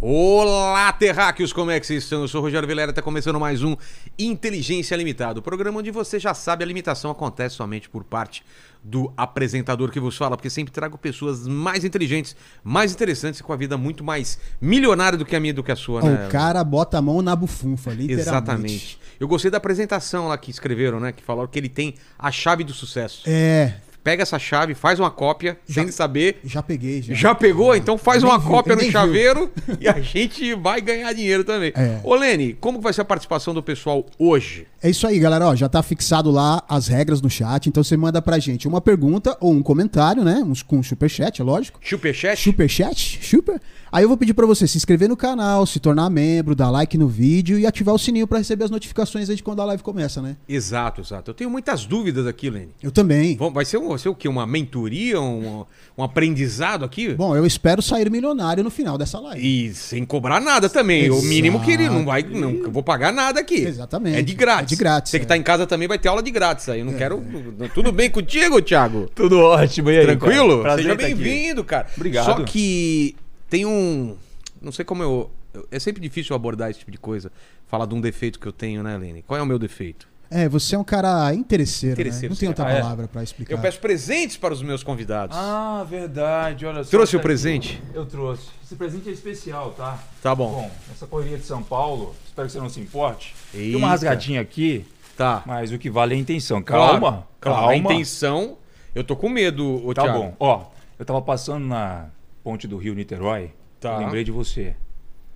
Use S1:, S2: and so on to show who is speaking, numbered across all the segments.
S1: Olá, terráqueos, como é que vocês estão? Eu sou o Rogério Vilera, está começando mais um Inteligência Limitada, o programa onde você já sabe a limitação acontece somente por parte do apresentador que vos fala, porque sempre trago pessoas mais inteligentes, mais interessantes e com a vida muito mais milionária do que a minha e do que a sua, né?
S2: O cara bota a mão na bufunfa, literalmente.
S1: Exatamente. Eu gostei da apresentação lá que escreveram, né? Que falaram que ele tem a chave do sucesso.
S2: É,
S1: Pega essa chave, faz uma cópia,
S2: Já-
S1: sem saber.
S2: já peguei, já.
S1: Já pegou? Então faz
S2: É. Nem
S1: uma
S2: viu,
S1: cópia no
S2: nem viu.
S1: chaveiro e a gente vai ganhar dinheiro também.
S2: É.
S1: Ô Lene, como que vai ser a participação do pessoal hoje?
S2: É isso aí, galera. Ó, já tá fixado lá as regras no chat. Então você manda pra gente uma pergunta ou um comentário, né? Uns com superchat, é lógico.
S1: Superchat?
S2: Superchat? Super? Aí eu vou pedir pra você se inscrever no canal, se tornar membro, dar like no vídeo e ativar o sininho pra receber as notificações aí de quando a live começa, né?
S1: Exato, exato. Eu tenho muitas dúvidas aqui, Lene.
S2: Eu também.
S1: Vamos- Vai ser, um, vai ser o quê? Uma mentoria? Um, um aprendizado aqui?
S2: Bom, eu espero sair milionário no final dessa live.
S1: E sem cobrar nada também. O
S2: Exato.
S1: mínimo que ele não vai. Não eu vou pagar nada aqui.
S2: Exatamente.
S1: É de grátis.
S2: É de grátis,
S1: Você que
S2: é.
S1: tá em casa também vai ter aula de grátis aí. Eu não quero. Tudo bem contigo, Thiago?
S3: Tudo ótimo, e aí?
S1: Tranquilo?
S3: cara? Prazer
S1: Seja
S3: estar aqui.
S1: bem-vindo, cara.
S3: Obrigado.
S1: Só que tem um. Não sei como eu. eu- É sempre difícil abordar esse tipo de coisa. Falar de um defeito que eu tenho, né, Lene? Qual é o meu defeito?
S2: É, você é um cara interesseiro,
S1: Interesseiro,
S2: né? Não tem
S1: sim.
S2: outra
S3: Ah, é.
S2: palavra pra explicar.
S1: Eu peço presentes para os meus convidados.
S3: Ah, verdade, olha só.
S1: Trouxe o
S3: tá
S1: presente?
S3: aqui. Eu trouxe. Esse presente é especial, tá?
S1: Tá bom.
S3: Bom, essa correria de São Paulo, espero que você não se importe. Tem
S1: Eita.
S3: uma rasgadinha aqui,
S1: Tá.
S3: mas o que vale é a intenção.
S1: Claro,
S3: Calma,
S1: Claro,
S3: calma.
S1: A intenção. Eu tô com medo, ô
S3: Tá
S1: Thiago.
S3: bom. Ó, eu tava passando na ponte do Rio Niterói,
S1: Tá.
S3: eu lembrei de você.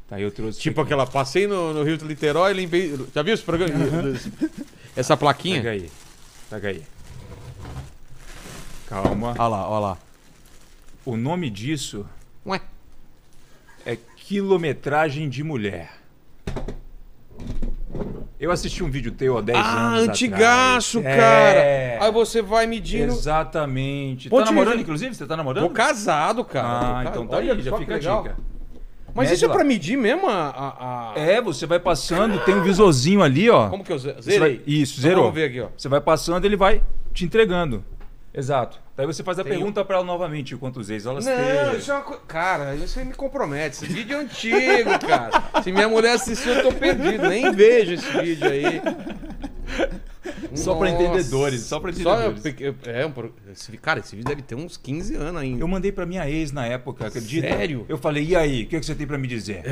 S3: Tá, eu trouxe.
S1: Tipo aquela, passei no, no Rio de Niterói, limpei. Já viu esse programa? Essa plaquinha?
S3: Pega aí. Pega aí. Calma.
S1: Olha lá, olha lá.
S3: O nome disso
S1: Ué,
S3: é quilometragem de mulher. Eu assisti um vídeo teu há 10
S1: Ah,
S3: anos.
S1: antigaço,
S3: atrás.
S1: cara.
S3: É,
S1: Aí você vai medindo.
S3: Exatamente.
S1: Ponte
S3: tá namorando,
S1: Virgem.
S3: inclusive? Você tá namorando?
S1: Tô casado, cara.
S3: Ah,
S1: Tô ca-
S3: então tá
S1: Olha
S3: aí, já
S1: só
S3: fica
S1: que
S3: a
S1: legal.
S3: dica.
S1: Mas
S3: Mede
S1: isso é
S3: lá.
S1: pra medir mesmo a. a- a-
S3: É, você vai passando, tem um visorzinho ali, ó.
S1: Como que eu ze-
S3: Você
S1: zerei?
S3: vai- Isso,
S1: Então
S3: zerou.
S1: Vamos ver aqui, ó.
S3: Você vai passando, ele vai te entregando. Exato. Daí você faz a
S1: Tem um-
S3: pergunta pra ela novamente, quantos ex elas
S1: Não,
S3: têm.
S1: isso é uma coisa. Cara, isso aí me compromete. Esse vídeo é antigo, cara. Se minha mulher assistiu, eu tô perdido. Nem vejo esse vídeo aí.
S3: Só pra entendedores, só pra entendedores.
S1: eu pe- eu- é, um pro- esse vi- cara, esse vídeo deve ter uns 15 anos ainda.
S3: Eu mandei pra minha ex na época, acredita?
S1: Sério?
S3: Eu falei, e aí, o que, que você tem pra me dizer?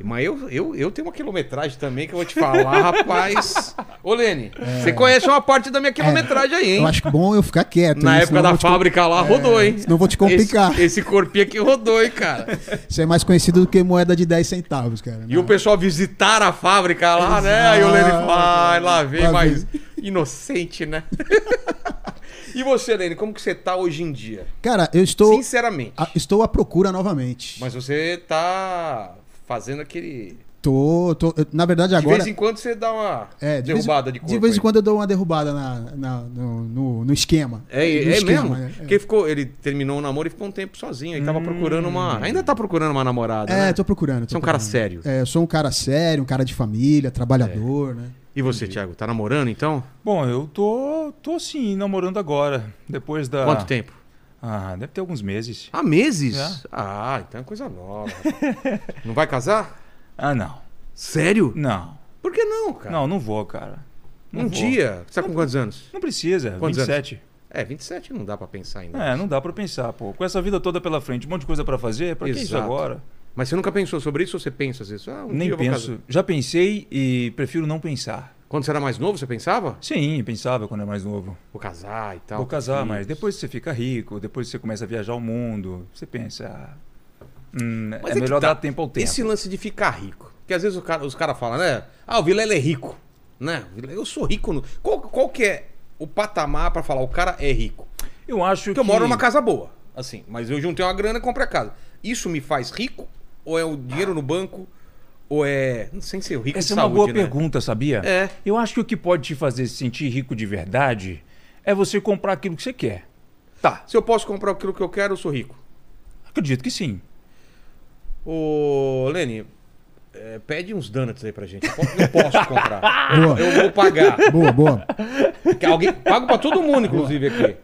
S1: Mas eu, eu, eu tenho uma quilometragem também que eu vou te falar, rapaz. Ô, Lene,
S3: É.
S1: você conhece uma parte da minha quilometragem aí, hein?
S2: Eu acho que bom eu ficar quieto.
S1: Na
S2: hein?
S1: época
S2: Senão eu
S1: da
S2: vou te-
S1: fábrica lá, rodou, hein?
S2: senão eu vou te complicar.
S1: Esse, esse corpinho aqui rodou, hein, cara?
S2: Você é mais conhecido do que moeda de 10 centavos, cara.
S1: E o pessoal visitar a fábrica lá, né? Aí o Lene vai, lá vem,
S2: Lá
S1: mas inocente, né? e você, Lene, como que você tá hoje em dia?
S2: Cara, eu Ah, estou,
S1: Sinceramente.
S2: a- estou à procura novamente.
S1: Mas você tá fazendo aquele...
S2: Tô, tô, eu- na verdade,
S1: De
S2: agora.
S1: vez em quando você dá uma
S2: é, de vez em-
S1: derrubada de corpo.
S2: De vez em
S1: aí.
S2: quando eu dou uma derrubada na, na- no, no- no esquema.
S1: É,
S2: No
S1: é
S2: esquema,
S1: mesmo?
S2: né?
S1: Porque ficou, ele terminou o namoro e ficou um tempo sozinho. Ele tava procurando uma... Ainda tá procurando uma namorada,
S2: Hum. É,
S1: né?
S2: tô procurando. tô
S1: Você é um cara
S2: procurando.
S1: sério. É.
S2: É, eu sou um cara sério, um cara de família, trabalhador, né?
S1: E você, Thiago, tá namorando então?
S3: Bom, eu tô, tô sim, namorando agora. Depois da.
S1: Quanto tempo?
S3: Ah, deve ter alguns meses.
S1: Há meses?
S3: Já.
S1: Ah, então é coisa nova. rapaz. Não vai casar?
S3: Ah, não.
S1: Sério?
S3: Não.
S1: Por que não, cara?
S3: Não, não vou, cara. Não
S1: um
S3: vou.
S1: dia. Você tá com quantos anos?
S3: Não precisa.
S1: Quantos
S3: 27.
S1: É, 27 não dá pra pensar ainda.
S3: É, não dá pra pensar, pô. Com essa vida toda pela frente, um monte de coisa pra fazer, pra que isso
S1: Exato.
S3: agora?
S1: Mas você nunca pensou sobre isso ou você pensa às vezes? Ah, um dia
S3: Nem
S1: eu vou
S3: penso.
S1: casar.
S3: Já pensei e prefiro não pensar.
S1: Quando você era mais novo, você pensava?
S3: Sim, pensava quando é mais novo.
S1: Vou casar e tal.
S3: vou casar,
S1: Sim.
S3: mas depois você fica rico, depois você começa a viajar o mundo, você pensa. ah, hum,
S1: Mas
S3: é,
S1: é
S3: melhor
S1: que tá.
S3: dar tempo ao tempo.
S1: Esse lance de ficar rico. Porque às vezes o cara- os caras falam, né? Ah, o Vilela é rico. Né? Vilela- Eu sou rico. No... Qual, qual que é o patamar pra falar o cara é rico?
S3: Eu acho
S1: Porque
S3: que.
S1: eu moro numa casa boa, assim. Mas eu juntei uma grana e comprei a casa. Isso me faz rico? Ou é o dinheiro no banco? Ou é... Sem ser rico de
S3: Essa é uma
S1: saúde,
S3: boa
S1: né?
S3: pergunta, sabia?
S1: É.
S3: Eu acho que o que pode te fazer se sentir rico de verdade é você comprar aquilo que você quer. Tá,
S1: Se eu posso comprar aquilo que eu quero, eu sou rico.
S3: acredito que sim.
S1: Ô, Lene, é, pede uns donuts aí pra gente. Eu posso, eu posso comprar.
S2: Boa,
S1: Eu vou pagar.
S2: boa, boa.
S1: Que Alguém, pago pra todo mundo, inclusive, aqui.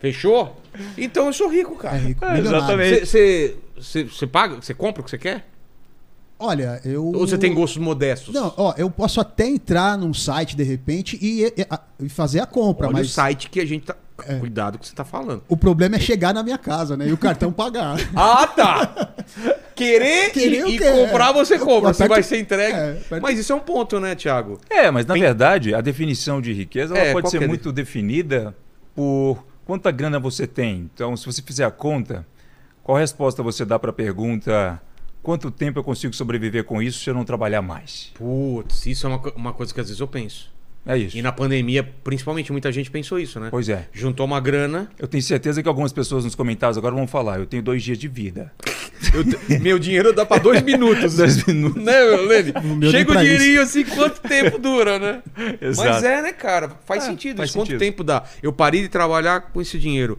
S1: Fechou? Então eu sou rico, cara.
S2: É rico.
S3: É,
S2: milionário.
S3: exatamente.
S1: Você paga? Você compra o que você quer?
S2: Olha, eu.
S1: Ou você tem gostos modestos?
S2: Não, ó, eu posso até entrar num site de repente e, e- a- e fazer a compra,
S1: Olha o
S2: mas. É.
S1: site que a gente tá. Cuidado com o que você tá falando.
S2: O problema é chegar na minha casa, né? E o cartão pagar.
S1: Ah, tá! Querer, e-
S2: Querer eu
S1: e,
S2: quero.
S1: comprar, você compra.
S2: Eu
S1: Se
S2: aperto-
S1: vai ser entregue.
S2: É, aperto-
S1: Mas isso é um ponto, né, Thiago?
S3: É, mas na verdade, a definição de riqueza ela
S1: É,
S3: pode
S1: qual que
S3: ser
S1: é a
S3: muito definida por quanta grana você tem. Então, se você fizer a conta, qual resposta você dá para a pergunta quanto tempo eu consigo sobreviver com isso se eu não trabalhar mais?
S1: Putz, isso é uma, co- uma coisa que às vezes eu penso.
S3: É isso.
S1: E na pandemia, principalmente, muita gente pensou isso, né?
S3: Pois é.
S1: Juntou uma grana.
S3: Eu tenho certeza que algumas pessoas nos comentários agora vão falar, eu tenho dois dias de vida.
S1: Eu te- meu dinheiro dá pra dois minutos.
S3: Dois minutos.
S1: Né, meu Lene?
S2: meu nem
S1: Chega o
S2: pra
S1: dinheirinho assim, quanto tempo dura, né?
S3: Exato.
S1: Mas é, né, cara? Faz
S3: É,
S1: sentido.
S3: faz
S1: isso. Quanto
S3: sentido.
S1: tempo dá? Eu parei de trabalhar com esse dinheiro.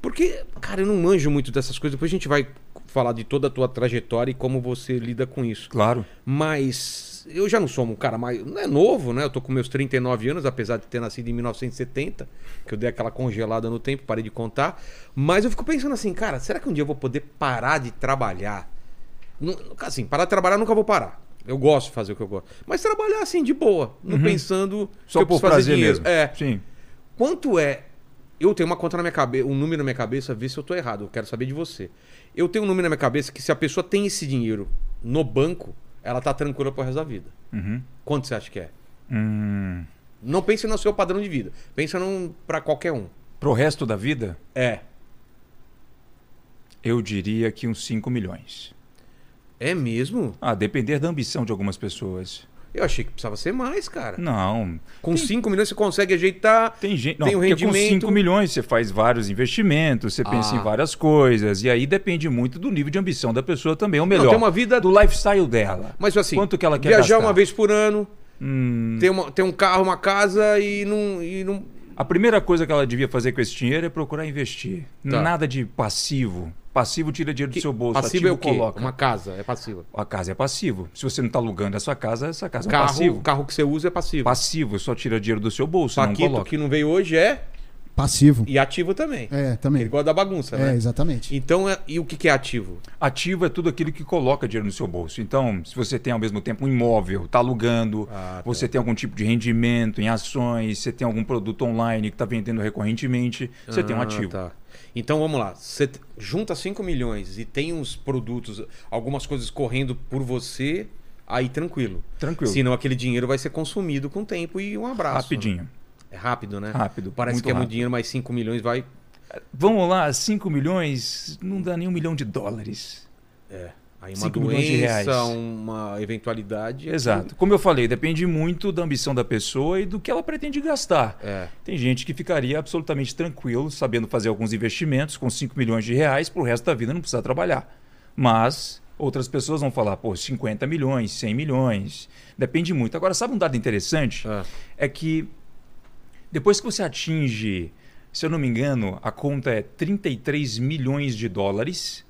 S1: Porque, cara, eu não manjo muito dessas coisas. Depois a gente vai falar de toda a tua trajetória e como você lida com isso.
S3: Claro.
S1: Mas eu já não sou um cara mais. Não é novo, né? Eu tô com meus 39 anos, apesar de ter nascido em 1970, que eu dei aquela congelada no tempo, parei de contar. Mas eu fico pensando assim, cara, será que um dia eu vou poder parar de trabalhar? Nu- Assim, parar de trabalhar eu nunca vou parar. Eu gosto de fazer o que eu gosto. Mas trabalhar assim, de boa, não pensando que
S3: Uhum. Só
S1: eu
S3: por
S1: preciso fazer
S3: prazer
S1: dinheiro.
S3: mesmo.
S1: É.
S3: Sim.
S1: Quanto é. Eu tenho uma conta na minha cabeça, um número na minha cabeça, vê se eu tô errado, eu quero saber de você. Eu tenho um número na minha cabeça que se a pessoa tem esse dinheiro no banco, ela tá tranquila pro resto da vida.
S3: Uhum.
S1: Quanto você acha que é?
S3: Hum.
S1: Não pense no seu padrão de vida, pensa num para qualquer um.
S3: Pro resto da vida,
S1: É.
S3: eu diria que uns 5 milhões.
S1: É mesmo?
S3: Ah, depender da ambição de algumas pessoas.
S1: Eu achei que precisava ser mais, cara.
S3: Não.
S1: Com 5 milhões você consegue ajeitar.
S3: Tem gente. Não,
S1: Tem o
S3: porque com
S1: rendimento.
S3: 5 milhões você faz vários investimentos, você pensa
S1: Ah.
S3: em várias coisas. E aí depende muito do nível de ambição da pessoa também. Ou é melhor,
S1: Não, tem uma vida.
S3: do lifestyle dela.
S1: Mas assim,
S3: Quanto que ela quer
S1: viajar
S3: gastar?
S1: uma vez por ano,
S3: Hum,
S1: ter, uma- ter um carro, uma casa e não. E não...
S3: a primeira coisa que ela devia fazer com esse dinheiro é procurar investir.
S1: Tá.
S3: Nada de passivo. Passivo tira dinheiro do seu bolso.
S1: passivo é o
S3: ativo
S1: quê?
S3: coloca.
S1: Uma casa, é passiva.
S3: A casa é passivo. Se você não está alugando a sua casa, essa casa é um
S1: Carro,
S3: passivo.
S1: o carro que você usa é passivo.
S3: Passivo, só tira dinheiro do seu bolso, não
S1: Paquito,
S3: coloca.
S1: que não veio hoje, é.
S2: Passivo.
S1: E ativo também.
S2: É,
S1: Ele
S2: também.
S1: gosta da bagunça,
S2: É,
S1: né?
S2: exatamente.
S1: Então, é- e o que que é ativo?
S3: Ativo é tudo aquilo que coloca dinheiro no seu bolso. Então, se você tem ao mesmo tempo um imóvel, está alugando,
S1: Ah, tá.
S3: você tem algum tipo de rendimento em ações, você tem algum produto online que está vendendo recorrentemente, você tem um
S1: Ah,
S3: ativo.
S1: tá. Então vamos lá. Você t- junta 5 milhões e tem uns produtos, algumas coisas correndo por você, aí tranquilo.
S3: Tranquilo.
S1: Senão aquele dinheiro vai ser consumido com o tempo e um abraço.
S3: Rapidinho.
S1: É rápido, né?
S3: Rápido,
S1: Parece
S3: muito
S1: que é muito
S3: rápido.
S1: dinheiro, mas 5 milhões vai.
S3: Vamos lá, 5 milhões não dá nem um milhão de dólares.
S1: Aí uma
S3: Cinco milhões de
S1: doença,
S3: reais.
S1: uma eventualidade.
S3: Exato. Como eu falei, depende muito da ambição da pessoa e do que ela pretende gastar.
S1: É.
S3: Tem gente que ficaria absolutamente tranquilo sabendo fazer alguns investimentos com 5 milhões de reais para o resto da vida não precisar trabalhar. Mas outras pessoas vão falar, pô, 50 milhões, 100 milhões. Depende muito. Agora, sabe um dado interessante?
S1: Ah.
S3: É que depois que você atinge, se eu não me engano, a conta é 33 milhões de dólares,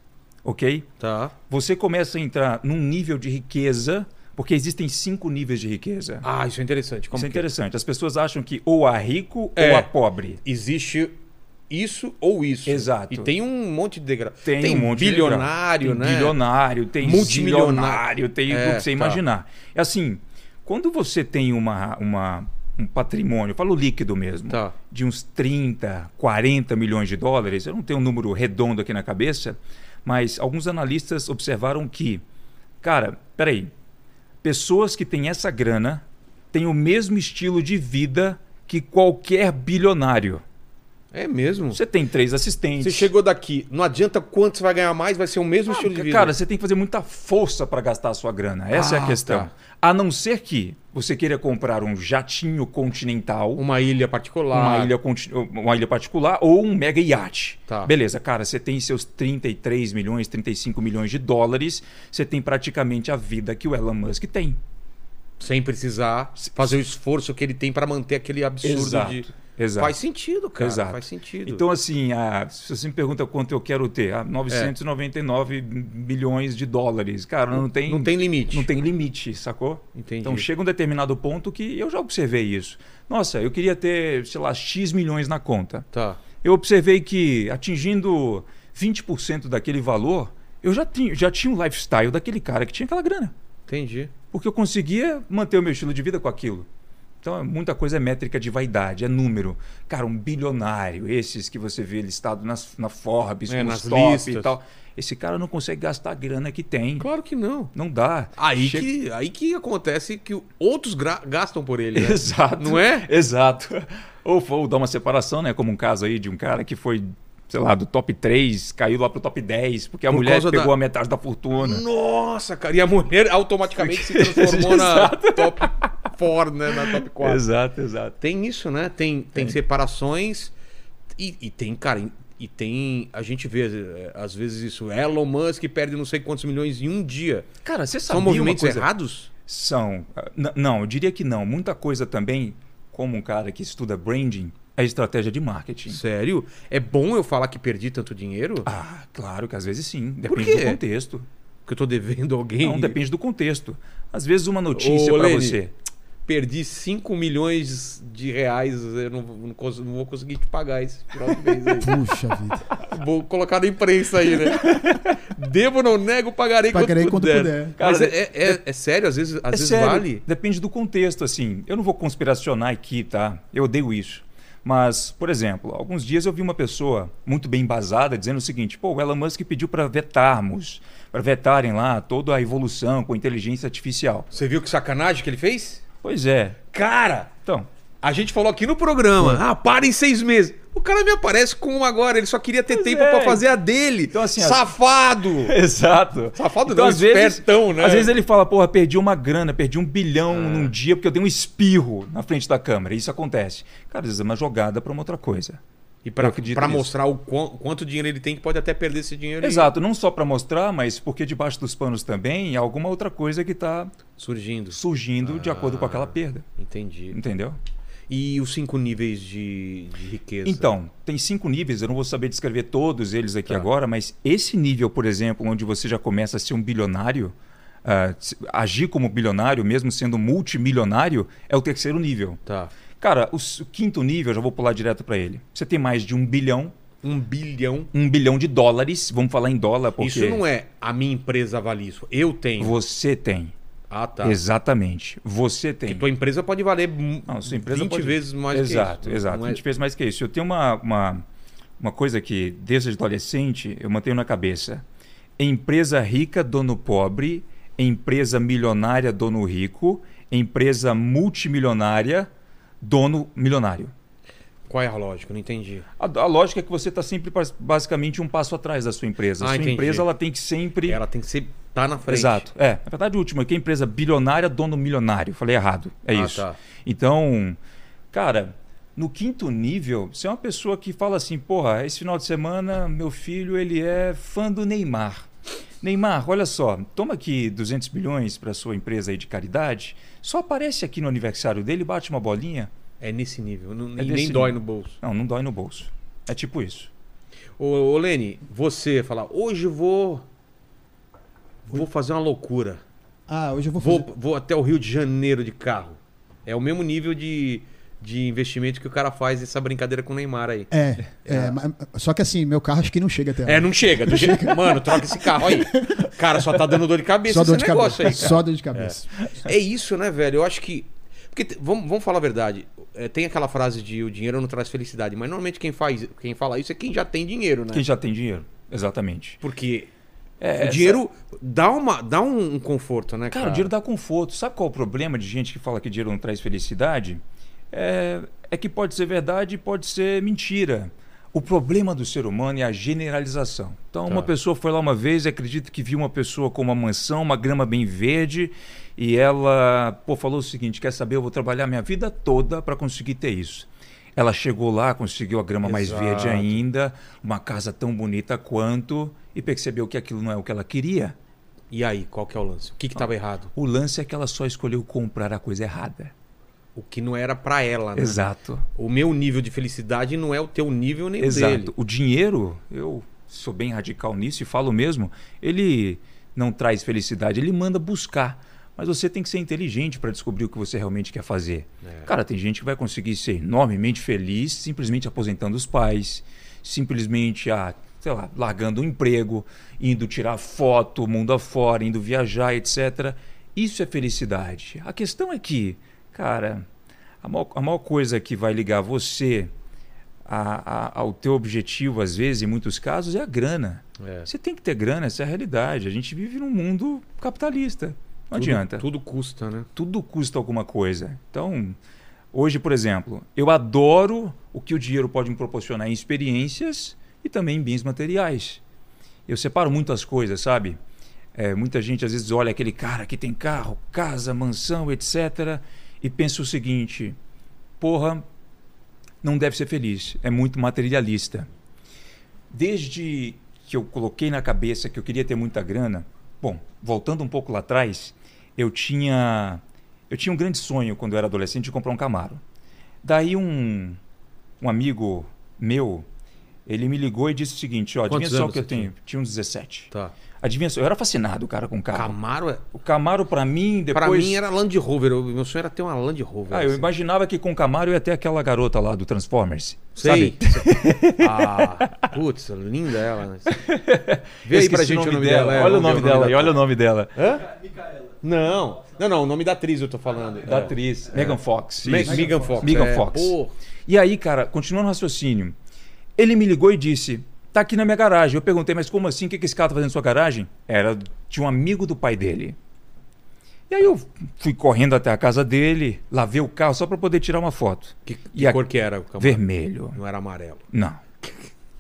S3: ok?
S1: Tá.
S3: Você começa a entrar num nível de riqueza, porque existem cinco níveis de riqueza.
S1: Ah, isso é interessante. Como
S3: Isso é
S1: que-
S3: interessante. As pessoas acham que ou há rico
S1: É.
S3: ou há pobre.
S1: existe isso ou isso.
S3: Exato.
S1: E tem um monte de degrau.
S3: Tem, um monte
S1: bilionário,
S3: de grau.
S1: né?
S3: Tem bilionário, tem
S1: Multimilionário.
S3: multimilionário, tem
S1: É,
S3: o que você
S1: tá.
S3: imaginar. É assim, quando você tem uma, uma, um patrimônio, eu falo líquido mesmo,
S1: Tá.
S3: de uns 30, 40 milhões de dólares, eu não tenho um número redondo aqui na cabeça, mas alguns analistas observaram que, cara, peraí, pessoas que têm essa grana têm o mesmo estilo de vida que qualquer bilionário.
S1: É mesmo.
S3: Você tem três assistentes.
S1: Você chegou daqui, não adianta quanto você vai ganhar mais, vai ser o mesmo estilo de vida.
S3: Ah, Cara, você tem que fazer muita força para gastar a sua grana. Essa é
S1: Ah,
S3: a questão.
S1: tá.
S3: A não ser que você queira comprar um jatinho continental, uma,
S1: uma ilha particular.
S3: ilha, conti- uma ilha particular ou um mega iate.
S1: Tá.
S3: Beleza, cara, você tem seus 33 milhões, 35 milhões de dólares, você tem praticamente a vida que o Elon Musk tem.
S1: sem precisar fazer o esforço que ele tem pra manter aquele absurdo
S3: Exato,
S1: de
S3: exato.
S1: Faz sentido, cara.
S3: Exato.
S1: Faz sentido. É.
S3: Então, assim, ah, se você me pergunta quanto eu quero ter, ah, 999 milhões de dólares. Cara, não tem.
S1: não tem limite.
S3: Não tem limite, sacou?
S1: Entendi.
S3: Então chega um determinado ponto que eu já observei isso. Nossa, eu queria ter, sei lá, X milhões na conta.
S1: Tá.
S3: eu observei que atingindo 20% daquele valor, eu já tinha, já tinha um lifestyle daquele cara que tinha aquela grana.
S1: Entendi.
S3: Porque eu conseguia manter o meu estilo de vida com aquilo. Então, é muita coisa é métrica de vaidade, é número. Cara, um bilionário, esses que você vê listado nas, na Forbes,
S1: É,
S3: nos
S1: nas
S3: top
S1: listas.
S3: e tal. Esse cara não consegue gastar a grana que tem.
S1: Claro que não.
S3: Não dá.
S1: Aí,
S3: Chega-
S1: que, aí que acontece que outros gra- gastam por ele. Né?
S3: Exato.
S1: Não é?
S3: Exato. Ou, ou dá uma separação, né? Como um caso aí de um cara que foi, sei lá, do top 3, caiu lá pro top 10, porque a
S1: Por
S3: mulher
S1: causa
S3: pegou
S1: da-
S3: a metade da fortuna.
S1: Nossa, cara. E a mulher automaticamente se transformou na top 4, né? Na top 4.
S3: Exato, exato.
S1: Tem isso, né? Tem, tem, separações e, e tem, cara, e- e tem. A gente vê é, às vezes isso. Elon Musk perde não sei quantos milhões em um dia.
S3: Cara, você
S1: São
S3: sabia uma
S1: movimentos
S3: coisa?
S1: errados?
S3: São. Ah, n- Não, eu diria que não. Muita coisa também, como um cara que estuda branding, é estratégia de marketing.
S1: Sério? É bom eu falar que perdi tanto dinheiro?
S3: Ah, claro que às vezes sim. Depende
S1: quê?
S3: do contexto.
S1: Porque eu tô devendo alguém.
S3: Não, depende do contexto. Às vezes uma notícia
S1: Ô,
S3: para
S1: Lene,
S3: você.
S1: Perdi 5 milhões de reais. Eu não, não cons- não vou conseguir te pagar esse próximo mês aí.
S2: Puxa vida.
S1: Vou colocar na imprensa aí, né? Devo, não nego, pagarei,
S2: Pagarei
S1: quando
S2: quando
S1: puder.
S2: puder.
S3: Cara,
S1: Mas é, é- é- é sério, às vezes, às
S3: É
S1: vezes
S3: sério,
S1: vale.
S3: Depende do contexto, assim. Eu não vou conspiracionar aqui, tá? Eu odeio isso. Mas, por exemplo, alguns dias eu vi uma pessoa muito bem embasada dizendo o seguinte: pô, o Elon Musk pediu para vetarmos, para vetarem lá toda a evolução com inteligência artificial.
S1: Você viu que sacanagem que ele fez?
S3: Pois é.
S1: Cara,
S3: Então,
S1: a gente falou aqui no programa, ah, para em seis meses. O cara me aparece com um agora, ele só queria ter tempo
S3: é.
S1: pra fazer a dele.
S3: Então, assim, ó-
S1: Safado!
S3: Exato. Então,
S1: Safado
S3: um
S1: não, espertão, né?
S3: Às vezes ele fala, porra, perdi uma grana, perdi um bilhão num dia porque eu dei um espirro na frente da câmera. Isso acontece. Cara, às vezes é uma jogada para uma outra coisa.
S1: e
S3: Eu
S1: pra,
S3: acredito
S1: pra
S3: nisso.
S1: mostrar o quão- quanto dinheiro ele tem, que pode até perder esse dinheiro. aí.
S3: Exato, não só para mostrar, mas porque debaixo dos panos também há alguma outra coisa que está
S1: Surgindo.
S3: surgindo de acordo com
S1: Ah.
S3: aquela perda.
S1: Entendi.
S3: Entendeu?
S1: E os cinco níveis de, de riqueza?
S3: Então, tem cinco níveis, eu não vou saber descrever todos eles aqui
S1: Tá.
S3: agora, mas esse nível, por exemplo, onde você já começa a ser um bilionário, ah, se- agir como bilionário, mesmo sendo multimilionário, é o terceiro nível.
S1: Tá.
S3: Cara, o, s- o quinto nível, eu já vou pular direto para ele. Você tem mais de um bilhão,
S1: Um bilhão.
S3: um bilhão de dólares, vamos falar em dólar, porque
S1: Isso não é a minha empresa vale isso. Eu tenho.
S3: você tem.
S1: Ah, tá.
S3: Exatamente. Você tem.
S1: Tua empresa pode valer mu-
S3: Não, sua empresa
S1: 20
S3: pode-
S1: vezes mais
S3: exato,
S1: que isso.
S3: Exato,
S1: Não
S3: exato.
S1: é-
S3: 20 vezes mais que isso. Eu tenho uma, uma, uma coisa que, desde adolescente, eu mantenho na cabeça. Empresa rica, dono pobre. Empresa milionária, dono rico. Empresa multimilionária, dono milionário.
S1: Qual é a lógica? Não entendi.
S3: A, a lógica é que você está sempre bas- basicamente um passo atrás da sua empresa.
S1: Ah,
S3: a sua
S1: entendi.
S3: empresa ela tem que sempre...
S1: Ela tem que ser. tá na frente.
S3: Exato. É, na verdade, o último aqui é empresa bilionária, dono milionário. Falei errado. É
S1: Ah,
S3: isso.
S1: tá.
S3: Então, cara, no quinto nível, você é uma pessoa que fala assim: porra, esse final de semana, meu filho, ele é fã do Neymar. Neymar, olha só, toma aqui 200 bilhões para sua empresa aí de caridade, só aparece aqui no aniversário dele, bate uma bolinha.
S1: É nesse nível. Não, nem,
S3: desse
S1: nem
S3: nível.
S1: dói no bolso.
S3: Não, não dói no bolso. É tipo isso.
S1: Ô, ô Lene, você falar, hoje eu vou. Vou fazer uma loucura.
S2: Ah, hoje eu vou
S1: Vou,
S2: fazer...
S1: vou até o Rio de Janeiro de carro. É o mesmo nível de, de investimento que o cara faz nessa brincadeira com o Neymar aí.
S2: É, é, mas- só que assim, meu carro acho que não chega até lá.
S1: É, não chega. do jeito- Mano, troca esse carro aí. Cara, só tá dando dor de cabeça
S2: Só
S1: esse
S2: dor de
S1: negócio
S2: cabeça.
S1: aí, cara.
S2: Só dor de cabeça.
S1: É isso, né, velho? Eu acho que. Porque, te- vamos, vamos falar a verdade. É, tem aquela frase de o dinheiro não traz felicidade, mas normalmente quem, faz, quem fala isso é quem já tem dinheiro, né?
S3: Quem já tem dinheiro. Exatamente.
S1: Porque
S3: É,
S1: o
S3: essa-
S1: dinheiro dá, uma, dá um, um conforto, né, cara?
S3: Cara, o dinheiro dá conforto. Sabe qual é o problema de gente que fala que dinheiro não traz felicidade? É, é que pode ser verdade e pode ser mentira. O problema do ser humano é a generalização. Então,
S1: Tá.
S3: uma pessoa foi lá uma vez e acredita que viu uma pessoa com uma mansão, uma grama bem verde, e ela pô, falou o seguinte: quer saber, eu vou trabalhar minha vida toda para conseguir ter isso. Ela chegou lá, conseguiu a grama mais
S1: Exato.
S3: verde ainda, uma casa tão bonita quanto, e percebeu que aquilo não é o que ela queria.
S1: E aí, qual que é o lance? O que que tava errado?
S3: O lance é que ela só escolheu comprar a coisa errada.
S1: O que não era pra ela, né?
S3: Exato.
S1: O meu nível de felicidade não é o teu nível nem o
S3: Exato.
S1: dele.
S3: O dinheiro, eu sou bem radical nisso e falo mesmo, ele não traz felicidade, ele manda buscar. Mas você tem que ser inteligente para descobrir o que você realmente quer fazer.
S1: É.
S3: Cara, tem gente que vai conseguir ser enormemente feliz simplesmente aposentando os pais, simplesmente ah, sei lá, largando o emprego, indo tirar foto, mundo afora, indo viajar, etc. Isso é felicidade. A questão é que, cara, a maior, a maior coisa que vai ligar você a- a- ao teu objetivo, às vezes, em muitos casos, é a grana.
S1: É.
S3: Você tem que ter grana, essa é a realidade. A gente vive num mundo capitalista. Não adianta.
S1: Tudo custa, né?
S3: Tudo custa alguma coisa. Então, hoje, por exemplo, eu adoro o que o dinheiro pode me proporcionar em experiências e também em bens materiais. Eu separo muitas coisas, sabe? É, muita gente às vezes olha aquele cara que tem carro, casa, mansão, etc. e pensa o seguinte: porra, não deve ser feliz, é muito materialista. Desde que eu coloquei na cabeça que eu queria ter muita grana, bom, voltando um pouco lá atrás, eu tinha eu tinha um grande sonho quando eu era adolescente de comprar um Camaro. Daí um um amigo meu, ele me ligou e disse o seguinte, ó,
S1: Quantos
S3: adivinha só o
S1: anos
S3: que eu
S1: você tinha?
S3: tenho? Tinha uns 17.
S1: Tá.
S3: Adivinha só, eu era fascinado, cara, com carro.
S1: Camaro é.
S3: O Camaro pra mim, depois
S1: Pra mim era Land Rover. eu- Meu sonho era ter uma Land Rover.
S3: Ah, eu
S1: assim.
S3: imaginava que com o Camaro ia até aquela garota lá do Transformers.
S1: Sei.
S3: Sabe?
S1: Ah, putz, linda ela. né? Vê aí
S3: Esqueci
S1: pra gente o nome, dela. é,
S3: olha o
S1: vamos ver
S3: nome dela aí, olha o nome dela.
S1: Hã? Não, não, não, o nome da atriz eu tô falando.
S3: Da
S1: É.
S3: atriz. Megan Fox.
S1: Me-
S3: isso.
S1: Megan Fox.
S3: Megan
S1: é.
S3: Fox.
S1: Pô,
S3: E aí, cara, continuando o raciocínio, ele me ligou e disse: tá aqui na minha garagem. Eu perguntei, mas como assim? O que que esse cara tá fazendo na sua garagem? Era de um amigo do pai dele. E aí eu fui correndo até a casa dele, lavei o carro só pra poder tirar uma foto.
S1: que, que
S3: E a-
S1: cor que era o Camaro?
S3: Vermelho.
S1: Não era amarelo.
S3: Não.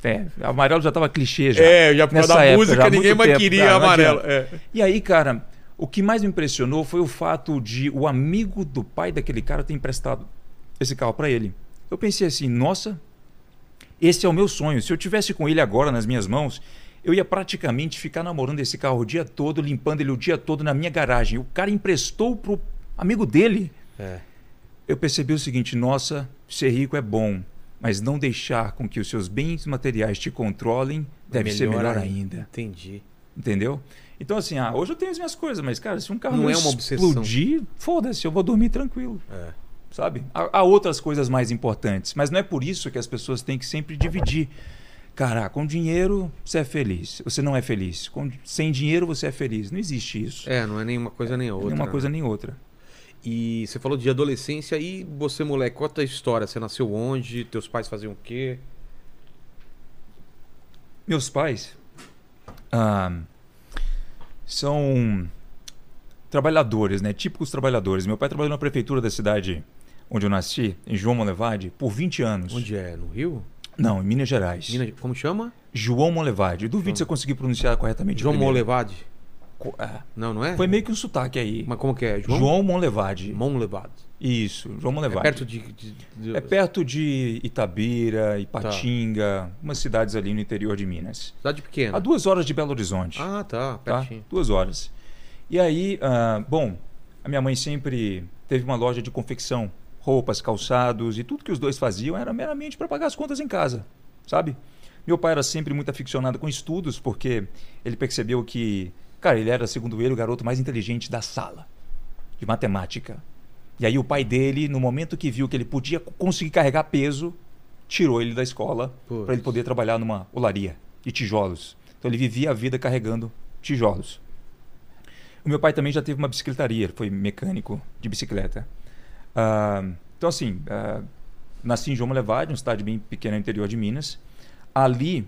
S3: É, amarelo já tava clichê já.
S1: É, já por causa
S3: Nessa
S1: da
S3: época,
S1: música,
S3: já há
S1: ninguém
S3: muito
S1: mais
S3: tempo.
S1: queria
S3: Ah, não
S1: amarelo, É.
S3: adianta. E aí, cara, o que mais me impressionou foi o fato de o amigo do pai daquele cara ter emprestado esse carro pra ele. Eu pensei assim, nossa, esse é o meu sonho. Se eu tivesse com ele agora nas minhas mãos, eu ia praticamente ficar namorando esse carro o dia todo, limpando ele o dia todo na minha garagem. O cara emprestou pro amigo dele
S1: É.
S3: eu percebi o seguinte: nossa, ser rico é bom, mas não deixar com que os seus bens materiais te controlem deve ser É melhor ainda.
S1: Entendi.
S3: Entendeu? Então, assim, ah, hoje eu tenho as minhas coisas, mas, cara, se um carro
S1: Não
S3: meu
S1: é uma obsessão.
S3: explodir, foda-se, eu vou dormir tranquilo.
S1: É.
S3: Sabe? Há, há outras coisas mais importantes, mas não é por isso que as pessoas têm que sempre dividir. Cara, com dinheiro você é feliz, você não é feliz. Com- sem dinheiro você é feliz. Não existe isso.
S1: É, não é nenhuma coisa nem outra.
S3: Nenhuma
S1: né?
S3: coisa nem outra.
S1: E você falou de adolescência e você, moleque, qual a tua história? Você nasceu onde? Teus pais faziam o quê?
S3: Meus pais ah, são trabalhadores, né? Típicos trabalhadores. Meu pai trabalhou na prefeitura da cidade onde eu nasci, em João Molevade, por 20 anos.
S1: Onde é? No Rio?
S3: Não, em Minas Gerais.
S1: Minas- Como chama?
S3: João Molevade. Duvido se eu conseguir pronunciar corretamente. o
S1: João
S3: primeiro.
S1: Monlevade?
S3: Co- é.
S1: Não, não é?
S3: Foi meio que um sotaque aí.
S1: Mas como que é? João?
S3: João Monlevade.
S1: Monlevade.
S3: Isso, João
S1: É
S3: Monlevade.
S1: perto de... Tá. de- de-
S3: É perto de Itabira, Ipatinga, umas cidades ali no interior de Minas.
S1: Cidade
S3: A
S1: pequena.
S3: duas horas de Belo Horizonte.
S1: Ah, tá.
S3: tá?
S1: Pertinho.
S3: Duas horas. E aí, ah, bom, a minha mãe sempre teve uma loja de confecção, roupas, calçados e tudo que os dois faziam era meramente para pagar as contas em casa, sabe? Meu pai era sempre muito aficionado com estudos porque ele percebeu que, cara, ele era, segundo ele, o garoto mais inteligente da sala de matemática. E aí o pai dele, no momento que viu que ele podia conseguir carregar peso, tirou ele da escola
S1: Putz.
S3: para ele poder trabalhar numa olaria de tijolos. Então ele vivia a vida carregando tijolos. O meu pai também já teve uma bicicletaria, ele foi mecânico de bicicleta. Ah, então assim, ah, nasci em João Levade, uma cidade bem pequena no interior de Minas. Ali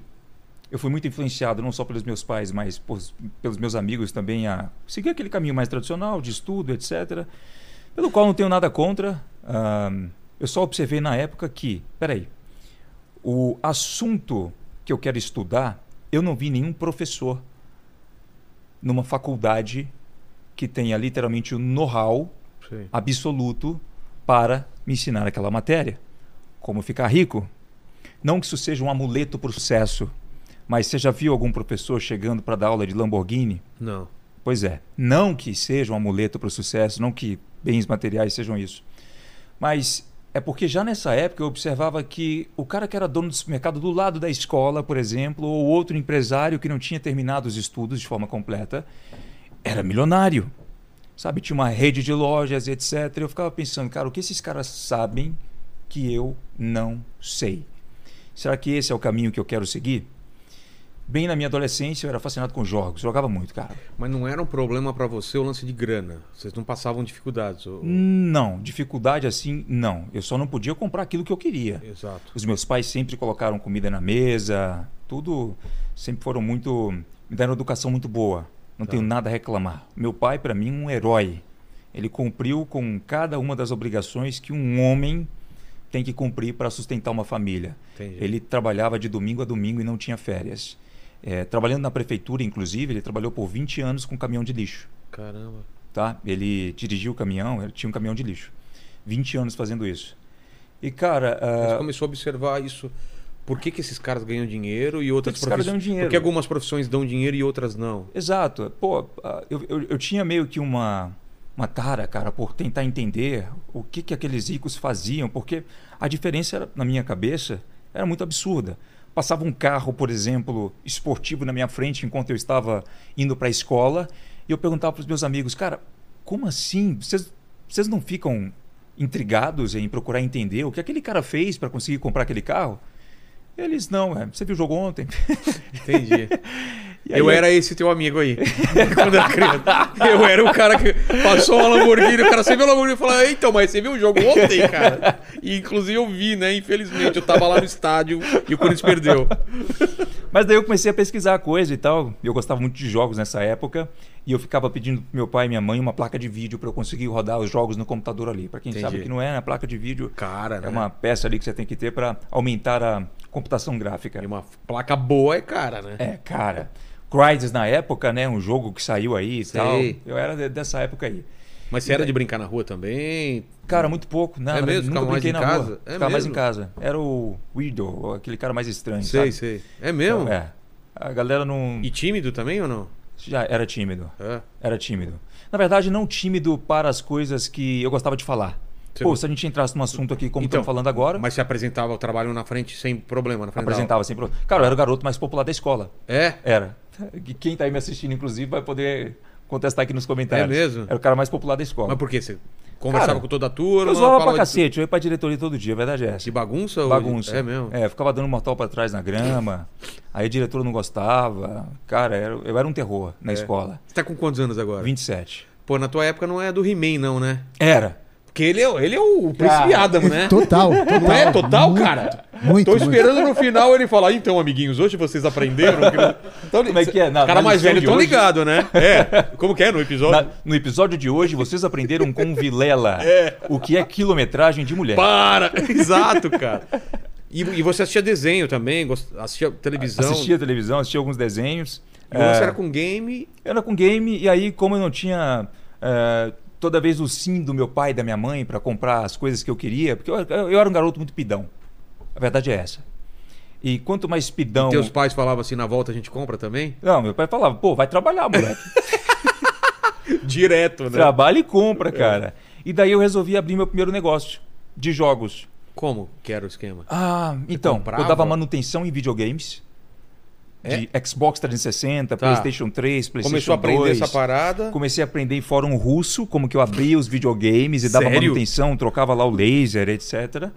S3: eu fui muito influenciado não só pelos meus pais, mas por- pelos meus amigos também a seguir aquele caminho mais tradicional de estudo, etc. Pelo qual não tenho nada contra. Ahn, eu só observei na época que, peraí, o assunto que eu quero estudar, eu não vi nenhum professor numa faculdade que tenha literalmente o know-how
S1: Sei.
S3: absoluto para me ensinar aquela matéria. Como ficar rico. Não que isso seja um amuleto para o sucesso, mas você já viu algum professor chegando para dar aula de Lamborghini?
S1: Não.
S3: Pois é, não que seja um amuleto para o sucesso, não que bens materiais sejam isso. Mas é porque já nessa época eu observava que o cara que era dono do supermercado do lado da escola, por exemplo, ou outro empresário que não tinha terminado os estudos de forma completa, era milionário. sabe? Tinha uma rede de lojas, etc. Eu ficava pensando, cara, o que esses caras sabem que eu não sei? Será que esse é o caminho que eu quero seguir? Bem na minha adolescência, eu era fascinado com jogos, jogava muito, cara.
S1: Mas não era um problema pra você o lance de grana. Vocês não passavam dificuldades. ô-
S3: Hum. Não, dificuldade assim, não. Eu só não podia comprar aquilo que eu queria.
S1: Exato.
S3: Os meus pais sempre colocaram comida na mesa, tudo. Sempre foram muito. Me deram uma educação muito boa. Não tenho nada a reclamar. Meu pai, para mim, um herói. Ele cumpriu com cada uma das obrigações que um homem tem que cumprir para sustentar uma família.
S1: Entendi.
S3: Ele trabalhava de domingo a domingo e não tinha férias. É, trabalhando na prefeitura, inclusive, ele trabalhou por 20 anos com caminhão de lixo
S1: Caramba.
S3: tá? Ele dirigiu o caminhão, ele tinha um caminhão de lixo. 20 anos fazendo isso. E, cara,
S1: Você
S3: ah,
S1: começou a observar isso. Por que, que esses caras ganham dinheiro e outras
S3: que esses caras ganham dinheiro?
S1: Por que algumas profissões dão dinheiro e outras não?
S3: exato. Pô, ah, eu, eu, eu tinha meio que uma, uma tara, cara, por tentar entender o que, que aqueles ricos faziam, porque a diferença era, na minha cabeça era muito absurda. Passava um carro, por exemplo, esportivo na minha frente enquanto eu estava indo para a escola, e eu perguntava para os meus amigos, cara, como assim? Vocês, vocês não ficam intrigados em procurar entender o que aquele cara fez para conseguir comprar aquele carro? Eles não, é. Você viu o jogo ontem?
S1: Entendi.
S3: E aí
S1: eu era esse teu amigo aí. quando era criança. Eu era o cara que passou uma Lamborghini. O cara, você viu a Lamborghini e falou: Então, mas você viu o jogo ontem, cara? E inclusive eu vi, né? Infelizmente, eu tava lá no estádio e o Corinthians perdeu.
S3: Mas daí eu comecei a pesquisar a coisa e tal. Eu gostava muito de jogos nessa época. E eu ficava pedindo pro meu pai e minha mãe uma placa de vídeo para eu conseguir rodar os jogos no computador ali. Para quem
S1: Entendi.
S3: sabe o que não é, a placa de vídeo
S1: Cara, né?
S3: é uma peça ali que você tem que ter para aumentar a computação gráfica.
S1: E uma placa boa é cara, né?
S3: É, cara. Crysis na época, né? Um jogo que saiu aí e
S1: Sei.
S3: tal. Eu era de- dessa época aí.
S1: Mas
S3: É.
S1: você era de brincar na rua também?
S3: Cara, muito pouco. Nada,
S1: É mesmo?
S3: Nunca
S1: Ficava mais
S3: brinquei
S1: em
S3: na
S1: casa?
S3: rua.
S1: É
S3: Ficava mais em
S1: mesmo?
S3: casa. Era o Weirdo, aquele cara mais estranho,
S1: Sei,
S3: sabe?
S1: sei. É mesmo?
S3: É. A galera não...
S1: E tímido também ou não?
S3: Já era tímido.
S1: É.
S3: Era tímido. Na verdade, não tímido para as coisas que eu gostava de falar.
S1: Sim.
S3: Pô, se a gente entrasse num assunto aqui como
S1: Então,
S3: estamos falando agora,
S1: Mas se apresentava o trabalho na frente sem problema, na frente da
S3: apresentava sempre. Cara, eu era o garoto mais popular da escola.
S1: aula. É?
S3: Era. E Quem tá aí me assistindo, inclusive, vai poder contestar aqui nos comentários.
S1: É mesmo?
S3: Era o cara mais popular da escola.
S1: Mas por quê? Você conversava
S3: Cara,
S1: com toda a turma?
S3: eu zoava pra
S1: falava de-
S3: cacete, eu ia pra diretoria todo dia, a verdade é essa.
S1: De bagunça? ou de-
S3: Bagunça.
S1: É mesmo?
S3: É, eu ficava dando mortal pra trás na grama, aí a diretora não gostava. Cara, era- eu era um terror na escola.
S1: Você tá com quantos anos agora?
S3: 27.
S1: Pô, na tua época não é do He-Man, não, né?
S3: Era.
S1: Porque ele é, ele é o príncipe
S3: Cara,
S1: Adam, né?
S2: Total,
S1: Não é
S2: Ah. total,
S1: total,
S2: muito,
S1: cara?
S2: muito,
S1: Tô
S2: muito.
S1: esperando no final ele falar, então, amiguinhos, hoje vocês aprenderam. Que... não-" Então,
S3: Como é que é? Na-
S1: Os caras
S3: na
S1: mais
S3: lição
S1: velhos
S3: de
S1: tão
S3: hoje-
S1: ligados, né? É. Como que é no episódio?
S3: Na- no episódio de hoje, vocês aprenderam com o Vilela o que é quilometragem de mulher.
S1: Para! Exato, cara. E, e você assistia desenho também, gost- assistia televisão.
S3: assistia televisão, assistia alguns desenhos.
S1: E o lance
S3: É,
S1: era com game.
S3: era com game, e aí, como eu não tinha é, toda vez o sim do meu pai e da minha mãe para comprar as coisas que eu queria, porque eu, eu- eu era um garoto muito pidão. A verdade é essa. E quanto mais pidão.
S1: Teus pais falavam assim, na volta a gente compra também?
S3: Não, meu pai falava, pô, vai trabalhar, moleque.
S1: Direto, né?
S3: Trabalha e compra,
S1: É.
S3: cara. E daí eu resolvi abrir meu primeiro negócio de jogos.
S1: Como que era o esquema?
S3: Ah, então,
S1: comprava? É?
S3: eu dava manutenção em videogames. De Xbox
S1: Tá.
S3: 360, PlayStation 3, Ah, PlayStation
S1: Começou a aprender
S3: 2.
S1: essa parada.
S3: Comecei a aprender em fórum russo, como que eu abria os videogames e dava
S1: Sério?
S3: manutenção, trocava lá o laser, etc.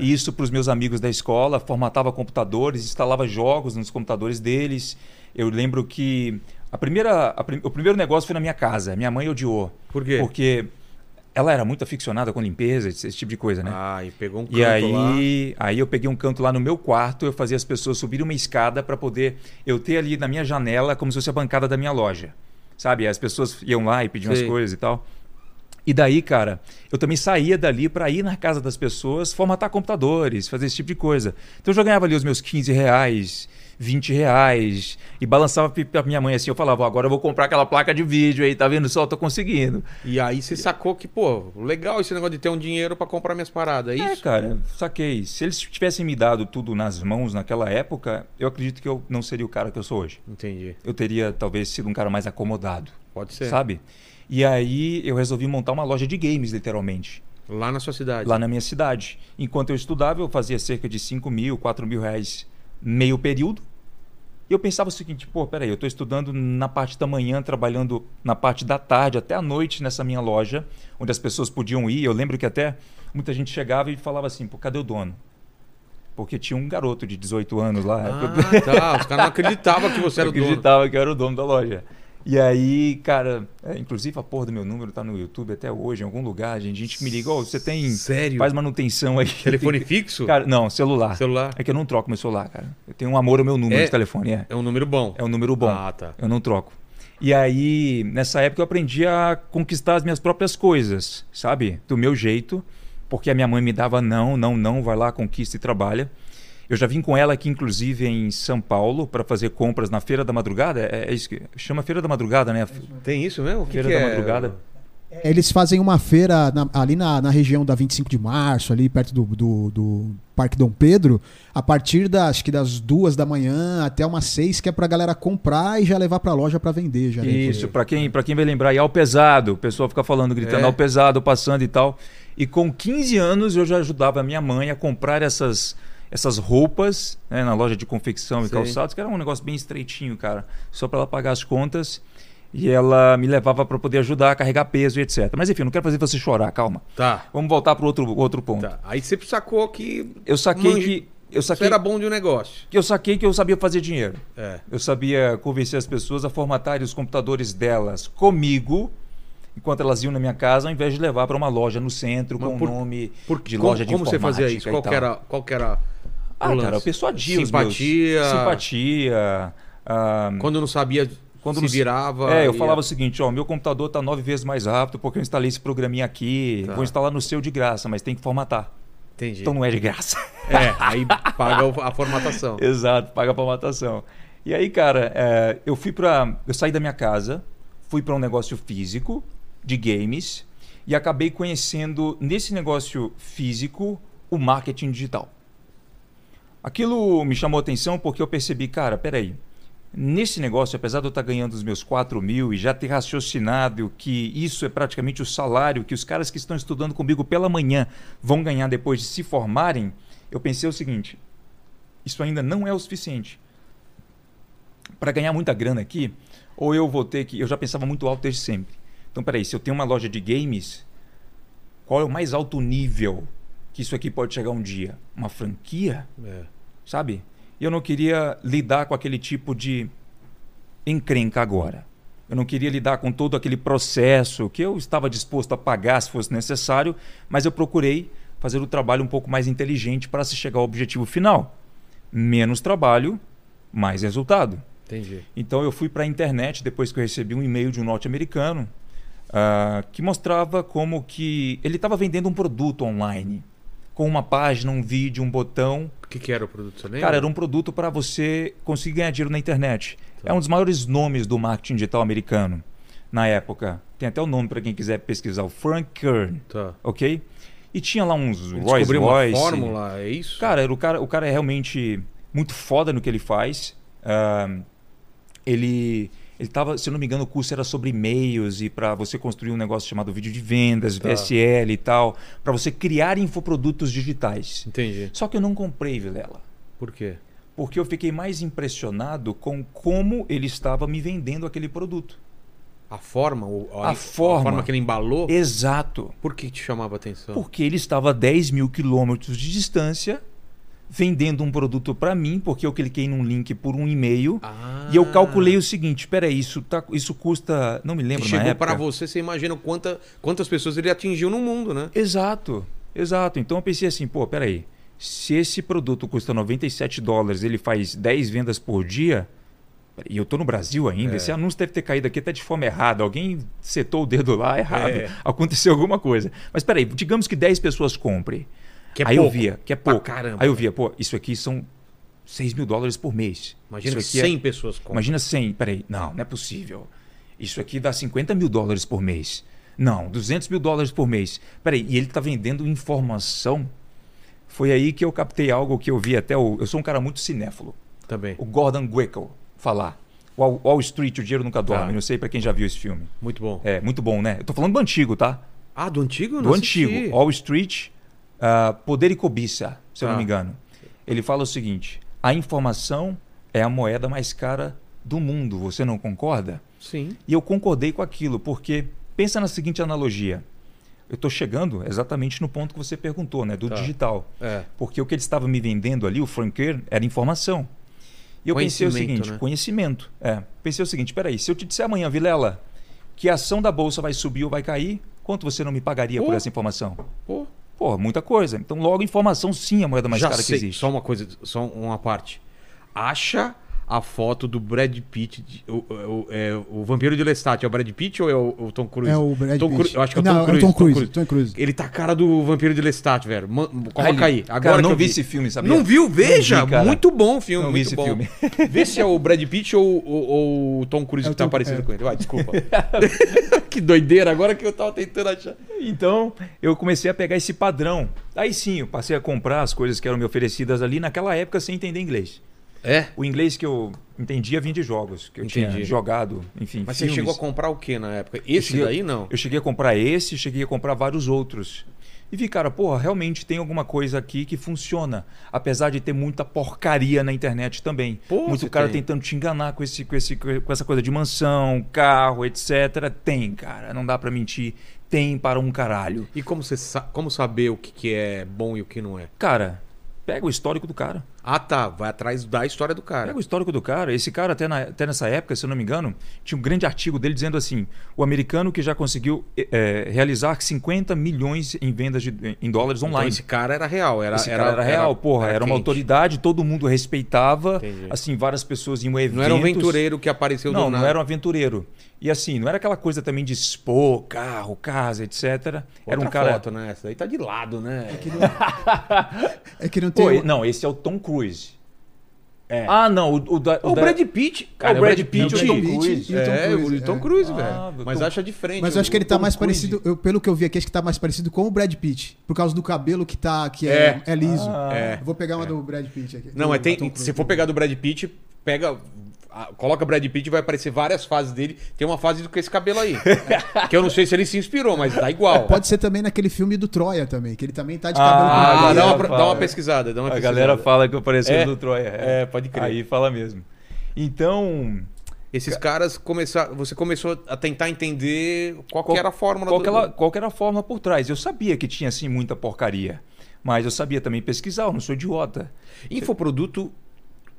S3: E Isso para os meus amigos da escola, formatava computadores, instalava jogos nos computadores deles. Eu lembro que a primeira, a prim- o primeiro negócio foi na minha casa. Minha mãe odiou.
S1: Por quê?
S3: Porque ela era muito aficionada com limpeza, esse esse tipo de coisa, né?
S1: Ah, e pegou um canto
S3: E
S1: lá.
S3: aí, aí eu peguei um canto lá no meu quarto, eu fazia as pessoas subirem uma escada para poder eu ter ali na minha janela como se fosse a bancada da minha loja. Sabe? As pessoas iam lá e pediam
S1: Sei.
S3: as coisas e tal. E daí, cara, eu também saía dali para ir na casa das pessoas, formatar computadores, fazer esse tipo de coisa. Então eu já ganhava ali os meus 15 reais, 20 reais, e balançava pi- pra minha mãe assim. Eu falava, "Ó, agora eu vou comprar aquela placa de vídeo aí, tá vendo só? Eu tô conseguindo.
S1: E aí você sacou que, pô, legal esse negócio de ter um dinheiro pra comprar minhas paradas, é
S3: É,
S1: isso?
S3: cara, saquei. Se eles tivessem me dado tudo nas mãos naquela época, eu acredito que eu não seria o cara que eu sou hoje.
S1: Entendi.
S3: Eu teria talvez sido um cara mais acomodado,
S1: Pode ser.
S3: sabe? E aí eu resolvi montar uma loja de games, literalmente,
S1: Lá na sua cidade.
S3: lá na minha cidade. Enquanto eu estudava, eu fazia cerca de 5 mil, 4 mil reais meio período. E eu pensava o seguinte, pô, peraí, eu estou estudando na parte da manhã, trabalhando na parte da tarde até a noite nessa minha loja, onde as pessoas podiam ir. Eu lembro que até muita gente chegava e falava assim, pô, cadê o dono? Porque tinha um garoto de 18 anos lá.
S1: Ah, tá. Os caras não acreditavam que você era o
S3: Eu
S1: dono.
S3: acreditava que eu era o dono da loja. E aí, cara, é, inclusive a porra do meu número tá no YouTube até hoje, em algum lugar, gente, gente que me liga, "Ô, você tem.
S1: Sério?
S3: Faz manutenção aí.
S1: Telefone fixo?
S3: Cara, não, celular.
S1: Celular?
S3: É que eu não troco meu celular, cara. Eu tenho um amor ao meu número
S1: É?
S3: de telefone, é.
S1: É um número bom.
S3: É um número bom.
S1: Ah, tá.
S3: Eu não troco. E aí, nessa época, eu aprendi a conquistar as minhas próprias coisas, sabe? Do meu jeito, porque a minha mãe me dava não, não, não, vai lá, conquista e trabalha. Eu já vim com ela aqui, inclusive, em São Paulo, para fazer compras na Feira da Madrugada. É, é isso que chama Feira da Madrugada, né? A f-
S1: Tem isso mesmo? O que
S3: Feira
S1: que
S3: da
S1: é?
S3: Madrugada.
S2: Eles fazem uma feira na- ali na, na região da 25 de março, ali perto do, do, do Parque Dom Pedro, a partir da, acho que das duas da manhã até umas seis, que é pra galera comprar e já levar pra loja pra vender. Já, né?
S3: Isso, para quem, pra quem vai lembrar, e ao pesado, o pessoal fica falando, gritando
S1: É.
S3: ao pesado, passando e tal. E com 15 anos eu já ajudava a minha mãe a comprar essas, essas roupas né, na loja de confecção e
S1: Sei.
S3: calçados, que era um negócio bem estreitinho, cara, só para ela pagar as contas. E ela me levava para poder ajudar a carregar peso e etc. Mas enfim, não quero fazer você chorar, calma.
S1: Tá.
S3: Vamos voltar para outro, outro ponto.
S1: tá. Aí você sacou que
S3: Eu saquei
S1: Manja-
S3: que. Eu
S1: você
S3: saquei,
S1: era bom de um negócio.
S3: que eu saquei que eu sabia fazer dinheiro.
S1: É.
S3: Eu sabia convencer as pessoas a formatarem os computadores delas comigo, enquanto elas iam na minha casa, ao invés de levar para uma loja no centro
S1: Mas
S3: com
S1: por-
S3: o nome
S1: Por,
S3: de
S1: como,
S3: loja de
S1: Como você fazia
S3: informática
S1: isso?
S3: e
S1: Qual
S3: tal.
S1: que era, qual que era
S3: Ah,
S1: o lance?
S3: cara, eu persuadia os meus-
S1: Simpatia.
S3: Simpatia. ah,
S1: Quando não sabia,
S3: quando
S1: se
S3: não-
S1: virava.
S3: É, eu
S1: ia-
S3: falava o seguinte, ó, meu computador tá nove vezes mais rápido porque eu instalei esse programinha aqui,
S1: Tá.
S3: vou instalar no seu de graça, mas tem que formatar.
S1: Entendi.
S3: Então não é de graça.
S1: É, aí paga o- a formatação.
S3: Exato, paga pra matação. E aí, cara, é, eu fui pra. Eu saí da minha casa, fui pra um negócio físico de games e acabei conhecendo nesse negócio físico o marketing digital. Aquilo me chamou atenção porque eu percebi, cara, peraí. Nesse negócio, apesar de eu estar ganhando os meus 4 mil e já ter raciocinado que isso é praticamente o salário que os caras que estão estudando comigo pela manhã vão ganhar depois de se formarem, eu pensei o seguinte: isso ainda não é o suficiente. Para ganhar muita grana aqui, ou eu vou ter que. Eu já pensava muito alto desde sempre. Então, peraí, se eu tenho uma loja de games, qual é o mais alto nível que isso aqui pode chegar um dia? Uma franquia?
S1: É.
S3: sabe? Eu não queria lidar com aquele tipo de encrenca agora. Eu não queria lidar com todo aquele processo que eu estava disposto a pagar se fosse necessário, mas eu procurei fazer o trabalho um pouco mais inteligente para se chegar ao objetivo final. Menos trabalho, mais resultado.
S1: Entendi.
S3: Então eu fui para a internet depois que eu recebi um e-mail de um norte-americano ah, que mostrava como que ele estava vendendo um produto online com uma página, um vídeo, um botão
S1: O que, que era o produto? Você lembra?
S3: Cara, era um produto para você conseguir ganhar dinheiro na internet.
S1: Tá.
S3: É um dos maiores nomes do marketing digital americano na época. Tem até o nome para quem quiser pesquisar, o Frank Kern,
S1: Tá.
S3: ok? E tinha lá uns
S1: Ele
S3: Rolls
S1: Descobriu uma
S3: Royce.
S1: fórmula, é isso?
S3: Cara, era o cara, o cara é realmente muito foda no que ele faz. Ahn, ele ele tava, se eu não me engano, o curso era sobre e-mails e para você construir um negócio chamado vídeo de vendas,
S1: Tá.
S3: VSL e tal, para você criar infoprodutos digitais.
S1: Entendi.
S3: Só que eu não comprei, Vilela
S1: Por quê?
S3: porque eu fiquei mais impressionado com como ele estava me vendendo aquele produto.
S1: A forma, o-
S3: A forma.
S1: que ele embalou,
S3: Exato.
S1: por que te chamava a atenção?
S3: Porque ele estava a 10 mil quilômetros de distância vendendo um produto para mim, porque eu cliquei num link por um e-mail
S1: Ah.
S3: e eu calculei o seguinte: peraí, isso, tá, isso custa. Não me lembro na
S1: Chegou
S3: época.
S1: pra você, você imagina quanta, quantas pessoas ele atingiu no mundo, né?
S3: Exato, exato. Então eu pensei assim, pô, peraí, se esse produto custa 97 dólares, ele faz 10 vendas por dia, e eu tô no Brasil ainda,
S1: É.
S3: esse anúncio deve ter caído aqui até de forma errada, alguém setou o dedo lá errado,
S1: É.
S3: aconteceu alguma coisa. Mas peraí, digamos que 10 pessoas comprem.
S1: Que é
S3: Aí eu
S1: pouco.
S3: via, que é
S1: Pra
S3: pouco.
S1: caramba.
S3: Aí eu via, pô, isso aqui são 6 mil dólares por mês.
S1: Imagina que
S3: isso aqui é-
S1: 100 pessoas compram.
S3: Imagina 100, peraí, não, não é possível. Isso aqui dá 50 mil dólares por mês. Não, 200 mil dólares por mês. Peraí, e ele está vendendo informação? Foi aí que eu captei algo que eu vi até o... Eu sou um cara muito cinéfilo.
S1: Também.
S3: O Gordon Gekko falar. Wall, Wall Street, o dinheiro nunca dorme.
S1: Tá.
S3: Não sei para quem já viu esse filme.
S1: Muito bom.
S3: É, muito bom, né? Eu tô falando do antigo, tá?
S1: Ah, do antigo? Eu não
S3: do
S1: assisti.
S3: antigo, Wall Street, ah, Poder e Cobiça, se eu
S1: Tá.
S3: não me engano. Ele fala o seguinte: a informação é a moeda mais cara do mundo. Você não concorda?
S1: Sim.
S3: E eu concordei com aquilo, porque pensa na seguinte analogia. Eu estou chegando exatamente no ponto que você perguntou, né? Do
S1: Tá.
S3: digital.
S1: É.
S3: Porque o que ele estava me vendendo ali, o Franker, era informação. E eu pensei o
S1: Conhecimento,
S3: seguinte,
S1: né?
S3: conhecimento. É, pensei o seguinte, peraí, se eu te disser amanhã, Vilela, que a ação da Bolsa vai subir ou vai cair, quanto você não me pagaria por
S1: Pô.
S3: essa informação?
S1: Pô,
S3: Pô, muita coisa. Então, logo, informação sim é a moeda mais
S1: já
S3: cara
S1: sei.
S3: que existe.
S1: Só uma coisa, só uma parte. Acha a foto do Brad Pitt, de- o, o, é, o vampiro de Lestat, é o Brad Pitt ou é o, o Tom Cruise?
S2: É o Brad
S1: Tom Cru-
S2: Pitt.
S1: Eu acho que é o
S2: Não,
S1: Tom Cruise.
S2: É o Tom Cruise. Tom Cruise.
S1: Ele tá a cara do vampiro de Lestat, velho. Man- Coloca
S3: ele-
S1: aí.
S3: cara,
S1: Agora
S3: não
S1: que eu
S3: vi esse filme, sabia?
S1: Não viu? Veja.
S3: Não vi, cara.
S1: muito bom o filme.
S3: Não vi
S1: muito
S3: esse
S1: bom.
S3: filme.
S1: Vê se é o Brad Pitt ou, ou- ou o Tom Cruise
S2: É o
S1: que tá
S2: Tom-
S1: parecido
S2: é.
S1: com ele. Vai, desculpa. que doideira. Agora que eu tava tentando achar.
S3: Então, eu comecei a pegar esse padrão. Aí sim, eu passei a comprar as coisas que eram me oferecidas ali naquela época sem entender inglês.
S1: É?
S3: O inglês que eu entendia vinha de jogos, que eu tinha
S1: Entendi.
S3: jogado, enfim,
S1: Mas
S3: filmes.
S1: você chegou a comprar o que na época? Esse
S3: cheguei-
S1: daí não?
S3: Eu cheguei a comprar esse, cheguei a comprar vários outros. E vi, cara, porra, realmente tem alguma coisa aqui que funciona. Apesar de ter muita porcaria na internet também.
S1: Pô,
S3: Muito
S1: você
S3: cara
S1: tem.
S3: tentando te enganar com, esse, com, esse, com essa coisa de mansão, carro, etc. Tem, cara. Não dá pra mentir. Tem para um caralho.
S1: E como, você sa- como saber o que, que é bom e o que não é?
S3: Cara, pega o histórico do cara.
S1: Ah, tá. Vai atrás da história do cara.
S3: Pega o histórico do cara. Esse cara, até, na- até nessa época, se eu não me engano, tinha um grande artigo dele dizendo assim: o americano que já conseguiu eh, eh, realizar 50 milhões em vendas de- em dólares
S1: Então
S3: online.
S1: esse cara era real. Era,
S3: Esse cara era, real, porra. Era, uma
S1: quente.
S3: autoridade, todo mundo respeitava.
S1: Entendi.
S3: Assim, várias pessoas iam a eventos.
S1: Não era um aventureiro que apareceu
S3: Não,
S1: do nada.
S3: não era um aventureiro. E assim, não era aquela coisa também de expor carro, casa, etc. era um
S1: Outra
S3: cara.
S1: foto, né? Essa daí tá de lado, né?
S2: É que não tem.
S3: Pô, não, esse é o Tom Cruise.
S1: É.
S3: Ah, não, o, o, da-
S1: Ó, um o
S3: da-
S1: Brad Pitt.
S3: Cara,
S1: Ó,
S3: o Brad Pitt,
S1: e
S3: o é Tom
S2: Cruise. e o Tom
S1: É,
S2: Cruise,
S1: o Tom
S2: é.
S1: Cruise,
S3: Ah,
S1: velho.
S3: o
S1: Mas acho
S3: Tom-
S1: acha de frente.
S2: Mas eu acho que ele tá
S3: Tom
S2: mais
S3: Cruise.
S2: parecido, eu- pelo que eu vi aqui, acho que tá mais parecido com o Brad Pitt, por causa do cabelo que tá que é, é. liso.
S1: É.
S2: Eu Vou pegar uma do Brad Pitt aqui.
S1: Não,
S2: Do
S1: mas tem,
S2: Tom Cruise.
S1: se for pegar do Brad Pitt, pega. a- Coloca Brad Pitt vai aparecer várias fases dele. Tem uma fase com esse cabelo aí. que eu não sei se ele se inspirou, mas dá igual.
S2: Pode ser também naquele filme do Troia também, que ele também tá de
S3: Ah,
S2: cabelo
S1: Ah,
S2: comprido.
S3: a
S1: dá,
S3: galera
S1: uma, dá
S3: fala.
S1: uma pesquisada, dá uma
S3: A
S1: pesquisada.
S3: galera fala que eu pareço
S1: É.
S3: do Troia.
S1: É, pode crer.
S3: Aí fala mesmo. Então,
S1: Esses caras começaram. Você começou a tentar entender qual,
S3: Qual-
S1: que era a fórmula
S3: qual,
S1: do-
S3: que ela- qual que era a forma por trás? Eu sabia que tinha, assim, muita porcaria. Mas eu sabia também pesquisar, eu não sou idiota.
S1: Infoproduto.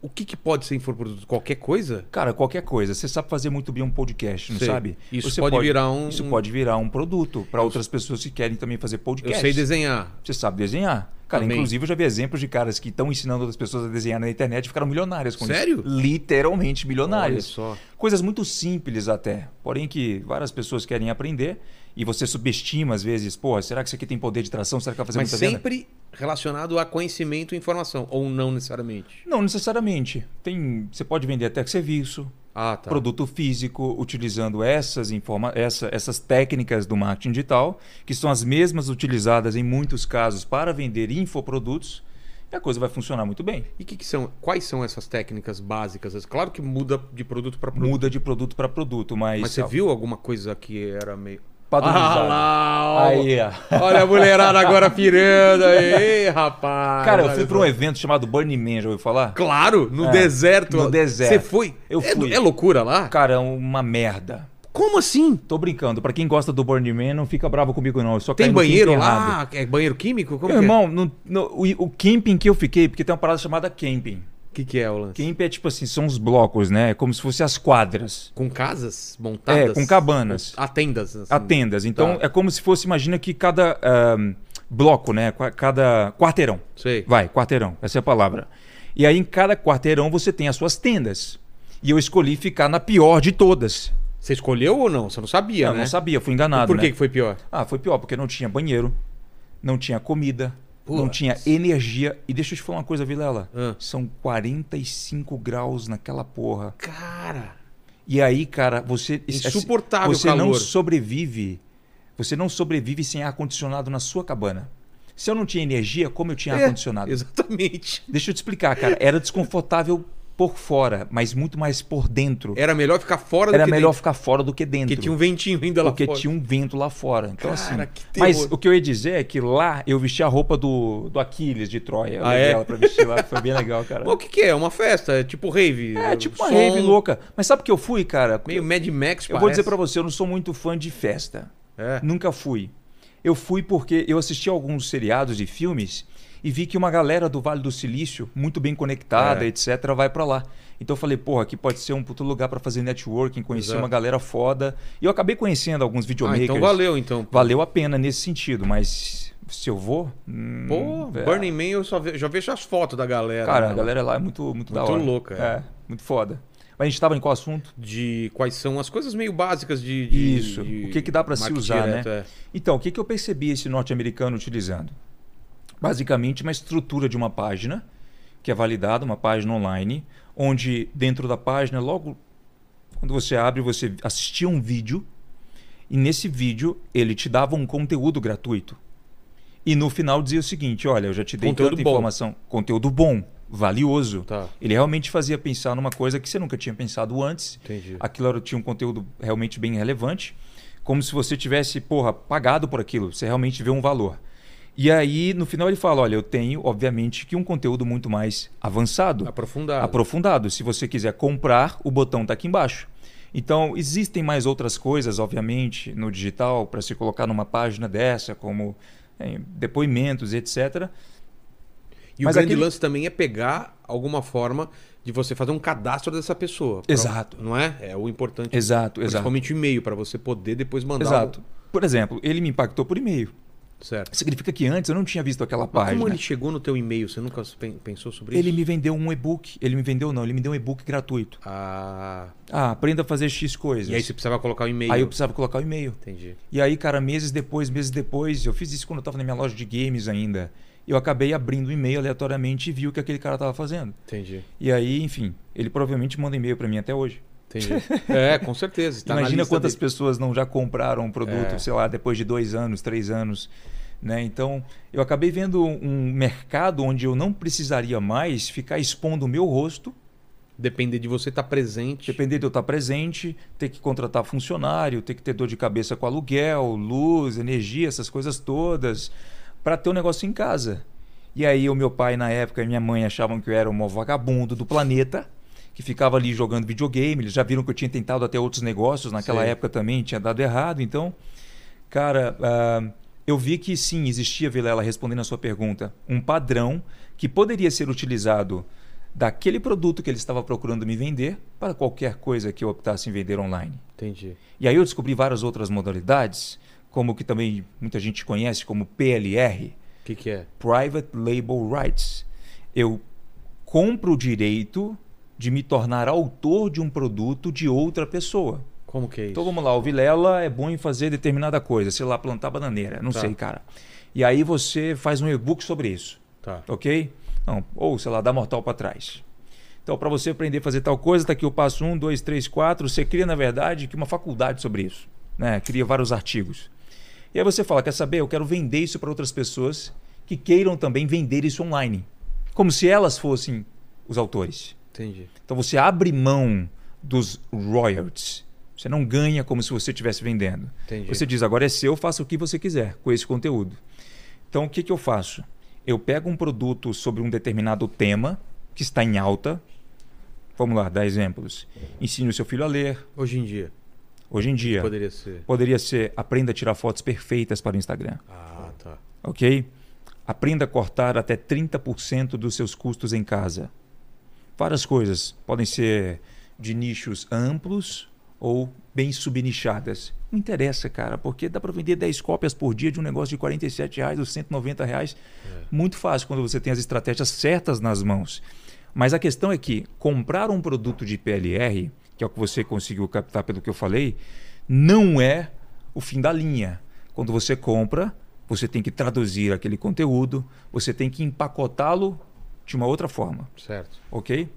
S1: O que, que pode ser infoproduto? Qualquer coisa?
S3: Cara, qualquer coisa. Você sabe fazer muito bem um podcast, não
S1: Sei.
S3: sabe?
S1: Isso
S3: Você
S1: pode virar um-
S3: Isso
S1: um-
S3: pode virar um produto para outras pessoas que querem também fazer
S1: Eu
S3: podcast.
S1: sei desenhar.
S3: Você sabe desenhar. Cara,
S1: Também.
S3: inclusive eu já vi exemplos de caras que estão ensinando outras pessoas a desenhar na internet e ficaram milionárias com
S1: Sério?
S3: isso. Literalmente
S1: Olha
S3: milionárias.
S1: só.
S3: Coisas muito simples até, porém que várias pessoas querem aprender e você subestima às vezes, pô, será que isso aqui tem poder de tração? Será que vai fazer
S1: Mas
S3: muita venda?
S1: sempre relacionado a conhecimento e informação. Ou não necessariamente.
S3: Não necessariamente. Tem, você pode vender até serviço,
S1: Ah, tá.
S3: produto físico, utilizando essas, informa essa, essas técnicas do marketing digital, que são as mesmas utilizadas em muitos casos para vender infoprodutos, e a coisa vai funcionar muito bem.
S1: E que que são, quais são essas técnicas básicas? As- Claro que muda de produto para produto.
S3: Muda de produto para produto, mas,
S1: Mas você viu alguma coisa que era meio. Ah
S3: Padronizado.
S1: lá, ó.
S3: Aí, ó.
S1: Olha a mulherada agora pirando aí, rapaz.
S3: Cara, eu
S1: Olha
S3: fui
S1: só.
S3: para um evento chamado Burning Man, já ouviu falar?
S1: Claro, no
S3: É,
S1: deserto.
S3: no deserto.
S1: Você foi?
S3: Eu
S1: É,
S3: fui.
S1: É, loucura lá?
S3: Cara, é uma merda.
S1: Como assim?
S3: Tô brincando. Pra quem gosta do Burning Man, não fica bravo comigo, não. Eu só caí
S1: Tem
S3: no camping
S1: banheiro
S3: errado.
S1: lá? É banheiro químico? Como
S3: Meu irmão, no- no- o, o camping que eu fiquei, porque tem uma parada chamada camping.
S1: que é? O que, que é o lance?
S3: Camping é tipo assim, são os blocos, né? É como se fossem as quadras.
S1: Com casas montadas?
S3: É, com cabanas.
S1: Há tendas. assim.
S3: a tendas. Então
S1: Tá.
S3: é como se fosse, imagina que cada ahm, bloco, né? Qua- Cada quarteirão.
S1: Sei.
S3: Vai, quarteirão, essa é a palavra. E aí em cada quarteirão você tem as suas tendas. E eu escolhi ficar na pior de todas.
S1: Você escolheu ou não? Você não sabia,
S3: eu
S1: né?
S3: não sabia, fui enganado.
S1: Por que,
S3: né?
S1: que foi pior?
S3: Ah, foi pior, porque não tinha banheiro, não tinha comida, não
S1: Putz.
S3: tinha energia. E deixa eu te falar uma coisa, Vilela.
S1: Ah.
S3: São 45 graus naquela porra.
S1: Cara.
S3: E aí, cara, você. assim,
S1: Insuportável
S3: Você não
S1: calor.
S3: sobrevive. Você não sobrevive sem ar-condicionado na sua cabana. Se eu não tinha energia, como eu tinha
S1: É,
S3: ar-condicionado?
S1: Exatamente.
S3: Deixa eu te explicar, cara. Era desconfortável por fora, mas muito mais por dentro.
S1: Era melhor ficar fora
S3: Era
S1: do que
S3: melhor
S1: dentro,
S3: ficar fora do que dentro.
S1: porque tinha um ventinho ainda lá
S3: porque
S1: fora.
S3: tinha um vento lá fora. Então,
S1: Cara,
S3: assim.
S1: que
S3: mas
S1: terror.
S3: o que eu ia dizer é que lá eu vesti a roupa do, do Aquiles de Troia. Eu
S1: Ah,
S3: levei
S1: é?
S3: ela pra vestir lá. Foi bem legal, cara.
S1: Mas o que, que é? Uma festa? É tipo rave?
S3: É tipo uma
S1: som,
S3: rave louca. Mas sabe o que eu fui, cara?
S1: Meio Mad Max,
S3: Eu vou dizer pra você, eu não sou muito fã de festa.
S1: É.
S3: Nunca fui. Eu fui porque eu assisti alguns seriados e filmes e vi que uma galera do Vale do Silício, muito bem conectada,
S1: É.
S3: etc, vai pra lá. Então eu falei, porra, aqui pode ser um puto lugar pra fazer networking, conhecer
S1: Exato.
S3: uma galera foda. E eu acabei conhecendo alguns
S1: Ah,
S3: videomakers.
S1: então valeu, então.
S3: Valeu a pena nesse sentido, mas se eu vou, hum,
S1: Pô,
S3: é.
S1: Burning Man eu só ve- já vejo as fotos da galera.
S3: cara, a
S1: né?
S3: galera lá é muito muito, da
S1: Muito
S3: hora.
S1: louca, é.
S3: é, muito foda. Mas a gente tava em qual assunto?
S1: De quais são as coisas meio básicas de. de-
S3: Isso.
S1: de-
S3: O que, que dá para se
S1: marketing
S3: usar,
S1: direto,
S3: né?
S1: é.
S3: Então, o que, que eu percebi esse norte-americano utilizando? Basicamente, uma estrutura de uma página que é validada, uma página online, onde dentro da página, logo quando você abre, você assistia um vídeo e nesse vídeo ele te dava um conteúdo gratuito. E no final dizia o seguinte: olha, eu já te dei
S1: Conteúdo
S3: tanta
S1: bom.
S3: informação, conteúdo bom, valioso.
S1: Tá.
S3: Ele realmente fazia pensar numa coisa que você nunca tinha pensado antes.
S1: Entendi.
S3: Aquilo era- tinha um conteúdo realmente bem relevante, como se você tivesse, porra, pagado por aquilo. Você realmente vê um valor. E aí, no final, ele fala: olha, eu tenho, obviamente, que um conteúdo muito mais avançado
S1: é, Aprofundar.
S3: aprofundado. Se você quiser comprar, o botão está aqui embaixo. Então, existem mais outras coisas, obviamente, no digital para se colocar numa página dessa, como eh, depoimentos, etc.
S1: E
S3: Mas
S1: o grande
S3: aquele-
S1: lance também é pegar alguma forma de você fazer um cadastro dessa pessoa. Pra-
S3: Exato.
S1: Não é? É o importante.
S3: Exato, exato.
S1: Principalmente o e-mail, para você poder depois mandar.
S3: Exato. Por exemplo, ele me impactou por e-mail.
S1: o- Certo.
S3: Significa que antes eu não tinha visto aquela
S1: Mas
S3: página.
S1: como ele chegou no teu e-mail? Você nunca pen- pensou sobre
S3: Ele
S1: isso?
S3: me vendeu um e-book. Ele me vendeu, não, ele me deu um e-book gratuito.
S1: Ah.
S3: Ah, aprenda a fazer X coisas.
S1: E aí você precisava colocar o e-mail.
S3: Aí eu precisava colocar o e-mail.
S1: Entendi.
S3: E aí, cara, meses depois, meses depois, eu fiz isso quando eu tava na minha loja de games ainda. Eu acabei abrindo o e-mail aleatoriamente e vi o que aquele cara tava fazendo.
S1: Entendi.
S3: E aí, enfim, ele provavelmente manda e-mail para mim até hoje.
S1: Entendi. é, com certeza. Tá na
S3: Imagina
S1: lista
S3: quantas
S1: dele.
S3: pessoas não já compraram um produto,
S1: É.
S3: sei lá, depois de dois anos, três anos. Né? Então, eu acabei vendo um mercado onde eu não precisaria mais ficar expondo o meu rosto
S1: Depender de você estar presente.
S3: Depender de eu estar presente, ter que contratar funcionário, ter que ter dor de cabeça com aluguel, luz, energia, essas coisas todas, para ter um negócio em casa. E aí, o meu pai, na época, e minha mãe achavam que eu era um maior vagabundo do planeta, que ficava ali jogando videogame. Eles já viram que eu tinha tentado até outros negócios né? naquela
S1: Sei.
S3: época também, tinha dado errado. Então, cara, ah, eu vi que sim, existia, Vilela, respondendo a sua pergunta, um padrão que poderia ser utilizado daquele produto que ele estava procurando me vender para qualquer coisa que eu optasse em vender online.
S1: Entendi.
S3: E aí eu descobri várias outras modalidades, como o que também muita gente conhece como PLR,
S1: O que, que é?
S3: Private Label Rights. Eu compro o direito de me tornar autor de um produto de outra pessoa.
S1: Como que é isso?
S3: Então vamos lá, o Vilela é bom em fazer determinada coisa, sei lá, plantar bananeira, não
S1: Tá.
S3: sei, cara. E aí você faz um e-book sobre isso,
S1: Tá.
S3: ok? Não, ou sei lá, dá mortal para trás. Então, para você aprender a fazer tal coisa, tá aqui o passo 1, 2, 3, 4. Você cria, na verdade, que uma faculdade sobre isso. Né? Cria vários artigos. E aí você fala: quer saber? Eu quero vender isso para outras pessoas que queiram também vender isso online. Como se elas fossem os autores.
S1: Entendi.
S3: Então você abre mão dos royalties. Você não ganha como se você estivesse vendendo.
S1: Entendi.
S3: Você diz, agora é seu, faça o que você quiser com esse conteúdo. Então o que, que eu faço? Eu pego um produto sobre um determinado tema que está em alta. Vamos lá, dar exemplos. Ensine o seu filho a ler.
S1: Hoje em dia,
S3: Hoje em dia,
S1: poderia ser.
S3: poderia ser aprenda a tirar fotos perfeitas para o Instagram
S1: Ah, tá.
S3: ok? Aprenda a cortar até 30% dos seus custos em casa. Várias coisas podem ser de nichos amplos ou bem subnichadas. Não interessa, cara, porque dá para vender 10 cópias por dia de um negócio de R$ 47 reais ou R$ 190 reais. Muito fácil quando você tem as estratégias certas nas mãos. Mas a questão é que comprar um produto de PLR, que é o que você conseguiu captar pelo que eu falei, não é o fim da linha. Quando você compra, você tem que traduzir aquele conteúdo, você tem que empacotá-lo de uma outra forma,
S1: Certo.
S3: ok?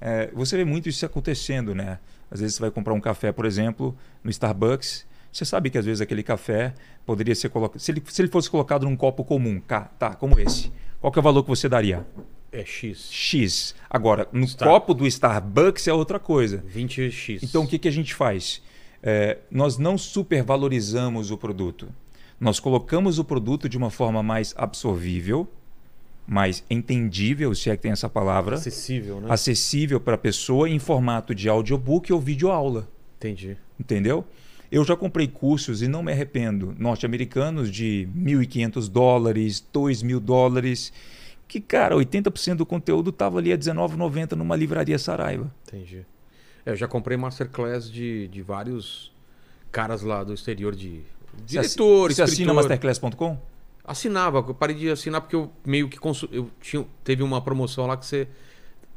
S3: É, você vê muito isso acontecendo, né? Às vezes você vai comprar um café, por exemplo, no Starbucks. Você sabe que às vezes aquele café poderia ser colocado. Se ele, se ele fosse colocado num copo comum, cá, tá, como esse, qual que é o valor que você daria?
S4: é X.
S3: X. Agora, no
S4: Está.
S3: copo do Starbucks é outra coisa.
S4: 20x.
S3: Então, o que, que a gente faz? É, nós não supervalorizamos o produto. Nós colocamos o produto de uma forma mais absorvível, mais entendível, se é que tem essa palavra,
S4: Acessível,
S1: Hum.
S4: né?
S3: acessível para a pessoa em formato de audiobook ou videoaula.
S4: Entendi.
S3: Entendeu? Eu já comprei cursos e não me arrependo, norte-americanos de 1.500 dólares, 2.000 dólares, que, cara, 80% do conteúdo estava ali a R$19,90 numa livraria Saraiva.
S4: Entendi.
S1: É, eu já comprei masterclass de, de vários caras lá do exterior de
S3: Você assi-
S1: diretor,
S3: Você assina
S1: escritor.
S3: masterclass.com?
S1: Assinava, eu parei de assinar porque eu meio que consu... eu tinha... teve uma promoção lá que você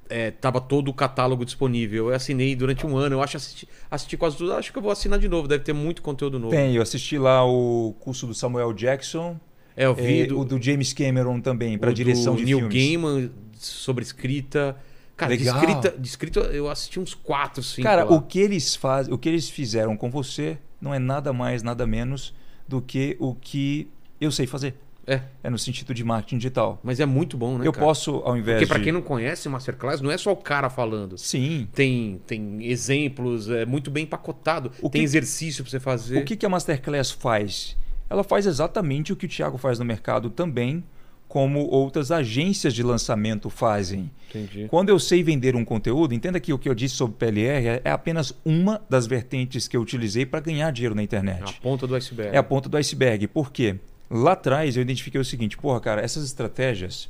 S1: é, tava todo o catálogo disponível. Eu assinei durante um ano, eu acho assisti, assisti quase tudo. Acho que eu vou assinar de novo, deve ter muito conteúdo novo.
S3: Tem, eu assisti lá o curso do Samuel Jackson,
S1: É, eu vi
S3: é, o do James Cameron também, para
S1: o
S3: direção
S1: do
S3: de
S1: Neil
S3: filmes.
S1: Gaiman sobre escrita. Cara, de
S3: Legal.
S1: escrita, de escrita eu assisti uns 4, 5
S3: Cara,
S1: lá.
S3: o que eles fazem, o que eles fizeram com você não é nada mais, nada menos do que o que eu sei fazer.
S1: É.
S3: É no sentido de marketing digital.
S1: Mas é muito bom, né,
S3: eu
S1: cara?
S3: posso, ao invés
S1: Porque pra
S3: de...
S1: quem não conhece Masterclass, não é só o cara falando.
S3: Sim.
S1: Tem, tem exemplos, é muito bem empacotado.
S3: O
S1: tem
S3: que-
S1: exercício pra você fazer.
S3: O que, que a Masterclass faz? Ela faz exatamente o que o Thiago faz no mercado também, como outras agências de lançamento fazem.
S4: Entendi.
S3: Quando eu sei vender um conteúdo, entenda que o que eu disse sobre PLR é- é apenas uma das vertentes que eu utilizei para ganhar dinheiro na
S1: É
S3: internet.
S1: A ponta do iceberg.
S3: É a ponta do iceberg. Por quê? Lá atrás eu identifiquei o seguinte, porra, cara, essas estratégias,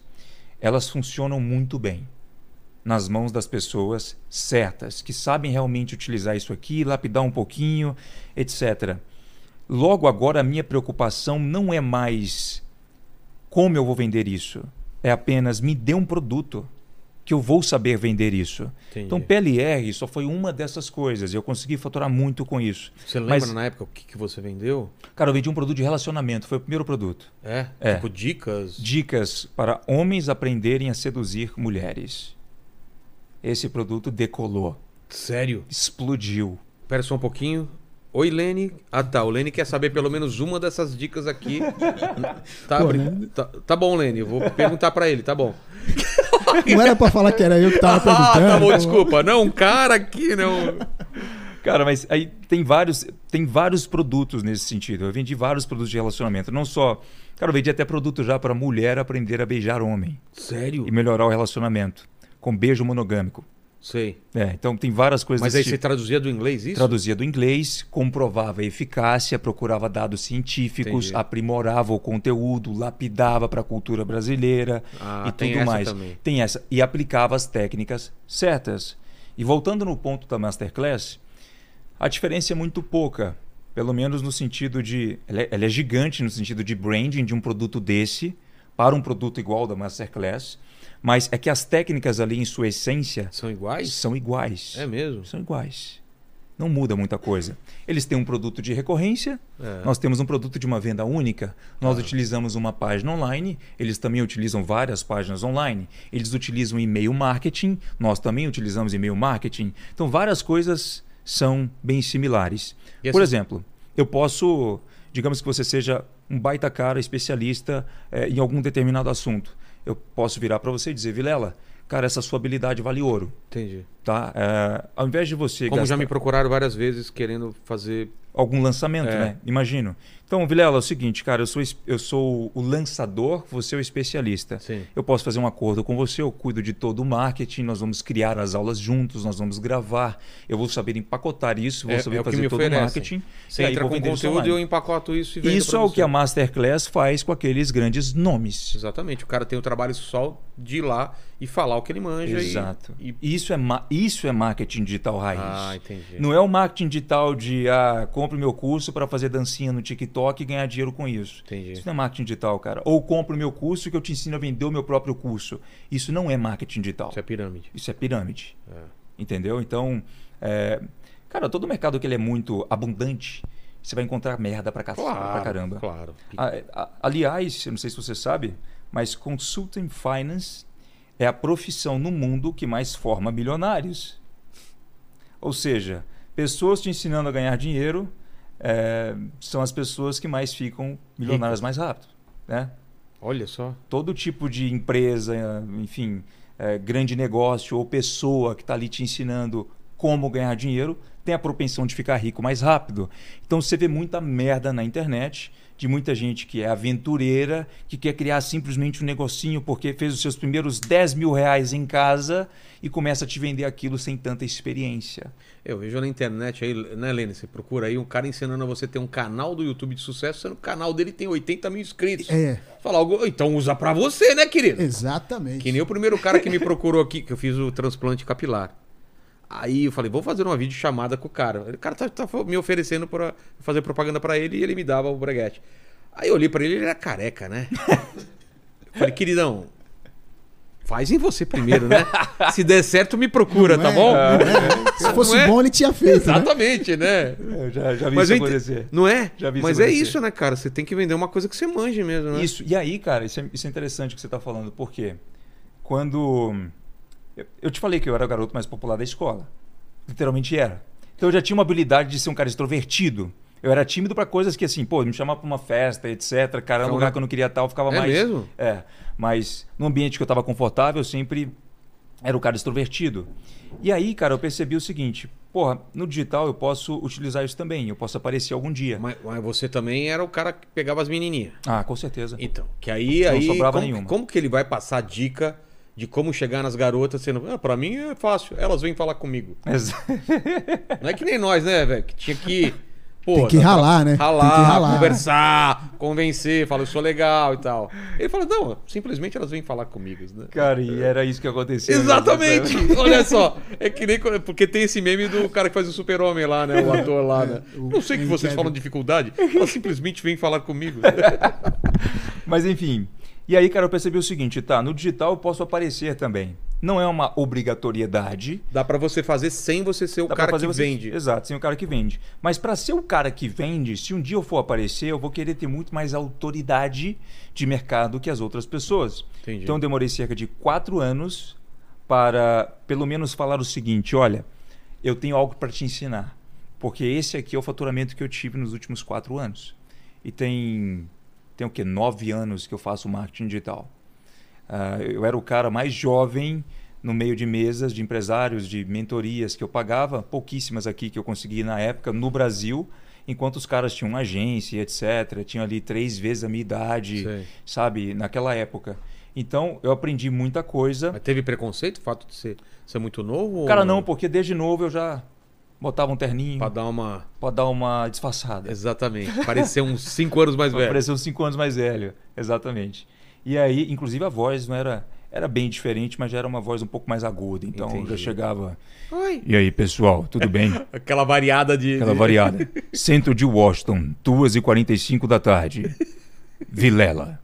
S3: elas funcionam muito bem nas mãos das pessoas certas, que sabem realmente utilizar isso aqui, lapidar um pouquinho, etc. Logo agora a minha preocupação não é mais como eu vou vender isso, é apenas me dê um produto que eu vou saber vender isso.
S4: Entendi.
S3: Então PLR só foi uma dessas coisas, eu consegui faturar muito com isso.
S1: Você lembra
S3: Mas-
S1: na época o que, que você vendeu?
S3: Cara, eu vendi um produto de relacionamento, foi o primeiro produto.
S1: É?
S3: É.
S1: Tipo, dicas?
S3: Dicas para homens aprenderem a seduzir mulheres. Esse produto decolou,
S1: Sério?
S3: explodiu.
S1: Espera só um pouquinho. Oi, Lene. Ah, tá. O Lene quer saber pelo menos uma dessas dicas aqui. tá,
S2: Pô,
S1: brin-
S2: né?
S1: tá, tá bom, Lene. Eu vou perguntar pra ele, tá bom.
S2: Não era pra falar que era eu que tava
S1: Ah,
S2: perguntando.
S1: tá bom,
S2: pô.
S1: desculpa. Não, um cara aqui, Um não.
S3: Cara, mas aí tem vários, tem vários produtos nesse sentido. Eu vendi vários produtos de relacionamento, não só. Cara, eu vendi até produto já para mulher aprender a beijar homem
S1: Sério?
S3: e melhorar o relacionamento com beijo monogâmico.
S1: Sei.
S3: É, então tem várias coisas
S1: Mas aí
S3: desse
S1: você
S3: tipo.
S1: traduzia do inglês isso?
S3: Traduzia do inglês, comprovava a eficácia, procurava dados científicos,
S1: Entendi.
S3: aprimorava o conteúdo, lapidava para a cultura brasileira
S1: Ah,
S3: e
S1: tem
S3: tudo
S1: essa
S3: mais.
S1: também.
S3: Tem essa. E aplicava as técnicas certas. E voltando no ponto da Masterclass, a diferença é muito pouca. Pelo menos no sentido de. Ela é, ela é gigante no sentido de branding de um produto desse para um produto igual da Masterclass. Mas é que as técnicas ali, em sua essência,
S1: São iguais?
S3: são iguais
S1: É mesmo?
S3: são iguais. Não muda muita coisa. Eles têm um produto de recorrência,
S1: É. Ah.
S3: nós temos um produto de uma venda única, nós utilizamos uma página online, eles também utilizam várias páginas online, eles utilizam e-mail marketing, nós também utilizamos e-mail marketing. Então, várias coisas são bem similares.
S1: E
S3: Por
S1: essas-
S3: exemplo, eu posso, digamos que você seja um baita cara, especialista eh, em algum determinado assunto. Eu posso virar para você e dizer, Vilela, cara, essa sua habilidade vale ouro
S1: Entendi.
S3: tá? É, ao invés de você
S1: Como
S3: gastar
S1: já me procuraram várias vezes querendo fazer.
S3: algum lançamento,
S1: É.
S3: né? Imagino. Então, Vilela, é o seguinte, cara, eu sou, es- eu sou o lançador, você é o especialista.
S1: Sim.
S3: Eu posso fazer um acordo com você, eu cuido de todo o marketing, nós vamos criar as aulas juntos, nós vamos gravar, eu vou saber empacotar isso, vou
S1: É-
S3: saber
S1: é o que
S3: fazer
S1: me
S3: todo o
S1: oferecem.
S3: marketing.
S1: Você
S3: e aí
S1: entra
S3: vou
S1: com
S3: vender isso
S1: conteúdo e eu
S3: online.
S1: empacoto isso e vendo
S3: Isso
S1: pra
S3: é o que
S1: você.
S3: a Masterclass faz com aqueles grandes nomes.
S1: Exatamente. O cara tem o trabalho só de ir lá e falar o que ele manja. e-
S3: Exato.
S1: E...
S3: Isso, é ma- isso é marketing digital raiz.
S1: Ah, entendi.
S3: Não é o marketing digital de ah, compre meu curso para fazer dancinha no TikTok e ganhar dinheiro com isso.
S1: Entendi.
S3: Isso não é marketing digital, cara. Ou compre o meu curso que eu te ensino a vender o meu próprio curso. Isso não é marketing digital.
S1: Isso é pirâmide.
S3: Isso é pirâmide. Entendeu? Então, é, cara, todo mercado que ele é muito abundante, você vai encontrar merda pra, cacete, pra caramba.
S1: Claro.
S3: A- a- Aliás, eu não sei se você sabe, mas consulting finance é a profissão no mundo que mais forma milionários. Ou seja, pessoas te ensinando a ganhar eh, dinheiro é, são as pessoas que mais ficam milionárias mais rápido. Né?
S1: Olha só.
S3: Todo tipo de empresa, enfim, eh, grande negócio ou pessoa que está ali te ensinando como ganhar dinheiro tem a propensão de ficar rico mais rápido. Então você vê muita merda na internet de muita gente que é aventureira, que quer criar simplesmente um negocinho porque fez os seus primeiros 10 mil reais em casa e começa a te vender aquilo sem tanta experiência.
S1: Eu vejo na internet aí, né, Lene? Você procura aí um cara ensinando a você ter um canal do YouTube de sucesso, sendo que o canal dele tem 80 mil inscritos.
S2: É.
S1: Fala algo, então usa pra você, né, querido?
S2: Exatamente.
S1: Que nem o primeiro cara que me procurou aqui, que eu fiz o transplante capilar. Aí eu falei, vou fazer uma videochamada com o cara. O cara tá, tá me oferecendo pra fazer propaganda pra ele e ele me dava o breguete. Aí eu olhei pra ele, ele era careca, né? Eu falei, queridão, faz em você primeiro, né? Se der certo, me procura,
S2: Não
S1: tá
S2: é?
S1: bom?
S3: Ah.
S2: Se fosse
S1: Não é?
S2: bom, ele tinha feito. né?
S1: Exatamente, né?
S3: Eu É, já, já vi
S1: Mas
S3: isso
S1: eu ent-
S3: acontecer.
S1: Não é?
S3: Já vi isso
S1: Mas é
S3: acontecer.
S1: isso, né, cara? Você tem que vender uma coisa que você manje mesmo, né?
S3: Isso. E aí, cara, isso é, isso é interessante que você está falando, porque quando. eu- Eu te falei que eu era o garoto mais popular da escola. Literalmente era. Então eu já tinha uma habilidade de ser um cara extrovertido. Eu era tímido para coisas que, assim, pô, me chamar para uma festa, etc. Cara,
S1: Então,
S3: um lugar
S1: né?
S3: que eu não queria estar, eu ficava
S1: É
S3: mais.
S1: mesmo?
S3: É. Mas no ambiente que eu estava confortável, eu sempre era o cara extrovertido. E aí, cara, eu percebi o seguinte: porra, no digital eu posso utilizar isso também. Eu posso aparecer algum dia.
S1: Mas, mas você também era o cara que pegava as menininhas.
S3: Ah, com certeza.
S1: Então, que aí...
S3: Não
S1: aí
S3: sobrava
S1: como,
S3: nenhuma.
S1: Como que ele vai passar dica de como chegar nas garotas sendo... Ah, pra mim é fácil, elas vêm falar comigo.
S3: Exa-
S1: Não é que nem nós, né, velho? Que tinha que... Pô,
S2: Tem que
S1: dá pra-
S2: ralar, né?
S1: Ralar,
S2: Tem que ralar.
S1: conversar, convencer, falar eu sou legal e tal. Ele fala, não, simplesmente elas vêm falar comigo, né?
S3: Cara, e era isso que acontecia. né?
S1: Exatamente! Olha só, é que nem. quando- Porque tem esse meme do cara que faz o super-homem lá, né? O ator lá, né?
S2: É. o-
S1: Eu sei que
S2: o
S1: vocês
S2: Kevin.
S1: falam dificuldade, ela simplesmente vem falar comigo.
S3: Mas enfim. E aí, cara, eu percebi o seguinte, tá? No digital eu posso aparecer também. Não é uma obrigatoriedade.
S1: Dá pra você fazer sem você ser o
S3: Dá pra
S1: cara que
S3: fazer você-
S1: vende.
S3: Exato, sem o cara que vende. Mas pra ser o cara que vende, se um dia eu for aparecer, eu vou querer ter muito mais autoridade de mercado que as outras pessoas.
S1: Entendi.
S3: Então eu demorei cerca de quatro anos para pelo menos falar o seguinte: olha, eu tenho algo para te ensinar. Porque esse aqui é o faturamento que eu tive nos últimos quatro anos. E tem, tem o quê? Nove anos que eu faço marketing digital. Ah, eu era o cara mais jovem no meio de mesas de empresários, de mentorias que eu pagava, pouquíssimas aqui que eu consegui na época no Brasil, enquanto os caras tinham uma agência, etc. Tinham ali três vezes a minha idade,
S1: Sei.
S3: sabe, naquela época. Então eu aprendi muita coisa.
S1: Mas teve preconceito o fato de ser, ser muito novo?
S3: Cara,
S1: ou
S3: não, um porque desde novo eu já botava um terninho
S1: Pra dar uma.
S3: pra dar uma disfarçada.
S1: Exatamente. Parecer uns 5 anos mais velho.
S3: Pareceu uns 5 anos mais velho, exatamente. E aí, inclusive a voz não era era bem diferente, mas já era uma voz um pouco mais aguda, então eu
S1: Entendi.
S3: já chegava.
S1: Oi.
S3: E aí, pessoal, tudo bem?
S1: Aquela variada de.
S3: Aquela
S1: de-
S3: variada. Centro de Washington, 2h45 da tarde. Vilela.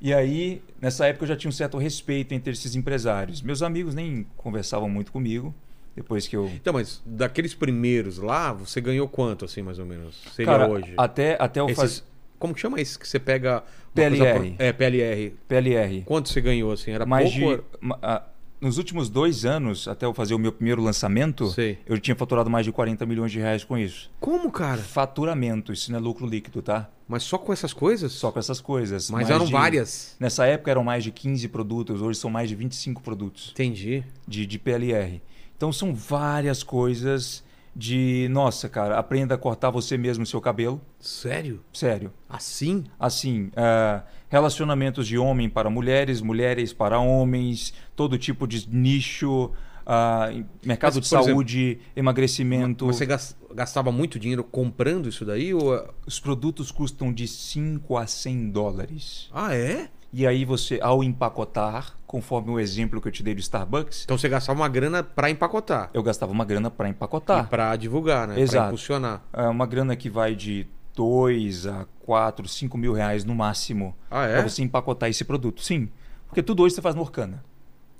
S3: E aí, nessa época eu já tinha um certo respeito entre esses empresários. Meus amigos nem conversavam muito comigo, depois que eu
S1: Então, mas daqueles primeiros lá, você ganhou quanto, assim, mais ou menos? Seria
S3: Cara,
S1: hoje?
S3: Até, até eu
S1: Esses-
S3: fazer
S1: Como que chama isso que você pega. uma
S3: PLR.
S1: pro- É, PLR.
S3: PLR.
S1: Quanto você ganhou, assim? Era
S3: Mais de,
S1: pouco? ou-
S3: ma- ah, nos últimos dois anos, até eu fazer o meu primeiro lançamento,
S1: Sei.
S3: eu tinha faturado mais de 40 milhões de reais com isso.
S1: Como, cara?
S3: Faturamento, isso não é lucro líquido, tá?
S1: Mas só com essas coisas?
S3: Só com essas coisas.
S1: Mas
S3: Mais
S1: eram
S3: de-
S1: várias.
S3: Nessa época eram mais de 15 produtos, hoje são mais de 25 produtos
S1: Entendi.
S3: de, de PLR. Então são várias coisas de. Nossa, cara, aprenda a cortar você mesmo o seu cabelo.
S1: Sério?
S3: Sério.
S1: Assim?
S3: assim, ah, relacionamentos de homem para mulheres, mulheres para homens, todo tipo de nicho, ah, em- mercado
S1: Mas,
S3: de
S1: por
S3: saúde, emagrecimento.
S1: Mas Você gas- gastava muito dinheiro comprando isso daí? Ou... é-
S3: Os produtos custam de 5 a 100 dólares.
S1: Ah, é?
S3: E aí você, ao empacotar, conforme o exemplo que eu te dei do Starbucks,
S1: Então você gastava uma grana pra empacotar.
S3: eu gastava uma grana para
S1: E
S3: empacotar.
S1: pra divulgar, né? Pra
S3: Tá. Exato.
S1: impulsionar.
S3: Ah, uma grana que vai de 2 a 4, 5 mil reais no máximo
S1: Ah, é?
S3: para você empacotar esse produto. Sim, porque tudo hoje você faz no Orkana.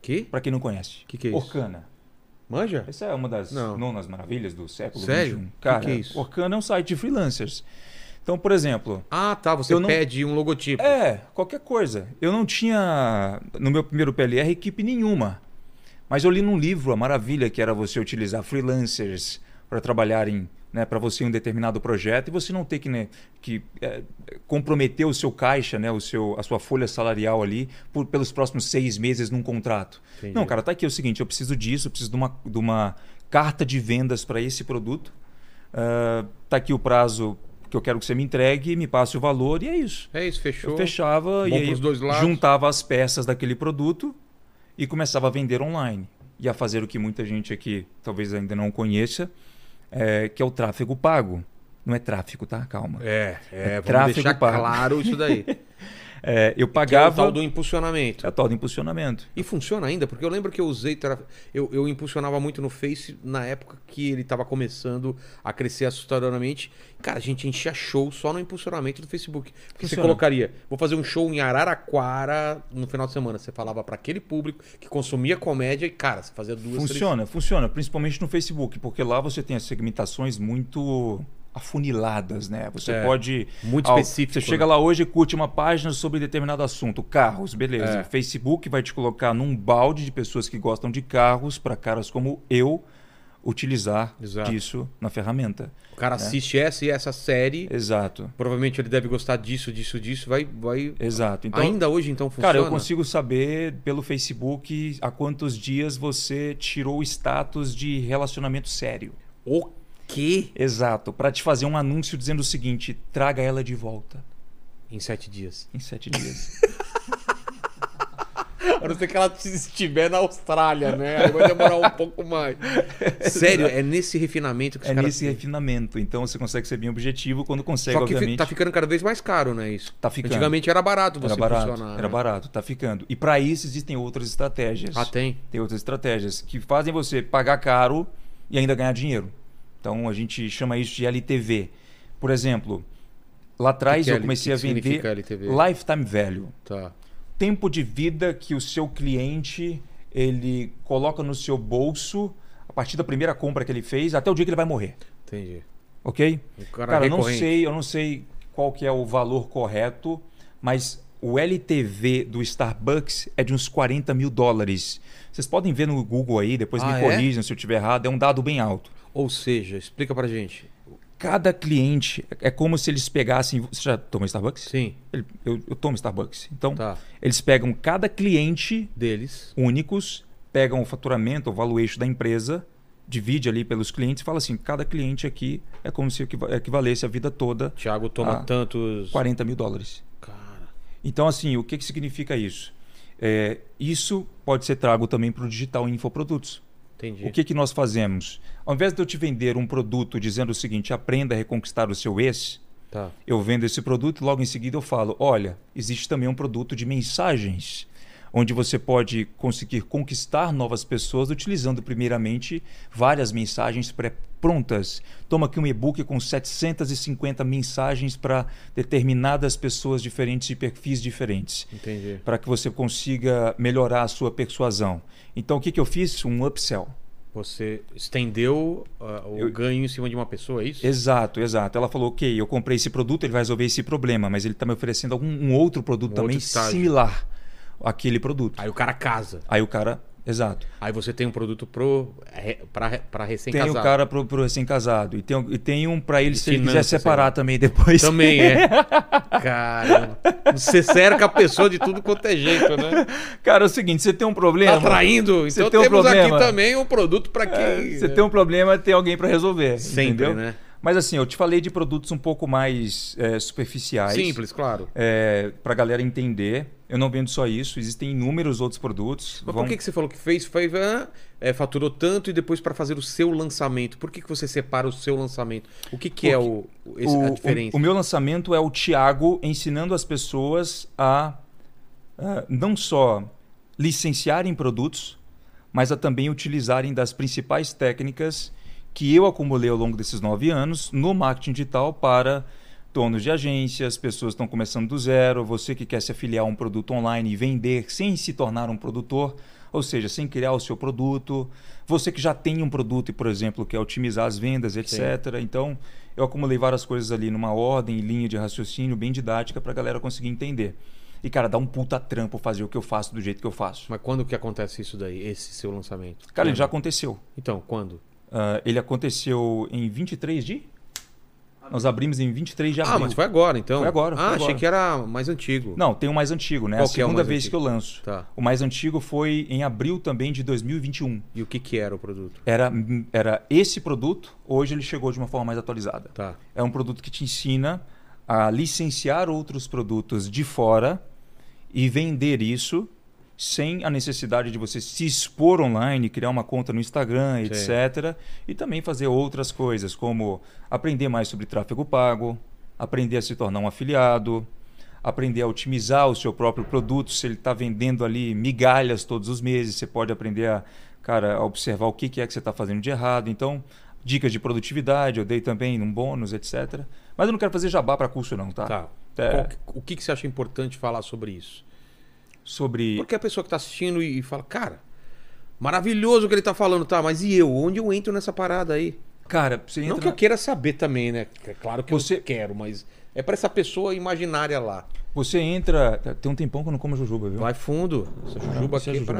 S1: Que?
S3: Pra quem não conhece.
S1: Que que é isso?
S3: Orkana.
S1: Manja?
S3: Essa é uma das
S1: Não.
S3: nonas maravilhas do século
S1: Sério?
S3: XXI.
S1: Que
S3: Cara,
S1: que é isso?
S3: Orkana é um site de freelancers. Então, por exemplo,
S1: Ah, tá. Você
S3: Eu não-
S1: pede um logotipo.
S3: é, qualquer coisa. Eu não tinha, no meu primeiro PLR, equipe nenhuma. Mas eu li num livro a maravilha que era você utilizar freelancers para trabalharem né, para você em um determinado projeto e você não ter que, né, que é, comprometer o seu caixa, né, o seu, a sua folha salarial ali por, pelos próximos seis meses num contrato.
S1: Entendi.
S3: Não, cara, tá aqui é o seguinte, eu preciso disso, eu preciso de uma, de uma carta de vendas para esse produto. Ah, tá aqui o prazo que eu quero que você me entregue, me passe o valor e é isso.
S1: É isso, fechou.
S3: Eu fechava e
S1: Bom
S3: aí
S1: pros dois lados.
S3: juntava as peças daquele produto e começava a vender online. E a fazer o que muita gente aqui talvez ainda não conheça, é, que é o tráfego pago. Não é tráfego, tá? Calma.
S1: É, é, vamos
S3: tráfego
S1: deixar
S3: pago.
S1: claro isso daí.
S3: É, eu
S1: Que é o
S3: pagava.
S1: tal do impulsionamento.
S3: é o tal do impulsionamento.
S1: E funciona ainda, porque eu lembro que eu usei. tra- Eu, eu impulsionava muito no Face na época que ele tava começando a crescer assustadoramente. Cara, a gente enchia show só no impulsionamento do Facebook. Porque você
S3: Funciona.
S1: colocaria, vou fazer um show em Araraquara no final de semana. Você falava pra aquele público que consumia comédia e, cara, você fazia duas, três.
S3: Funciona, funciona, principalmente no Facebook, porque lá você tem as segmentações muito afuniladas, né? Você
S1: É,
S3: pode
S1: muito
S3: ao-
S1: específico, né?
S3: Você chega lá hoje e curte uma página sobre determinado assunto, carros, beleza?
S1: É.
S3: Facebook vai te colocar num balde de pessoas que gostam de carros para caras como eu utilizar
S1: Exato.
S3: disso na ferramenta.
S1: O cara assiste essa e essa série.
S3: Exato.
S1: Provavelmente ele deve gostar disso, disso, disso. Vai. vai...
S3: Exato. Então,
S1: Ainda hoje, então, funciona.
S3: Cara, eu consigo saber pelo Facebook há quantos dias você tirou o status de relacionamento sério.
S1: O quê?
S3: Exato, para te fazer um anúncio dizendo o seguinte: traga ela de volta
S1: Em sete dias.
S3: em sete dias.
S1: A não ser que ela estiver na Austrália, né? Aí vai demorar um pouco mais. Sério, é nesse refinamento que os
S3: é
S1: caras.
S3: nesse refinamento. Então você consegue ser bem objetivo quando consegue,
S1: Só que fi-
S3: obviamente.
S1: tá ficando cada vez mais caro, né? Isso.
S3: Tá ficando.
S1: Antigamente era barato você
S3: Era barato,
S1: funcionar.
S3: era
S1: né?
S3: barato, tá ficando. E para isso existem outras estratégias.
S1: Ah, tem.
S3: Tem outras estratégias que fazem você pagar caro e ainda ganhar dinheiro. Então a gente chama isso de LTV. Por exemplo, lá atrás
S1: que é
S3: eu
S1: L-
S3: comecei
S1: que
S3: a
S1: que significa
S3: vender
S1: LTV?
S3: lifetime value.
S1: Tá.
S3: tempo de vida que o seu cliente ele coloca no seu bolso a partir da primeira compra que ele fez até o dia que ele vai morrer,
S1: Entendi.
S3: ok?
S1: O cara,
S3: Cara, eu não
S1: recorrente.
S3: sei, eu não sei qual que é o valor correto, mas o LTV do Starbucks é de uns 40 mil dólares. Vocês podem ver no Google aí, depois
S1: Ah,
S3: me
S1: é?
S3: corrijam se eu estiver errado, é um dado bem alto.
S1: Ou seja, explica pra gente.
S3: Cada cliente é como se eles pegassem. Você já tomou Starbucks?
S1: Sim,
S3: Ele- Eu, eu tomo Starbucks. Então,
S1: tá.
S3: eles pegam cada cliente
S1: Deles.
S3: únicos, pegam o faturamento, o valuation da empresa, divide ali pelos clientes e fala assim: cada cliente aqui é como se equiva- equivalesse a vida toda
S1: Thiago toma
S3: Ah,
S1: tantos.
S3: 40 mil dólares.
S1: Cara.
S3: Então, assim, o que, que significa isso? É, isso pode ser trago também para o digital em infoprodutos.
S1: Entendi.
S3: O que, que nós fazemos? Ao invés de eu te vender um produto dizendo o seguinte, aprenda a reconquistar o seu ex,
S1: Tá.
S3: eu vendo esse produto e logo em seguida eu falo: olha, existe também um produto de mensagens, onde você pode conseguir conquistar novas pessoas utilizando, primeiramente, várias mensagens pré-prontas. Toma aqui um e-book com 750 mensagens para determinadas pessoas diferentes e perfis diferentes
S1: Entendi.
S3: para que você consiga melhorar a sua persuasão. Então, o que, que eu fiz? Um upsell.
S1: Você estendeu ah, o
S3: Eu-
S1: ganho em cima de uma pessoa, é isso?
S3: Exato, exato. Ela falou, ok, eu comprei esse produto, ele vai resolver esse problema, mas ele está me oferecendo algum um outro produto
S1: Um
S3: também
S1: outro estágio.
S3: similar àquele produto.
S1: Aí o cara casa.
S3: Aí o cara, exato.
S1: Aí você tem um produto pro, re- pra, pra
S3: Tem
S1: recém-casado.
S3: o cara pro, pro recém-casado e tem, o- e tem um para ele
S1: De
S3: se ele quiser
S1: finanças, sei lá.
S3: separar também depois.
S1: Também é. Caramba. Você cerca a pessoa de tudo quanto é jeito, né?
S3: Cara, é o seguinte, você tem um
S1: Tá
S3: problema.
S1: traindo.
S3: Você
S1: Então
S3: tem um
S1: temos aqui
S3: problema.
S1: também um produto pra quem. é
S3: Você tem um problema, tem alguém para resolver.
S1: Sempre,
S3: entendeu?
S1: né?
S3: Mas assim, eu te falei de produtos um pouco mais eh, superficiais.
S1: Simples, claro.
S3: É, para galera entender. Eu não vendo só isso, existem inúmeros outros produtos.
S1: Mas
S3: Vão-
S1: por que, que você falou que fez, fez ah, é, faturou tanto e depois pra fazer o seu lançamento? Por que, que você separa o seu lançamento? O que, que é o, o- esse-
S3: o,
S1: a diferença?
S3: o- o meu lançamento é o Thiago ensinando as pessoas a ah, não só licenciarem produtos, mas a também utilizarem das principais técnicas que eu acumulei ao longo desses nove anos no marketing digital para donos de agências, pessoas que estão começando do zero, você que quer se afiliar a um produto online e vender sem se tornar um produtor, ou seja, sem criar o seu produto, você que já tem um produto e, por exemplo, quer otimizar as vendas, etc. Então, eu acumulei várias coisas ali numa ordem, linha de raciocínio bem didática para a galera conseguir entender. E, cara, dá um puta trampo fazer o que eu faço do jeito que eu faço.
S1: Mas quando que acontece isso daí, esse seu lançamento?
S3: Cara, ele já aconteceu.
S1: Então, quando?
S3: Ah, ele aconteceu em 23 de? Nós abrimos em 23 de abril.
S1: Ah, mas foi agora, então.
S3: Foi agora, foi
S1: Ah,
S3: agora.
S1: achei que era mais antigo.
S3: Não, tem o mais antigo, né?
S1: Qual
S3: a
S1: que é o
S3: segunda
S1: mais
S3: vez
S1: antigo?
S3: que eu lanço.
S1: Tá.
S3: O mais antigo foi em abril também de 2021.
S1: E o que que era o produto?
S3: Era, era esse produto, hoje ele chegou de uma forma mais atualizada.
S1: Tá.
S3: É um produto que te ensina a licenciar outros produtos de fora e vender isso sem a necessidade de você se expor online, criar uma conta no Instagram,
S1: Sim.
S3: etc. E também fazer outras coisas, como aprender mais sobre tráfego pago, aprender a se tornar um afiliado, aprender a otimizar o seu próprio produto. Se ele está vendendo ali migalhas todos os meses, você pode aprender a, cara, a observar o que que é que você está fazendo de errado. Então, dicas de produtividade, eu dei também um bônus, etc. Mas eu não quero fazer jabá para curso não, tá?
S1: Tá.
S3: É.
S1: Qual que- o que que você acha importante falar sobre isso?
S3: Sobre...
S1: Porque a pessoa que tá assistindo e e fala, cara, maravilhoso o que ele tá falando, tá, mas e eu? Onde eu entro nessa parada aí?
S3: Cara, você entra...
S1: Não que eu queira saber também, né? É claro que
S3: Você-
S1: eu quero, mas é pra essa pessoa imaginária lá.
S3: Você entra. Tem um tempão que eu não como jujuba, viu?
S1: Vai fundo. Essa jujuba
S3: isso é
S1: aqui é
S3: jujuba.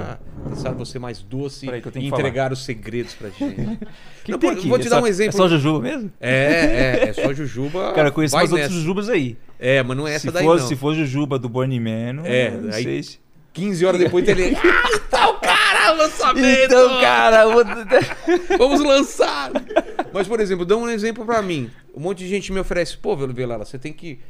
S1: pra deixar você mais doce
S3: Peraí que eu tenho
S1: e
S3: que falar.
S1: entregar os segredos pra gente.
S3: Que
S1: Não,
S3: tem
S1: pô,
S3: aqui?
S1: Vou te
S3: É
S1: dar
S3: só-
S1: um
S3: É só
S1: exemplo.
S3: jujuba mesmo?
S1: É, é, é só jujuba.
S3: Cara, eu conheço
S1: vai
S3: mais outros
S1: nessa.
S3: jujubas aí.
S1: É, mas não é essa
S3: se,
S1: daí
S3: for,
S1: não.
S3: se for jujuba do Burning Man,
S1: É,
S3: eu não
S1: aí-
S3: sei se...
S1: 15 horas depois ele. Ah, então, cara, lançamento!
S3: Então, cara, eu vou-
S1: Vamos lançar! Mas, por exemplo, dá um exemplo pra mim. Um monte de gente me oferece, pô, Velo Vilela, você tem que.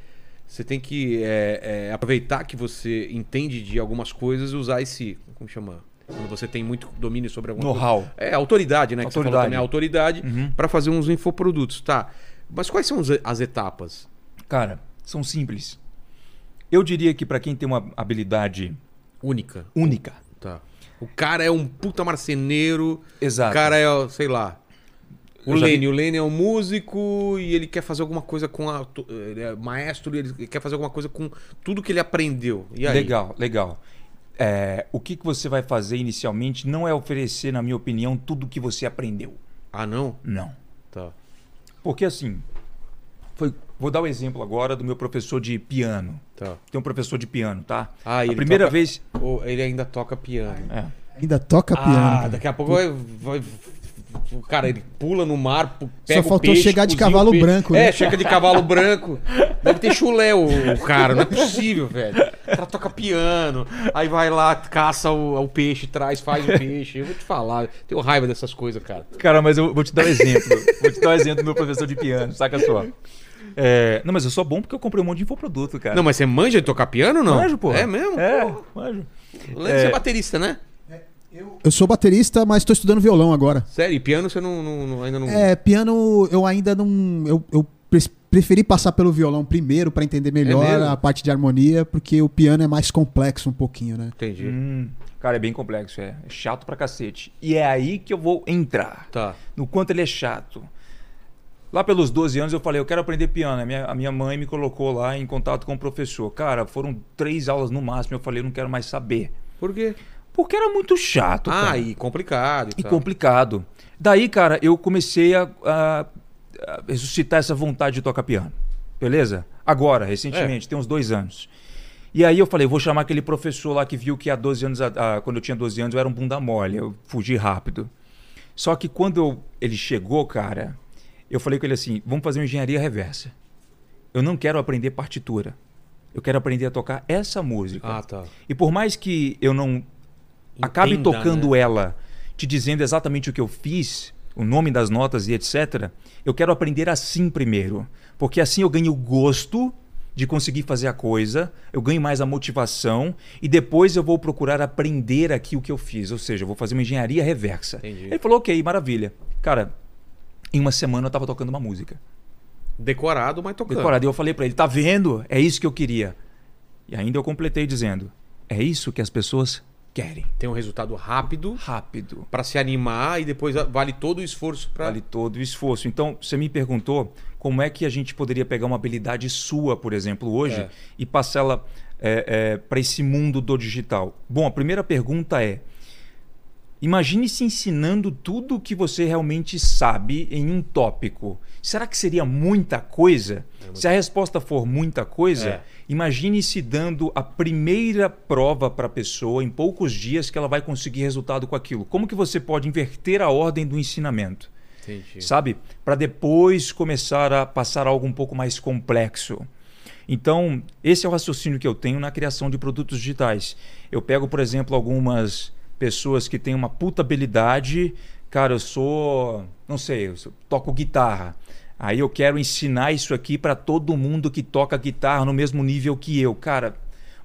S1: Você tem que é, é, aproveitar que você entende de algumas coisas e usar esse. Como chama? Quando você tem muito domínio sobre alguma coisa.
S3: know-how.
S1: É, autoridade, né? Que você falou
S3: Autoridade.
S1: também, a autoridade, Uhum. pra fazer uns infoprodutos, tá? Mas quais são as- as etapas?
S3: Cara, são simples. Eu diria que pra quem tem uma habilidade
S1: Única,
S3: única,
S1: tá? O cara é um puta marceneiro.
S3: Exato.
S1: O cara é, o- sei lá. O
S3: Eu já vi-
S1: Lene, o Lene é um músico e ele quer fazer alguma coisa com a. to- Ele é maestro e ele quer fazer alguma coisa com tudo que ele aprendeu. E aí?
S3: Legal, legal. É, o que, que você vai fazer inicialmente não é oferecer, na minha opinião, tudo que você aprendeu.
S1: Ah, não?
S3: Não.
S1: Tá.
S3: Porque assim, foi- vou dar o exemplo agora do meu professor de piano.
S1: Tá.
S3: Tem um professor de piano, tá?
S1: Ah,
S3: a
S1: ele
S3: primeira
S1: toca-
S3: vez.
S1: Ou ele ainda toca piano.
S3: É.
S2: Ainda toca piano.
S1: Ah,
S2: cara.
S1: daqui a pouco vai, vai- O cara, ele pula no mar, pu- pega
S2: Só faltou
S1: o peixe,
S2: chegar de
S1: cozinha o
S2: cavalo
S1: peixe.
S2: branco,
S1: É,
S2: né?
S1: chega de cavalo branco. Deve ter chulé o, o cara, não é possível, velho. O cara toca piano, aí vai lá, caça o, o peixe, traz, faz o peixe. Eu vou te falar, tenho raiva dessas coisas, cara.
S3: Cara, mas eu vou te dar um exemplo. vou te dar um exemplo do meu professor de piano, saca só. É, não, mas eu sou bom porque eu comprei um monte de infoproduto, cara.
S1: Não, mas você manja de tocar piano ou não?
S3: Manjo, pô.
S1: É mesmo?
S3: É,
S1: Pô,
S3: manjo.
S1: o Lance é.
S3: É.
S1: baterista, né?
S2: Eu sou baterista, mas tô estudando violão agora.
S1: Sério, e piano você não, não- não- ainda não.
S2: É, piano eu ainda não. Eu, eu pres- preferi passar pelo violão primeiro pra entender melhor
S1: É mesmo?
S2: a parte de harmonia, porque o piano é mais complexo um pouquinho, né?
S1: Entendi.
S3: Hum, cara, é bem complexo, é. é chato pra cacete. E é aí que eu vou entrar.
S1: Tá.
S3: No quanto ele é chato. Lá pelos 12 anos eu falei, eu quero aprender piano. A minha, a minha mãe me colocou lá em contato com o professor. Cara, foram três aulas no máximo. Eu falei, eu não quero mais saber.
S1: Por quê?
S3: Porque era muito chato,
S1: Ah,
S3: cara.
S1: e complicado. E,
S3: e
S1: tal.
S3: complicado. Daí, cara, eu comecei a, a- a ressuscitar essa vontade de tocar piano. Beleza? Agora, recentemente, tem uns dois anos. E aí eu falei, vou chamar aquele professor lá que viu que há 12 anos, a- a- quando eu tinha 12 anos, eu era um bunda mole, eu fugi rápido. Só que quando eu- ele chegou, cara, eu falei com ele assim: vamos fazer uma engenharia reversa. Eu não quero aprender partitura. Eu quero aprender a tocar essa música.
S1: Ah, tá.
S3: E por mais que eu não acabe
S1: Entenda,
S3: tocando ela, te dizendo exatamente o que eu fiz, o nome das notas e etc., eu quero aprender assim primeiro. Porque assim eu ganho o gosto de conseguir fazer a coisa, eu ganho mais a motivação e depois eu vou procurar aprender aqui o que eu fiz. Ou seja, eu vou fazer uma engenharia reversa.
S1: Entendi.
S3: Ele falou, ok, maravilha. Cara, em uma semana eu estava tocando uma música
S1: Decorado, mas tocando.
S3: decorado. E eu falei pra ele, tá vendo? É isso que eu queria. E ainda eu completei dizendo, é isso que as pessoas querem.
S1: Tem um resultado rápido
S3: Rápido.
S1: pra se animar e depois vale todo o esforço pra.
S3: Vale todo o esforço. Então, você me perguntou como é que a gente poderia pegar uma habilidade sua, por exemplo, hoje,
S1: É.
S3: e passá-la para é, esse mundo do digital. Bom, a primeira pergunta é: imagine se ensinando tudo o que você realmente sabe em um tópico. Será que seria muita coisa? Se a resposta for muita coisa,
S1: É.
S3: imagine se dando a primeira prova para a pessoa em poucos dias que ela vai conseguir resultado com aquilo. Como que você pode inverter a ordem do ensinamento?
S1: Entendi.
S3: sabe? Para depois começar a passar algo um pouco mais complexo. Então, esse é o raciocínio que eu tenho na criação de produtos digitais. Eu pego, por exemplo, algumas pessoas que têm uma puta habilidade. Cara, eu sou, não sei, eu sou- toco guitarra. Aí eu quero ensinar isso aqui para todo mundo que toca guitarra no mesmo nível que eu. Cara,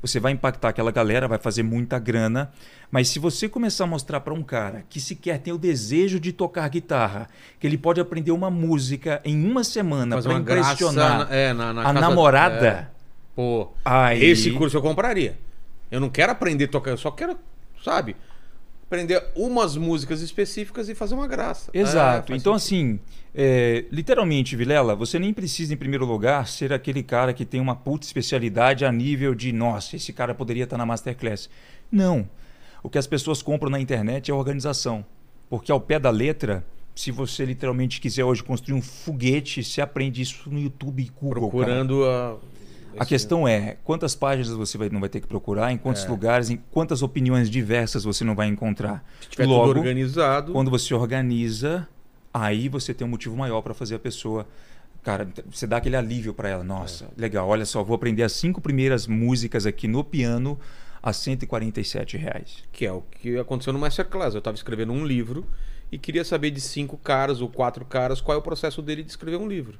S3: você vai impactar aquela galera, vai fazer muita grana, mas se você começar a mostrar para um cara que sequer tem o desejo de tocar guitarra, que ele pode aprender uma música em uma semana
S1: Fazer
S3: para
S1: uma graça
S3: impressionar
S1: na- é, na- na
S3: a
S1: casa-
S3: namorada,
S1: é. Pô,
S3: Aí-
S1: esse curso eu compraria. Eu não quero aprender a tocar, eu só quero, sabe, aprender umas músicas específicas e fazer uma graça.
S3: Exato.
S1: É, faz
S3: então,
S1: sentido.
S3: assim, é, literalmente, Vilela, você nem precisa, em primeiro lugar, ser aquele cara que tem uma puta especialidade a nível de, nossa, esse cara poderia estar na Masterclass. Não. O que as pessoas compram na internet é organização. Porque ao pé da letra, se você literalmente quiser hoje construir um foguete, você aprende isso no YouTube e Google. cara.
S1: procurando a
S3: A questão é quantas páginas você vai- não vai ter que procurar, em
S1: É.
S3: quantos lugares, em quantas opiniões diversas você não vai encontrar.
S1: se tiver tudo organizado.
S3: Quando você organiza, aí você tem um motivo maior para fazer a pessoa. Cara, você dá aquele alívio para ela. Nossa,
S1: É.
S3: legal, olha só, vou aprender as cinco primeiras músicas aqui no piano a R$ 147 reais.
S1: Que é o que aconteceu no Masterclass. Eu estava escrevendo um livro e queria saber de cinco caras ou quatro caras qual é o processo dele de escrever um livro.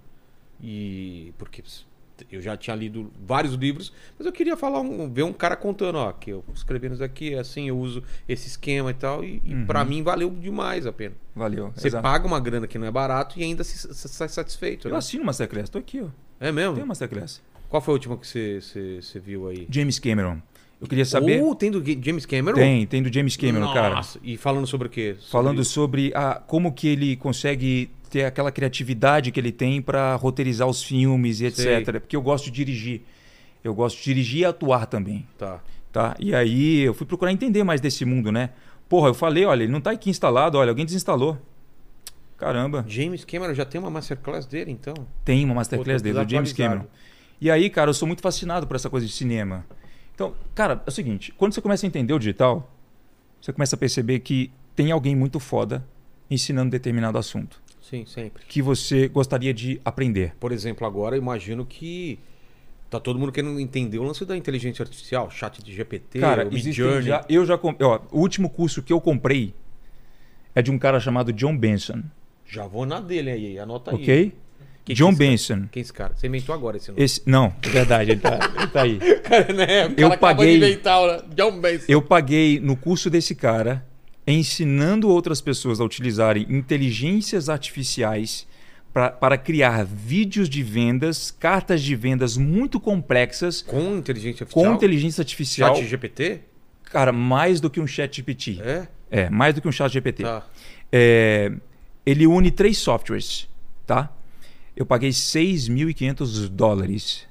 S1: E porque ps, eu já tinha lido vários livros, mas eu queria falar um- ver um cara contando, ó, que eu escrevendo isso aqui, é assim, eu uso esse esquema e tal, e, e para mim valeu demais a pena.
S3: Valeu.
S1: Você
S3: Uhum. exato.
S1: paga uma grana que não é barato e ainda se, se- sai satisfeito,
S3: Eu
S1: né?
S3: assino Masterclass, tô aqui, ó.
S1: É
S3: Tem
S1: mesmo?
S3: Masterclass.
S1: Qual foi a última que você- você você viu aí?
S3: James Cameron. Eu queria saber.
S1: Ou tem do Ga- James Cameron?
S3: Tem, tem do James Cameron, cara.
S1: Nossa, E falando sobre o quê? Sobre-
S3: Falando sobre a, como que ele consegue ter aquela criatividade que ele tem para roteirizar os filmes e etc.
S1: Sei.
S3: Porque eu gosto de dirigir. Eu gosto de dirigir e atuar também.
S1: Tá.
S3: Tá? E aí eu fui procurar entender mais desse mundo, né? Porra, eu falei, olha, ele não tá aqui instalado, olha, alguém desinstalou. Caramba,
S1: James Cameron já tem uma masterclass dele, então.
S3: tem uma masterclass
S1: Pô, tô
S3: dele, do James
S1: desatualizado.
S3: Cameron. E aí, cara, eu sou muito fascinado por essa coisa de cinema. Então, cara, é o seguinte, quando você começa a entender o digital, você começa a perceber que tem alguém muito foda ensinando determinado assunto
S1: Sim, sempre.
S3: que você gostaria de aprender.
S1: Por exemplo, agora eu imagino que tá todo mundo querendo entender o lance da inteligência artificial, chat de GPT,
S3: Cara,
S1: o
S3: existem
S1: Midjourney.
S3: já, eu já com- ó, o último curso que eu comprei é de um cara chamado John Benson,
S1: Já vou na dele aí, anota Tá aí.
S3: ok?
S1: Que
S3: John
S1: que
S3: Benson.
S1: Quem é esse cara? Você inventou agora esse nome.
S3: Esse, não, é verdade, ele tá, ele tá aí.
S1: cara, né? O
S3: Eu paguei-
S1: inventar, né? John Benson.
S3: Eu paguei no curso desse cara, ensinando outras pessoas a utilizarem inteligências artificiais pra- para criar vídeos de vendas, cartas de vendas muito complexas
S1: Com inteligência artificial?
S3: com inteligência artificial.
S1: Chat GPT?
S3: Cara, mais do que um chat GPT.
S1: É?
S3: É, mais do que um chat GPT.
S1: Tá.
S3: É, ele une três softwares, tá? Eu paguei 6.500 dólares.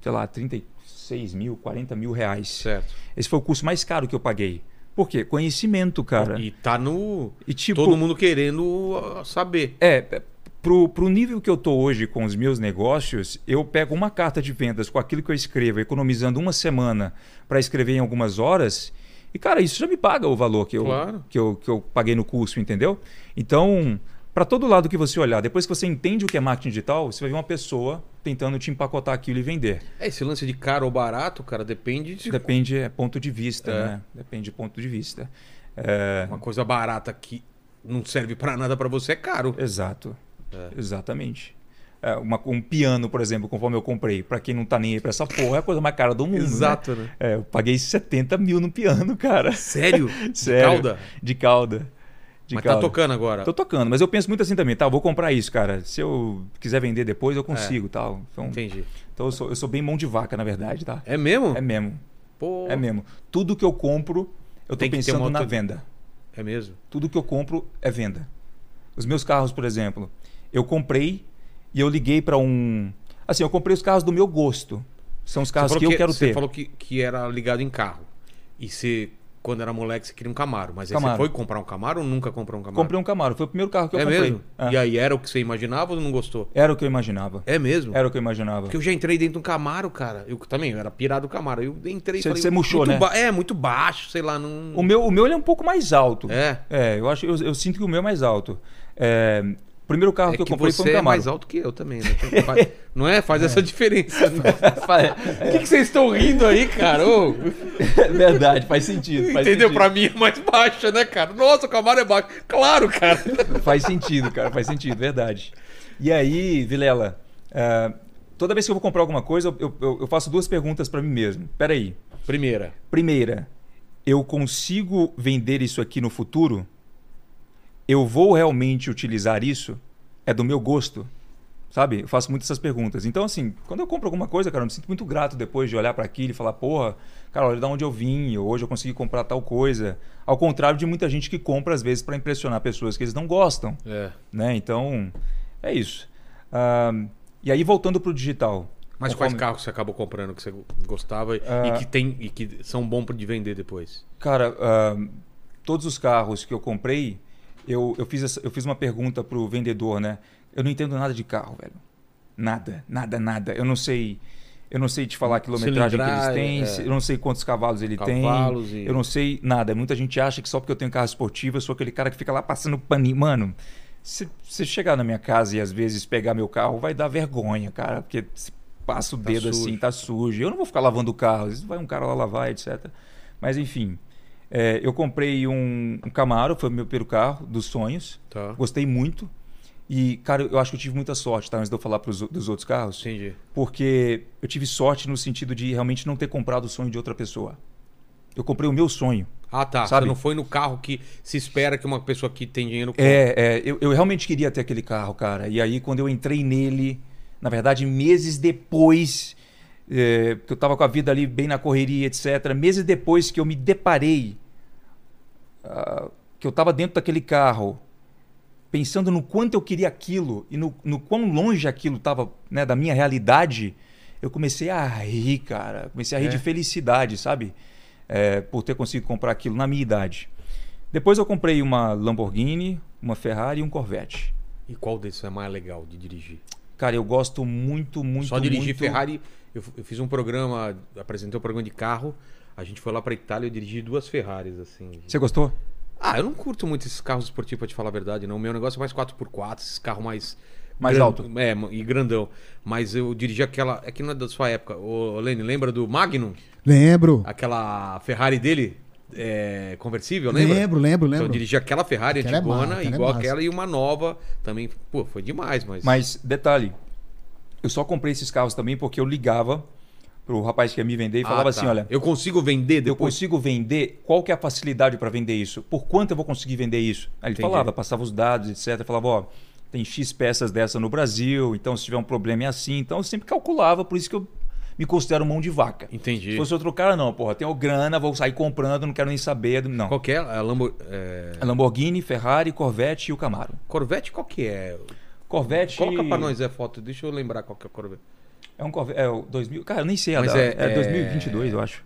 S3: Sei lá, 36 mil, 40 mil reais.
S1: Certo.
S3: Esse foi o curso mais caro que eu paguei. Por quê? Conhecimento, cara.
S1: E tá no...
S3: E, tipo,
S1: Todo mundo querendo ah, saber.
S3: é, é, pro, pro nível que eu tô hoje com os meus negócios, eu pego uma carta de vendas com aquilo que eu escrevo, economizando uma semana para escrever em algumas horas. E, cara, isso já me paga o valor que eu,
S1: Claro.
S3: que eu, que eu paguei no curso, entendeu? Então, para todo lado que você olhar, depois que você entende o que é marketing digital, você vai ver uma pessoa tentando te empacotar aquilo e vender.
S1: É, esse lance de caro ou barato, cara, depende de
S3: Depende, é ponto de vista,
S1: Tipo- É.
S3: né? Depende de ponto de vista. É,
S1: Uma coisa barata que não serve pra nada pra você é caro.
S3: Exato. Exatamente. É, uma- um piano, por exemplo, conforme eu comprei, pra quem não tá nem aí pra essa porra, é a coisa mais cara do mundo. né?
S1: né?
S3: É, eu paguei 70 mil no piano, cara.
S1: Sério?
S3: Sério.
S1: De calda?
S3: De cauda. De
S1: Mas tá
S3: cauda.
S1: tocando agora.
S3: Tô tocando, mas eu penso muito assim também, tá? eu Vou comprar isso, cara. Se eu quiser vender depois, eu consigo, tal. Então,
S1: É. Entendi.
S3: então eu, sou, eu sou bem mão de vaca, na verdade, tá?
S1: É mesmo?
S3: É mesmo.
S1: Pô.
S3: É mesmo. Tudo que eu compro, eu tô
S1: Tem que ter
S3: pensando
S1: uma
S3: na
S1: outra-
S3: venda.
S1: É mesmo.
S3: Tudo que eu compro é venda. Os meus carros, por exemplo, eu comprei e eu liguei para um. Assim, eu comprei os carros do meu gosto. São os carros
S1: falou
S3: que eu quero
S1: você
S3: ter.
S1: falou que, que era ligado em carro. E você, quando era moleque, você queria um Camaro. Mas aí
S3: Camaro.
S1: você foi comprar um Camaro ou nunca comprou um Camaro?
S3: Comprei um Camaro, foi o primeiro carro que eu
S1: É
S3: comprei.
S1: mesmo?
S3: É.
S1: E aí era o que você imaginava ou não gostou?
S3: Era o que eu imaginava.
S1: É mesmo?
S3: Era o que eu imaginava.
S1: Porque eu já entrei dentro de um Camaro, cara. Eu também, eu era pirado do Camaro. Eu entrei e
S3: Você-
S1: falei...
S3: você murchou,
S1: muito
S3: né?
S1: ba- É, muito baixo, sei lá, não...
S3: O meu, o meu ele é um pouco mais alto.
S1: É?
S3: eu acho, eu, eu sinto que o meu é mais alto. É, primeiro carro
S1: É
S3: que eu
S1: que
S3: comprei foi um
S1: você é
S3: Camaro.
S1: mais alto que eu também, né? Então, faz- Não é? Faz essa diferença. né? O que, que vocês estão rindo aí, cara? Ô,
S3: É
S4: Verdade, faz sentido. Faz
S1: entendeu?
S4: sentido.
S1: Pra mim é mais baixa, né, cara? Nossa, o Camaro é baixo. Claro, cara.
S3: Faz sentido, cara, faz sentido, verdade. E aí, Vilela, ah, toda vez que eu vou comprar alguma coisa, eu, eu- eu faço duas perguntas para mim mesmo. Peraí.
S1: Primeira.
S3: Primeira, eu consigo vender isso aqui no futuro? Eu vou realmente utilizar isso? É do meu gosto? Sabe? Eu faço muitas essas perguntas. Então, assim, quando eu compro alguma coisa, cara, eu me sinto muito grato depois de olhar para aquilo e falar, porra, cara, olha de onde eu vim, ou hoje eu consegui comprar tal coisa. Ao contrário de muita gente que compra, às vezes, para impressionar pessoas que eles não gostam
S1: É.
S3: né? Então, é isso. Ah, e aí, voltando para o digital.
S1: Mas
S3: Conforme-
S1: quais carros você acabou comprando que você gostava e-
S3: Ah.
S1: e, que tem, e que são bons de vender depois?
S3: Cara, ah, todos os carros que eu comprei, eu, eu, fiz, essa- eu fiz uma pergunta pro vendedor, né? Eu não entendo nada de carro, velho. Nada, nada, nada. Eu não sei... Eu não sei te falar a quilometragem que eles
S1: Cilindrada,
S3: têm,
S1: é.
S3: eu não sei quantos cavalos ele
S1: Cavalos
S3: tem,
S1: e-
S3: eu não sei nada. Muita gente acha que só porque eu tenho carro esportivo, eu sou aquele cara que fica lá passando paninho. Mano, se você chegar na minha casa e às vezes pegar meu carro, vai dar vergonha, cara, porque se passa o
S1: Tá
S3: dedo
S1: sujo.
S3: assim, tá sujo. Eu não vou ficar lavando o carro, às vezes vai um cara lá lavar, etc. Mas enfim, é, eu comprei um, um Camaro, foi o meu primeiro carro dos sonhos.
S1: Tá.
S3: Gostei muito. E, cara, eu acho que eu tive muita sorte, tá? Antes de eu falar pros, o- dos outros carros.
S1: Entendi.
S3: Porque eu tive sorte no sentido de realmente não ter comprado o sonho de outra pessoa. Eu comprei o meu sonho.
S1: Ah, tá.
S3: Sabe?
S1: Você não foi no carro que se espera que uma pessoa que tem dinheiro compre.
S3: É, é eu, eu realmente queria ter aquele carro, cara. E aí, quando eu entrei nele, na verdade, meses depois, é, que eu tava com a vida ali bem na correria, etc., meses depois que eu me deparei, ah, que eu tava dentro daquele carro, pensando no quanto eu queria aquilo e no, no quão longe aquilo tava né, da minha realidade, eu comecei a rir, cara. Comecei a rir
S1: É.
S3: de felicidade, sabe? É, por ter conseguido comprar aquilo na minha idade. Depois eu comprei uma Lamborghini, uma Ferrari e um Corvette.
S1: E qual desses é mais legal de dirigir?
S3: Cara, eu gosto muito, muito,
S1: Só dirigir
S3: muito...
S1: Ferrari. Eu, f- eu fiz um programa, apresentei um programa de carro. A gente foi lá pra Itália e eu dirigi duas Ferraris, assim.
S3: Você gostou?
S1: Ah, eu não curto muito esses carros esportivos, pra te falar a verdade, não. O meu negócio é mais 4x4, esses carros mais.
S3: Mais alto.
S1: É, e grandão. Mas eu dirigi aquela. É que não é da sua época. Ô, Lene, lembra do Magnum?
S2: Lembro.
S1: Ah, Aquela Ferrari dele? É, conversível, lembra?
S2: Lembro, lembro,
S1: Então eu
S2: lembro.
S1: dirigi aquela Ferrari
S2: Aquela é
S1: antigona,
S2: massa, aquela é
S1: igual
S2: massa.
S1: aquela, e uma nova também. Pô, foi demais, mas.
S3: Mas detalhe, eu só comprei esses carros também porque eu ligava pro rapaz que ia me vender
S1: Ah,
S3: e falava
S1: tá.
S3: assim, olha,
S1: Eu consigo vender
S3: eu
S1: depois.
S3: consigo vender, qual que é a facilidade para vender isso? Por quanto eu vou conseguir vender isso? Aí ele
S1: Entendi.
S3: falava, passava os dados, etc. Falava, ó, tem X peças dessa no Brasil, então se tiver um problema é assim. Então eu sempre calculava, por isso que eu me considero mão de vaca.
S1: Entendi.
S3: Se fosse outro cara, não, porra, tenho grana, vou sair comprando, não quero nem saber. Não.
S1: Qual que é? A Lambo... é,
S3: A Lamborghini, Ferrari, Corvette e o Camaro.
S1: Corvette, qual que é?
S3: Corvette.
S1: Coloca é pra nós a foto, deixa eu lembrar qual que é o Corvette.
S3: É um Corvette. É o 2000. Cara, eu nem sei a
S1: Mas
S3: data.
S1: é-
S3: É,
S1: é-
S3: 2022, eu acho.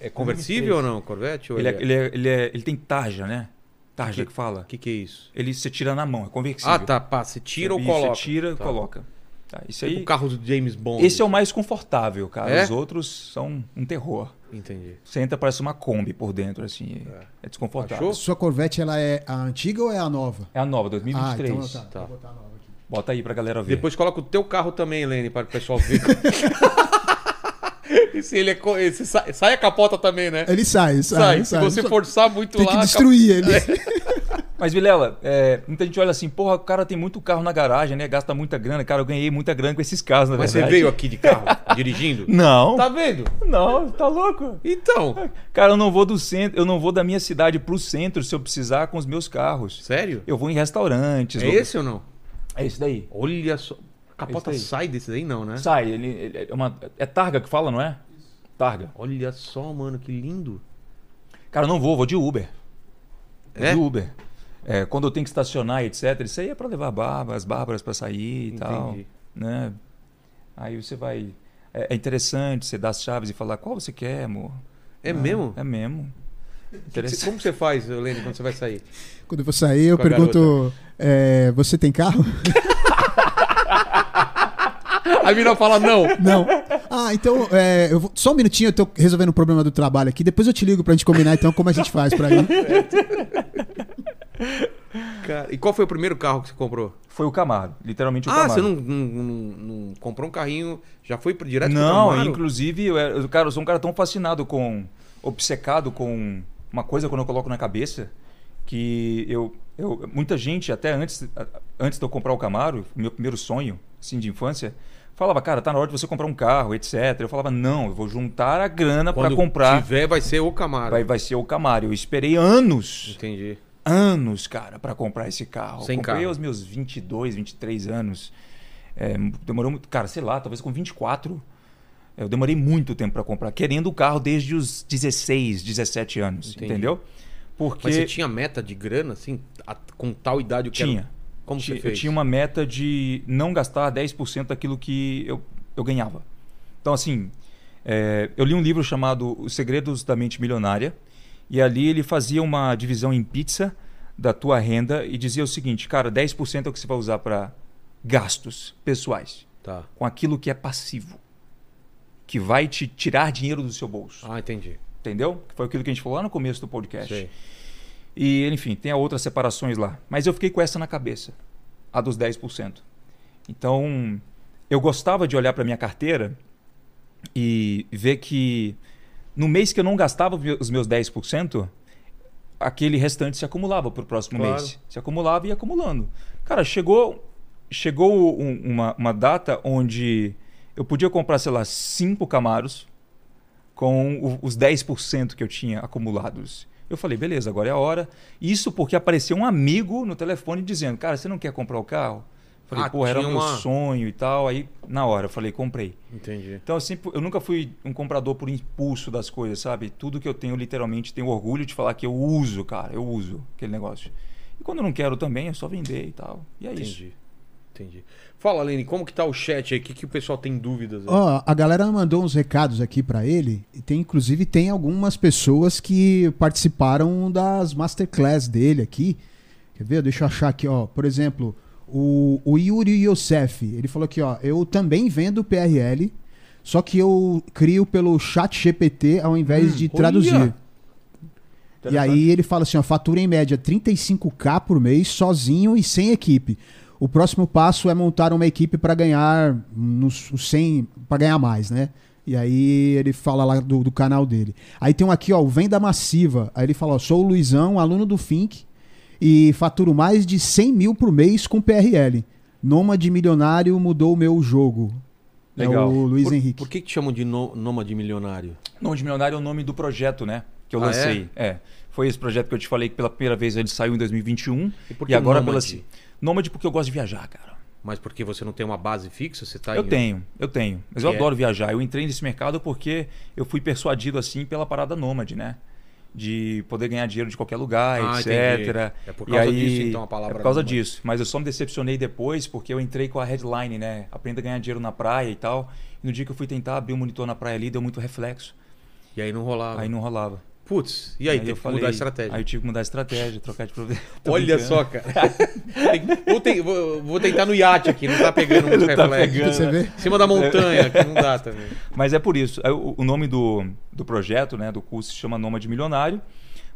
S1: É conversível ou não, Corvette? Ou
S3: Ele, é- ele, é- ele, é- ele tem tarja, né? Tarja que, fala.
S1: O que, que é isso?
S3: Ele se tira na mão, é conversível.
S1: Ah, tá, pá, você tira ou
S3: Isso,
S1: coloca?
S3: Você tira e
S1: Tá.
S3: coloca. Tá, isso
S1: Tipo
S3: aí.
S1: o carro do James Bond.
S3: Esse é o mais confortável, cara.
S1: É?
S3: Os outros são um terror.
S1: Entendi.
S3: Você entra, parece uma Kombi por dentro, assim. É, desconfortável.
S1: Achou?
S2: Sua Corvette, ela é a antiga ou é a nova?
S3: É a nova,
S2: Ah,
S3: 2023.
S2: então tá.
S1: Tá.
S2: Vou botar a nova aqui.
S3: Bota aí pra galera ver.
S1: Depois coloca o teu carro também, Lene, para o pessoal ver. E se ele é co- esse sa- sai a capota também, né?
S2: Ele sai, sai,
S1: Sai.
S2: sai.
S1: Se você
S2: Só-
S1: forçar muito
S2: Tem
S1: lá. É.
S2: que
S1: a cap-
S2: destruir ele.
S3: Mas, Vilela, é, muita gente olha assim, porra, o cara tem muito carro na garagem, né? Gasta muita grana. Cara, eu ganhei muita grana com esses carros, na
S1: Mas você
S3: verdade.
S1: veio aqui de carro, dirigindo?
S3: Não. É
S1: Tá vendo?
S3: Não, tá louco?
S1: Então.
S3: Cara, eu não vou do centro, eu não vou da minha cidade pro centro se eu precisar com os meus carros.
S1: Sério?
S3: Eu vou em restaurantes.
S1: É
S3: lu-
S1: esse ou não?
S3: É esse daí.
S1: Olha só. A capota
S3: Esse aí.
S1: sai desse daí, não, né?
S3: Sai, ele, ele- é uma é targa que fala, não é? Targa.
S1: Olha só, mano, que lindo.
S3: Cara, eu não vou, vou de Uber.
S1: É?
S3: De Uber. É, quando eu tenho que estacionar, etc. Isso aí é pra levar bárbaras, bárbaras pra sair e tal.
S1: Entendi.
S3: né? Aí você vai. É é interessante você dar as chaves e falar qual você quer, amor.
S1: É
S3: Né?
S1: mesmo?
S3: É mesmo.
S1: Você-
S3: Interessante.
S1: Como você faz, Lene, quando você vai sair?
S2: Quando eu vou sair, eu
S1: Com a
S2: pergunto: é, Você tem carro?
S1: A mina fala não.
S2: Não. Ah, então, é, eu vou- só um minutinho, eu tô resolvendo o problema do trabalho aqui. Depois eu te ligo pra gente combinar, então, como a gente faz pra ir.
S1: Cara, e qual foi o primeiro carro que você comprou?
S3: Foi o Camaro, literalmente o
S1: ah,
S3: Camaro.
S1: você não, não- não- não comprou um carrinho, já foi pro- direto
S3: Não,
S1: pro Camaro?
S3: inclusive, eu, era- eu- cara, eu sou um cara tão fascinado com. obcecado com uma coisa quando eu coloco na cabeça. Que eu. eu muita gente, até antes, a- antes de eu comprar o Camaro, meu primeiro sonho, assim, de infância, falava, cara, tá na hora de você comprar um carro, etc. Eu falava, não, eu vou juntar a grana para
S1: Quando
S3: comprar.
S1: tiver, vai ser o Camaro.
S3: Vai, vai ser o Camaro. Eu esperei anos,
S1: Entendi.
S3: anos, cara, para comprar esse carro.
S1: Sem
S3: Comprei
S1: carro.
S3: aos meus 22, 23 anos. É, demorou muito, cara, sei lá, talvez com 24. Eu demorei muito tempo para comprar, querendo o carro desde os 16, 17 anos,
S1: Entendi.
S3: entendeu? Porque
S1: Mas você tinha meta de grana, assim, a- com tal idade? Eu quero-
S3: Tinha.
S1: Como
S3: ti-
S1: você
S3: eu
S1: fez?
S3: tinha uma meta de não gastar 10% daquilo que eu, eu ganhava. Então, assim, é, eu li um livro chamado Os Segredos da Mente Milionária, e ali ele fazia uma divisão em pizza da tua renda e dizia o seguinte, cara, 10% é o que você vai usar para gastos pessoais,
S1: Tá.
S3: com aquilo que é passivo, que vai te tirar dinheiro do seu bolso,
S1: Ah, entendi.
S3: entendeu? Que Foi aquilo que a gente falou lá no começo do podcast.
S1: Sei.
S3: E, enfim, tem outras separações lá. Mas eu fiquei com essa na cabeça, a dos 10%. Então, eu gostava de olhar para minha carteira e ver que no mês que eu não gastava os meus 10%, aquele restante se acumulava para o próximo
S1: Claro.
S3: mês. Se acumulava e ia acumulando. Cara, chegou, chegou um- uma, uma data onde eu podia comprar, sei lá, cinco Camaros com o- os 10% que eu tinha acumulados. Eu falei, beleza, agora é a hora. Isso porque apareceu um amigo no telefone dizendo, cara, você não quer comprar o carro? Eu Falei,
S1: Ah,
S3: porra, era
S1: tinha
S3: meu
S1: uma-
S3: sonho e tal. Aí, na hora, eu falei, comprei.
S1: Entendi.
S3: Então, eu, sempre, eu nunca fui um comprador por impulso das coisas, sabe? Tudo que eu tenho, literalmente, tenho orgulho de falar que eu uso, cara. Eu uso aquele negócio. E quando eu não quero também, é só vender e tal. E é isso.
S1: Entendi. Entendi. Fala, Lene, como que tá o chat aí? O que, que o pessoal tem dúvidas? aí?
S2: Ó, a galera mandou uns recados aqui pra ele. E tem, inclusive, tem algumas pessoas que participaram das masterclass dele aqui. Quer ver? Deixa eu achar aqui, ó. Por exemplo, o, o Yuri Youssef, ele falou aqui, ó. Eu também vendo PRL, só que eu crio pelo chat GPT ao invés de
S1: olha!
S2: traduzir. E aí ele fala assim, ó, fatura em média 35k por mês, sozinho e sem equipe. O próximo passo é montar uma equipe para ganhar nos os 100, para ganhar mais, né? E aí ele fala lá do, do canal dele. Aí tem um aqui, ó, o Venda Massiva. Aí ele fala, ó, sou o Luizão, aluno do Fink e faturo mais de 100 mil por mês com PRL. Nômade milionário mudou o meu jogo. É
S3: Legal.
S2: o Luiz
S1: por,
S2: Henrique.
S1: Por que, que te chamam de no- nômade milionário?
S3: Nome de Milionário é o nome do projeto, né? Que eu
S1: Ah,
S3: lancei. É? Foi esse projeto que eu te falei que pela primeira vez ele saiu em 2021.
S1: E por
S3: E,
S1: que
S3: agora
S1: Nômade?
S3: pela. Nômade porque eu gosto de viajar, cara.
S1: Mas porque você não tem uma base fixa? Você tá
S3: eu
S1: em-
S3: tenho, eu tenho. Mas eu
S1: Que é?
S3: adoro viajar. Eu entrei nesse mercado porque eu fui persuadido assim pela parada nômade, né? De poder ganhar dinheiro de qualquer lugar,
S1: Ah,
S3: etc.
S1: entendi. É por
S3: E
S1: causa
S3: aí-
S1: disso, então, a palavra
S3: É por causa
S1: nômade.
S3: disso. Mas eu só me decepcionei depois porque eu entrei com a headline, né? Aprenda a ganhar dinheiro na praia e tal. E no dia que eu fui tentar abrir o monitor na praia ali, deu muito reflexo.
S1: E aí não rolava.
S3: Aí não rolava.
S1: Putz, e aí, teve
S3: eu
S1: que
S3: falei-
S1: mudar a estratégia.
S3: Aí eu tive que mudar a estratégia, trocar de provedor.
S1: Olha
S3: Tô brincando.
S1: só, cara. Tem- vou, te- vou- vou tentar no iate aqui, não tá pegando muito
S3: tá
S1: reflexo.
S3: pegando.
S2: Você vê?
S1: Em cima da montanha, que não dá também.
S3: Mas é por isso. Aí O o nome do, do projeto, né, do curso, se chama Nômade Milionário.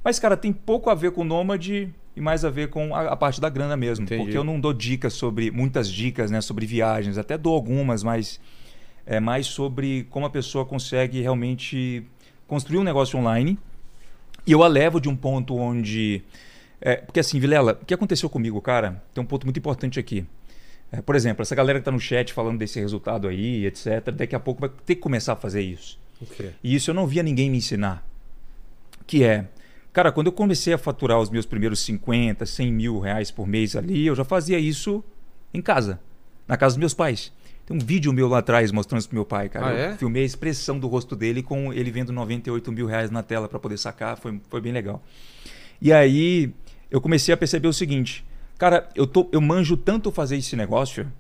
S3: Mas, cara, tem pouco a ver com Nômade e mais a ver com a, a parte da grana mesmo.
S1: Entendi.
S3: Porque eu não dou dicas sobre, muitas dicas, né, sobre viagens. Até dou algumas, mas é mais sobre como a pessoa consegue realmente construir um negócio online. E eu a levo de um ponto onde. é, porque assim, Vilela, o que aconteceu comigo, cara, tem um ponto muito importante aqui. É, por exemplo, essa galera que tá no chat falando desse resultado aí, etc., daqui a pouco vai ter que começar a fazer isso.
S1: O quê?
S3: E isso eu não via ninguém me ensinar. Que é, cara, quando eu comecei a faturar os meus primeiros 50, 100 mil reais por mês ali, eu já fazia isso em casa, na casa dos meus pais. Tem um vídeo meu lá atrás mostrando isso pro meu pai, cara.
S1: Ah,
S3: Eu
S1: é?
S3: filmei a expressão do rosto dele com ele vendo 98 mil reais na tela para poder sacar, foi, foi bem legal. E aí eu comecei a perceber o seguinte, cara, eu, tô, eu manjo tanto fazer esse negócio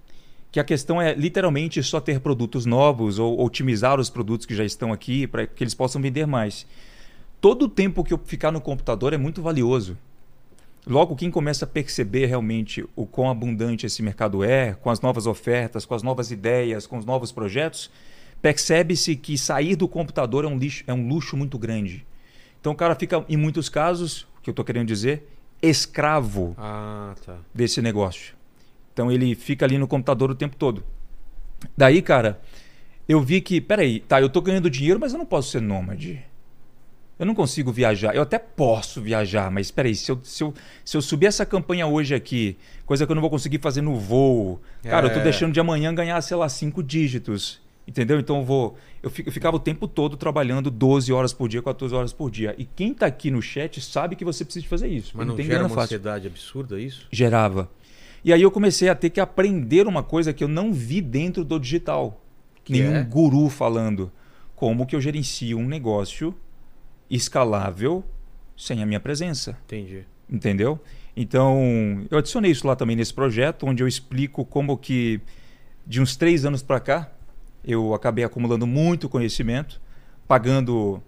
S3: que a questão é literalmente só ter produtos novos ou otimizar os produtos que já estão aqui para que eles possam vender mais. Todo o tempo que eu ficar no computador é muito valioso. Logo, quem começa a perceber realmente o quão abundante esse mercado é, com as novas ofertas, com as novas ideias, com os novos projetos, percebe-se que sair do computador é um, lixo- é um luxo muito grande. Então o cara fica, em muitos casos, o que eu estou querendo dizer, escravo
S1: Ah, tá.
S3: desse negócio. Então ele fica ali no computador o tempo todo. Daí, cara, eu vi que, peraí, tá, eu tô ganhando dinheiro, mas eu não posso ser nômade. Eu não consigo viajar. Eu até posso viajar, mas peraí, se eu, se eu, se eu subir essa campanha hoje aqui, coisa que eu não vou conseguir fazer no voo, cara, eu tô
S1: É.
S3: deixando de amanhã ganhar, sei lá, cinco dígitos. Entendeu? Então eu vou. Eu, fi- eu ficava o tempo todo trabalhando 12 horas por dia, 14 horas por dia. E quem tá aqui no chat sabe que você precisa fazer isso.
S1: Mas não,
S3: tem
S1: gera
S3: grana
S1: uma
S3: fácil
S1: ansiedade absurda é isso?
S3: gerava. E aí eu comecei a ter que aprender uma coisa que eu não vi dentro do digital.
S1: Que
S3: Nenhum
S1: é?
S3: guru falando como que eu gerencio um negócio escalável sem a minha presença,
S1: Entendi.
S3: entendeu? Então, eu adicionei isso lá também nesse projeto, onde eu explico como que de uns três anos para cá eu acabei acumulando muito conhecimento, pagando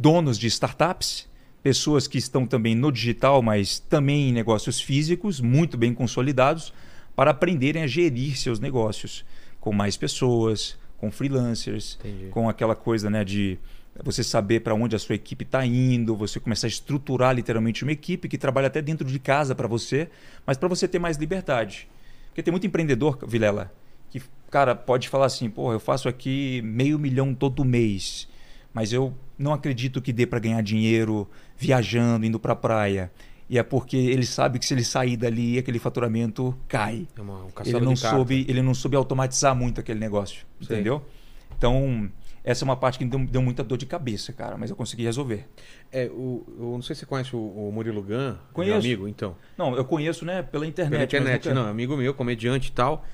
S3: donos de startups, pessoas que estão também no digital, mas também em negócios físicos, muito bem consolidados, para aprenderem a gerir seus negócios com mais pessoas, com freelancers,
S1: Entendi.
S3: com aquela coisa né, de você saber para onde a sua equipe está indo, você começar a estruturar literalmente uma equipe que trabalha até dentro de casa para você, mas para você ter mais liberdade. Porque tem muito empreendedor, Vilela, que, cara, pode falar assim, porra, eu faço aqui meio milhão todo mês, mas eu não acredito que dê para ganhar dinheiro viajando, indo para praia. E é porque ele sabe que se ele sair dali, aquele faturamento cai
S1: É uma, um
S3: ele
S1: castelo
S3: não
S1: de cartas.
S3: soube ele não soube automatizar muito aquele negócio
S1: Sei.
S3: entendeu então essa é uma parte que deu, deu muita dor de cabeça cara mas eu consegui resolver
S1: É, o, eu não sei se você conhece o, o Murilo Gun, meu
S3: Conheço.
S1: amigo, então.
S3: não eu conheço né pela internet
S1: Pela
S3: mas
S1: internet,
S3: nunca-
S1: não, é amigo meu, comediante e tal.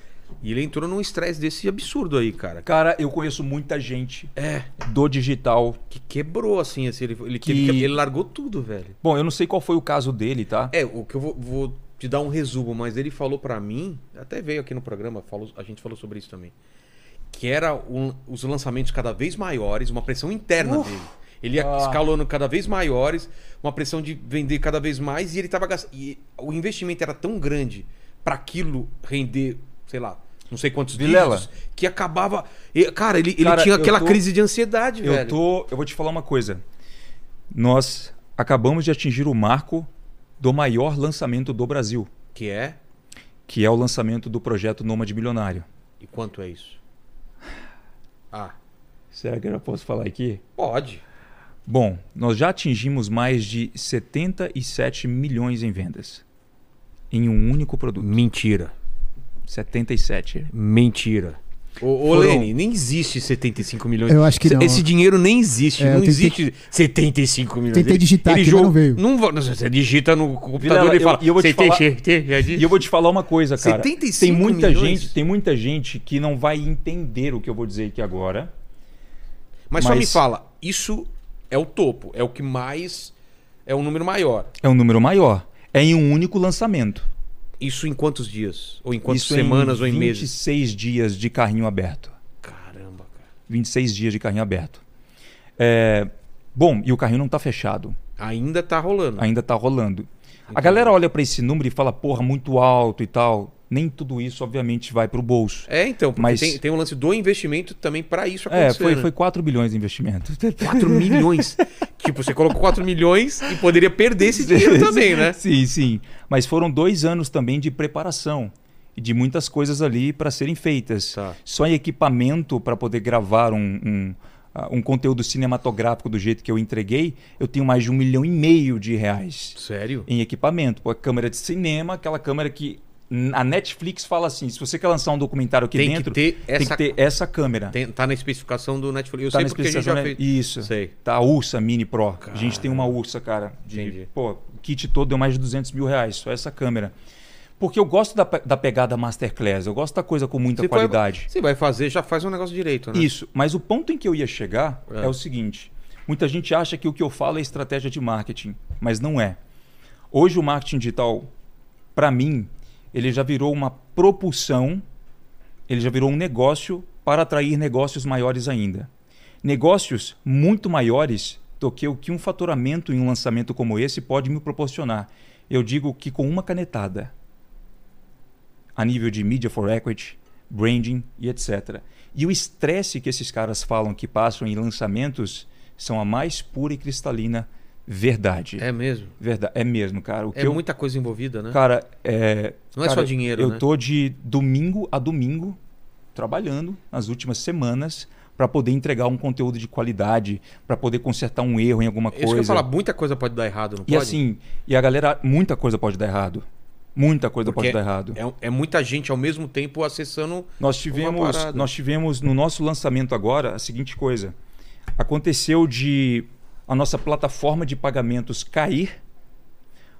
S1: E ele entrou num estresse desse absurdo aí, cara.
S3: cara eu conheço muita gente
S1: É,
S3: do digital
S1: que quebrou assim, assim ele, ele,
S3: Que-
S1: teve que- ele largou tudo, velho.
S3: bom eu não sei qual foi o caso dele tá
S1: É, o que eu vou, vou te dar um resumo, mas ele falou pra mim, até veio aqui no programa, falou, a gente falou sobre isso também, que era um- os lançamentos cada vez maiores, uma pressão interna dele. Ele ia
S3: Ah.
S1: escalando cada vez maiores, uma pressão de vender cada vez mais e ele tava gastando. E o investimento era tão grande pra aquilo render, sei lá, não sei quantos
S3: Vilela.
S1: dígitos, que acabava. e, Cara, ele, ele
S3: Cara,
S1: tinha
S3: eu
S1: aquela
S3: tô-
S1: crise de ansiedade,
S3: eu
S1: velho.
S3: tô eu vou te falar uma coisa nós acabamos de atingir o marco do maior lançamento do Brasil
S1: Que é?
S3: que é o lançamento do projeto Nômade Milionário
S1: E quanto é isso? Ah,
S3: será que eu já posso falar aqui
S1: pode.
S3: Bom, nós já atingimos mais de 77 milhões em vendas em um único produto.
S1: Mentira.
S3: 77.
S1: Mentira. Ô, ô
S3: Foram-
S1: Lene, nem existe 75 milhões.
S2: Eu acho que
S1: Esse-
S2: não.
S1: Esse dinheiro nem existe.
S2: É, eu
S1: não
S2: tentei-
S1: existe 75 milhões.
S2: Tentei digitar aqui, mas
S1: joga-
S2: não veio.
S1: Não, vo- não, você digita no computador
S3: Vilela,
S1: e fala.
S3: eu- e eu vou te
S1: 70,
S3: falar-
S1: 70, já disse.
S3: E eu vou te falar uma coisa, cara.
S1: 75
S3: tem muita
S1: milhões?
S3: gente, tem muita gente que não vai entender o que eu vou dizer aqui agora.
S1: Mas só
S3: mas-
S1: me fala, isso é o topo, é o que mais. É o número maior.
S3: É um número maior. É em um único lançamento.
S1: Isso em quantos dias? Ou em quantas
S3: Isso
S1: semanas ou em
S3: 26
S1: meses?
S3: 26 dias de carrinho aberto.
S1: Caramba, cara.
S3: 26 dias de carrinho aberto. É, Bom, e o carrinho não está fechado.
S1: Ainda tá rolando.
S3: ainda tá rolando. A galera olha pra esse número e fala, porra, muito alto e tal. Nem tudo isso, obviamente, vai pro bolso.
S1: É, então, porque
S3: Mas-
S1: tem, tem um lance do investimento também pra isso acontecer.
S3: É, foi,
S1: né?
S3: foi 4 bilhões de investimento.
S1: 4 milhões. tipo, você colocou 4 milhões e poderia perder esse dinheiro também, né?
S3: sim, sim. Mas foram dois anos também de preparação e de muitas coisas ali para serem feitas.
S1: Tá.
S3: Só em equipamento para poder gravar um, um, ah, um conteúdo cinematográfico do jeito que eu entreguei, eu tenho mais de um milhão e meio de reais.
S1: Sério?
S3: em equipamento. Pô, a câmera de cinema, aquela câmera que n- a Netflix fala assim: se você quer lançar um documentário aqui
S1: Tem que
S3: dentro,
S1: ter
S3: tem
S1: essa-
S3: que ter essa câmera.
S1: Tem- tá na especificação do Netflix. Eu
S3: Tá
S1: sei
S3: na
S1: porque a gente já
S3: especificação, né?
S1: fez.
S3: Isso.
S1: Sei.
S3: Tá, a Ursa Mini Pro. A gente tem uma Ursa, cara. De,
S1: Entendi.
S3: Pô, o kit todo deu mais de 200 mil reais, só essa câmera. Porque eu gosto da, pe- da pegada Masterclass, eu gosto da coisa com muita
S1: Você vai-
S3: qualidade.
S1: Você vai fazer, já faz um negócio direito, né?
S3: Isso, mas o ponto em que eu ia chegar
S1: É.
S3: é. o seguinte: muita gente acha que o que eu falo é estratégia de marketing, mas não é. Hoje o marketing digital, para mim, ele já virou uma propulsão, ele já virou um negócio para atrair negócios maiores ainda. Negócios muito maiores do que o que um faturamento em um lançamento como esse pode me proporcionar. Eu digo que com uma canetada, a nível de media for equity, branding e etc. E o estresse que esses caras falam que passam em lançamentos são a mais pura e cristalina Verdade.
S1: É mesmo.
S3: Verdade. É mesmo, cara. O que
S1: É
S3: eu-
S1: muita coisa envolvida, né?
S3: Cara, é.
S1: Não é
S3: cara,
S1: só dinheiro,
S3: Eu
S1: né?
S3: tô de domingo a domingo trabalhando nas últimas semanas para poder entregar um conteúdo de qualidade, para poder consertar um erro em alguma
S1: É Isso que eu
S3: coisa.
S1: falar, muita coisa pode dar errado, não
S3: e
S1: pode?
S3: assim, e a galera, muita coisa pode dar errado. Muita coisa
S1: Porque
S3: pode dar errado.
S1: É, é muita gente ao mesmo tempo acessando.
S3: Nós
S1: Uma
S3: tivemos,
S1: parada.
S3: nós tivemos no nosso lançamento agora a seguinte coisa. Aconteceu de a nossa plataforma de pagamentos cair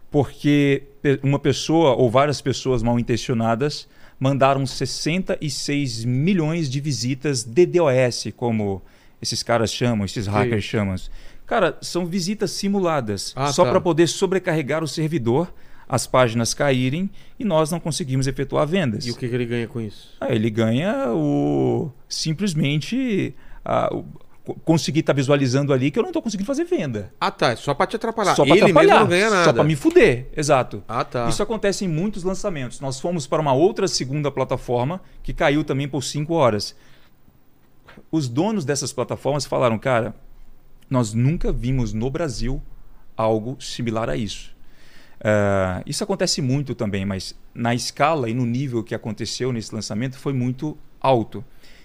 S3: porque pe- uma pessoa ou várias pessoas mal intencionadas mandaram 66 milhões de visitas DDoS, como esses caras chamam, esses hackers chamam. Cara, são visitas simuladas,
S1: Ah,
S3: só
S1: tá.
S3: para poder sobrecarregar o servidor, as páginas caírem e nós não conseguimos efetuar vendas.
S1: E o que, que ele ganha com isso?
S3: Ah, ele ganha o simplesmente ah, o- co- conseguir estar visualizando ali que eu não estou conseguindo fazer venda.
S1: Ah, tá. é Só pra te atrapalhar.
S3: só para
S1: ele
S3: atrapalhar,
S1: mesmo não ganha nada.
S3: só para me fuder, exato.
S1: Ah, tá.
S3: Isso acontece em muitos lançamentos. Nós fomos para uma outra segunda plataforma que caiu também por 5 horas. Os donos dessas plataformas falaram, cara, nós nunca vimos no Brasil algo similar a isso. Ah, isso acontece muito também, mas na escala e no nível que aconteceu nesse lançamento foi muito alto.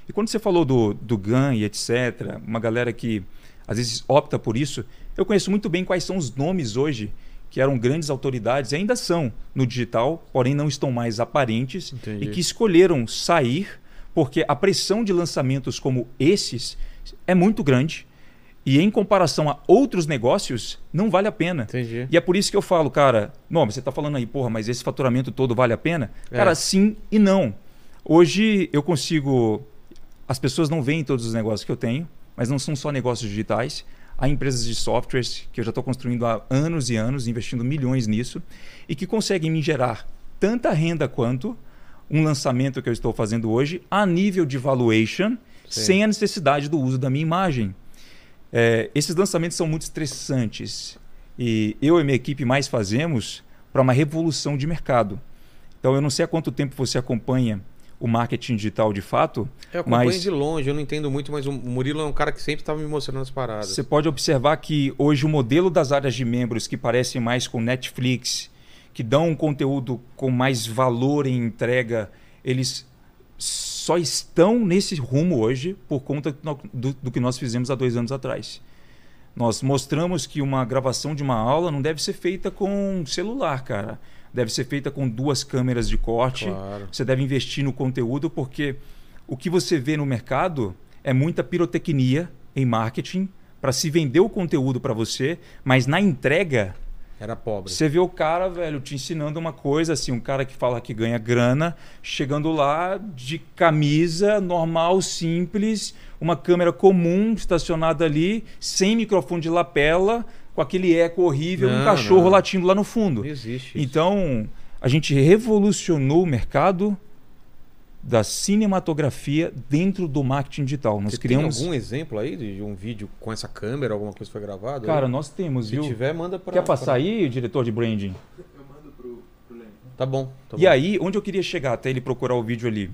S3: E quando você falou do, do GAN e etc., uma galera que às vezes opta por isso, eu conheço muito bem quais são os nomes hoje que eram grandes autoridades, e ainda são no digital, porém não estão mais aparentes,
S1: Entendi.
S3: e que escolheram sair porque a pressão de lançamentos como esses é muito grande e em comparação a outros negócios não vale a pena.
S1: Entendi.
S3: E é por isso que eu falo, cara, não, mas você tá falando aí, porra, mas esse faturamento todo vale a pena?
S1: É.
S3: Cara, sim e não. Hoje eu consigo. As pessoas não veem todos os negócios que eu tenho, mas não são só negócios digitais. Há empresas de softwares que eu já estou construindo há anos e anos, investindo milhões nisso, e que conseguem me gerar tanta renda quanto um lançamento que eu estou fazendo hoje a nível de valuation,
S1: Sim.
S3: sem a necessidade do uso da minha imagem. É, esses lançamentos são muito estressantes e eu e minha equipe mais fazemos para uma revolução de mercado. Então, eu não sei há quanto tempo você acompanha o marketing digital de fato,
S1: Eu acompanho
S3: mas
S1: de longe, eu não entendo muito, mas o Murilo é um cara que sempre tava me mostrando as paradas.
S3: você pode observar que hoje o modelo das áreas de membros que parecem mais com Netflix, que dão um conteúdo com mais valor em entrega, eles só estão nesse rumo hoje por conta do- do, do que nós fizemos há dois anos atrás. Nós mostramos que uma gravação de uma aula não deve ser feita com um celular, cara. Deve ser feita com duas câmeras de corte.
S1: Claro.
S3: Você deve investir no conteúdo porque o que você vê no mercado é muita pirotecnia em marketing para se vender o conteúdo para você, mas na entrega
S1: Era pobre.
S3: você vê o cara, velho, te ensinando uma coisa, assim, um cara que fala que ganha grana, chegando lá de camisa normal, simples, uma câmera comum estacionada ali, sem microfone de lapela, com aquele eco horrível,
S1: Não,
S3: um cachorro
S1: não.
S3: latindo lá no fundo.
S1: Não existe. isso.
S3: Então, a gente revolucionou o mercado da cinematografia dentro do marketing digital. Nós
S1: Você
S3: criamos.
S1: tem algum exemplo aí de de um vídeo com essa câmera, alguma coisa que foi gravada?
S3: Cara, nós temos,
S1: se
S3: viu?
S1: tiver, manda pra.
S3: Quer passar
S1: pra-
S3: aí, diretor de branding?
S1: Tá bom. tá
S3: E
S1: bom.
S3: aí, onde eu queria chegar até ele procurar o vídeo ali?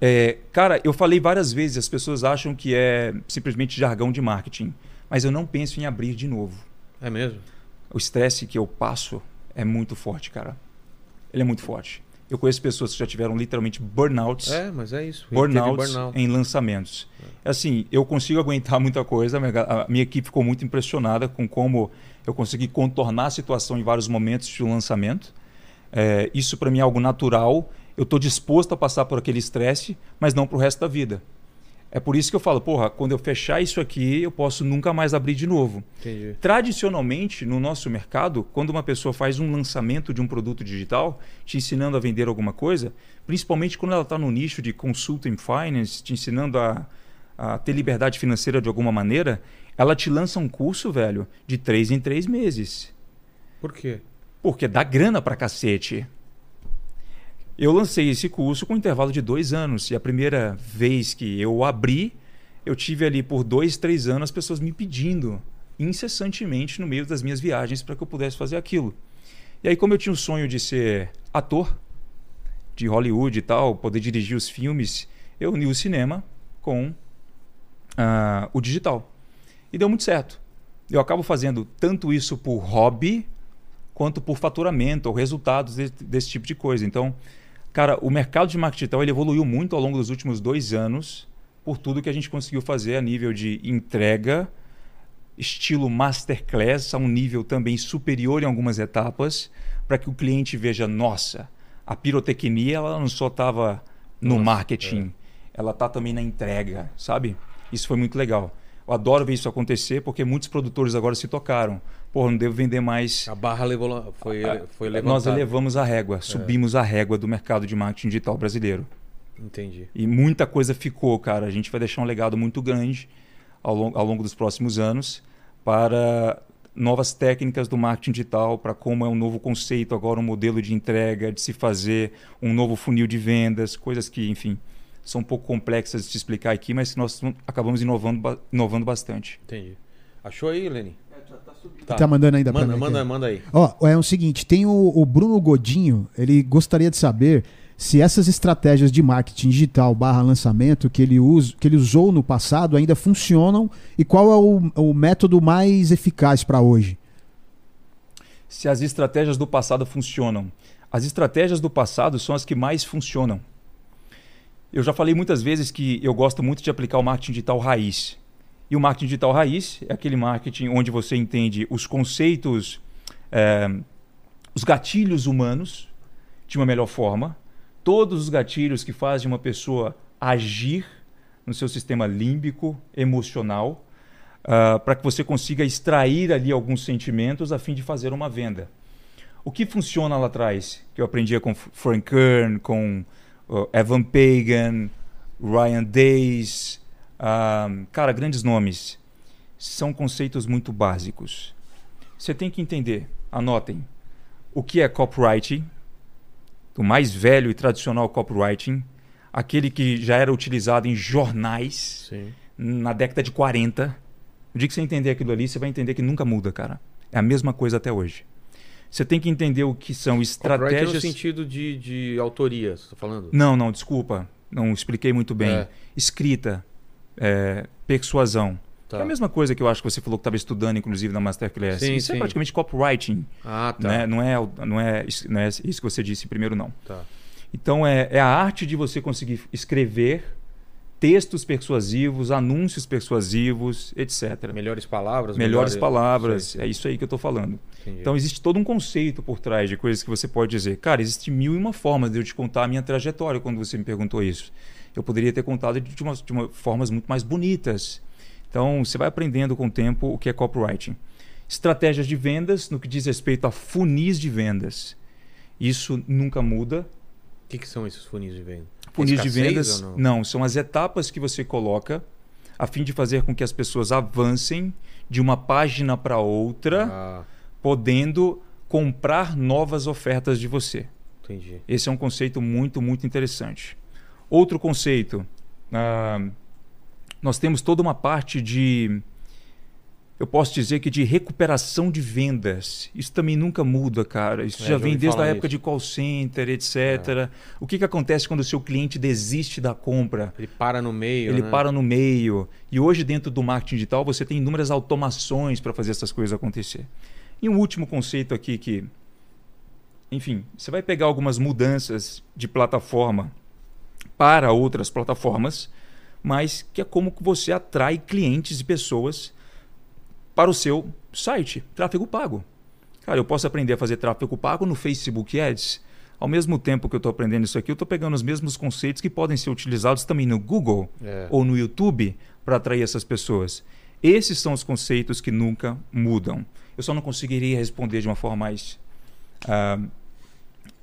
S3: É, cara, eu falei várias vezes, as pessoas acham que é simplesmente jargão de marketing, mas eu não penso em abrir de novo.
S1: É mesmo?
S3: O estresse que eu passo é muito forte, cara. Ele é muito forte. Eu conheço pessoas que já tiveram literalmente burnouts,
S1: É, mas é isso. Teve
S3: burnouts
S1: burnout. É.
S3: em lançamentos. Assim, eu consigo aguentar muita coisa, a minha, a minha equipe ficou muito impressionada com como eu consegui contornar a situação em vários momentos de um lançamento. É, isso para mim é algo natural. Eu estou disposto a passar por aquele estresse, mas não para o resto da vida. É por isso que eu falo, porra, quando eu fechar isso aqui, eu posso nunca mais abrir de novo.
S1: Entendi.
S3: Tradicionalmente, no nosso mercado, quando uma pessoa faz um lançamento de um produto digital, te ensinando a vender alguma coisa, principalmente quando ela está no nicho de consulting finance, te ensinando a, a ter liberdade financeira de alguma maneira, ela te lança um curso, velho, de três em três meses.
S1: Por quê?
S3: Porque dá grana pra cacete. Eu lancei esse curso com um intervalo de dois anos. E a primeira vez que eu o abri, eu tive ali por dois, três anos as pessoas me pedindo incessantemente no meio das minhas viagens para que eu pudesse fazer aquilo. E aí, como eu tinha o sonho de ser ator de Hollywood e tal, poder dirigir os filmes, eu uni o cinema com ah, o digital. E deu muito certo. eu acabo fazendo tanto isso por hobby quanto por faturamento ou resultados de- desse tipo de coisa. Então, cara, o mercado de marketing digital ele evoluiu muito ao longo dos últimos dois anos por tudo que a gente conseguiu fazer a nível de entrega, estilo masterclass, a um nível também superior em algumas etapas, para que o cliente veja, nossa, a pirotecnia ela não só estava no marketing, ela tá também na entrega, sabe? Isso foi muito legal. Eu adoro ver isso acontecer porque muitos produtores agora se tocaram. Pô, não devo vender mais
S1: A barra levou, lá- foi, foi
S3: Ah,
S1: É.
S3: nós
S1: levantada.
S3: elevamos a régua, subimos a régua do mercado de marketing digital brasileiro.
S1: Entendi.
S3: E muita coisa ficou, cara. A gente vai deixar um legado muito grande ao, lon- ao longo dos próximos anos para novas técnicas do marketing digital, para como é um novo conceito agora, um modelo de entrega, de se fazer, um novo funil de vendas, coisas que, enfim, são um pouco complexas de se explicar aqui, mas que nós acabamos inovando, ba- inovando bastante.
S1: Entendi. Achou aí, Lenin?
S2: Tá, mandando ainda pra
S1: Manda,
S2: mim. aqui.
S1: manda, manda aí.
S2: Ó, é o seguinte, tem o, o Bruno Godinho, ele gostaria de saber se essas estratégias de marketing digital barra lançamento que ele, usa, que ele usou no passado ainda funcionam e qual é o, o método mais eficaz para hoje.
S3: se as estratégias do passado funcionam. As estratégias do passado são as que mais funcionam. Eu já falei muitas vezes que eu gosto muito de aplicar o marketing digital raiz. E o marketing digital raiz é aquele marketing onde você entende os conceitos, eh, os gatilhos humanos de uma melhor forma, todos os gatilhos que fazem uma pessoa agir no seu sistema límbico, emocional, ah, para que você consiga extrair ali alguns sentimentos a fim de fazer uma venda. O que funciona lá atrás, que eu aprendia com F- Frank Kern, com uh, Evan Pagan, Ryan Days, ah, cara, grandes nomes, são conceitos muito básicos. Você tem que entender, anotem, o que é copywriting, do mais velho e tradicional copywriting, aquele que já era utilizado em jornais,
S1: Sim.
S3: na década de 40. No dia que você entender aquilo ali, você vai entender que nunca muda, cara. É a mesma coisa até hoje. Você tem que entender o que são
S1: Estratégias... no
S3: estratégias.
S1: é sentido de, de autoria, você tá falando?
S3: Não, não, desculpa. Não expliquei muito bem.
S1: É.
S3: Escrita, é, persuasão.
S1: Tá.
S3: É a mesma coisa que eu acho que você falou que estava estudando, inclusive, na Masterclass.
S1: Sim,
S3: isso
S1: sim.
S3: é praticamente copywriting.
S1: Ah, tá.
S3: Né? Não, é, não, é, isso- não é isso que você disse primeiro, não.
S1: Tá.
S3: Então é, é a arte de você conseguir escrever textos persuasivos, anúncios persuasivos, etc.
S1: Melhores palavras.
S3: Melhores palavras,
S1: Sei,
S3: é isso aí que eu estou falando.
S1: entendi.
S3: Então existe todo um conceito por trás de coisas que você pode dizer. Cara, existe mil e uma formas de eu te contar a minha trajetória quando você me perguntou isso. Eu poderia ter contado de, de, umas- de uma- formas muito mais bonitas. Então você vai aprendendo com o tempo o que é copywriting. Estratégias de vendas no que diz respeito a funis de vendas. Isso nunca muda,
S1: O que, que são esses funis de venda?
S3: funis de
S1: Escassez
S3: vendas
S1: ou
S3: não?
S1: não?
S3: são as etapas que você coloca a fim de fazer com que as pessoas avancem de uma página para outra,
S1: Ah,
S3: podendo comprar novas ofertas de você.
S1: entendi.
S3: Esse é um conceito muito, muito interessante. Outro conceito, ah, nós temos toda uma parte de, eu posso dizer que de recuperação de vendas. Isso também nunca muda, cara.
S1: É,
S3: Isso já
S1: já
S3: vem
S1: ouvi
S3: desde a
S1: falar
S3: época
S1: isso. É.
S3: de call center, etc. O que, que acontece quando o seu cliente desiste da compra?
S1: Ele para no meio,
S3: Ele
S1: né?
S3: para no meio. E hoje, dentro do marketing digital, você tem inúmeras automações para fazer essas coisas acontecer. E um último conceito aqui que. Enfim, você vai pegar algumas mudanças de plataforma para outras plataformas, mas que é como que você atrai clientes e pessoas para o seu site, tráfego pago. Cara, eu posso aprender a fazer tráfego pago no Facebook Ads. Ao mesmo tempo que eu estou aprendendo isso aqui, eu estou pegando os mesmos conceitos que podem ser utilizados também no Google
S1: É.
S3: ou no YouTube para atrair essas pessoas. Esses são os conceitos que nunca mudam. Eu só não conseguiria responder de uma forma mais, ah,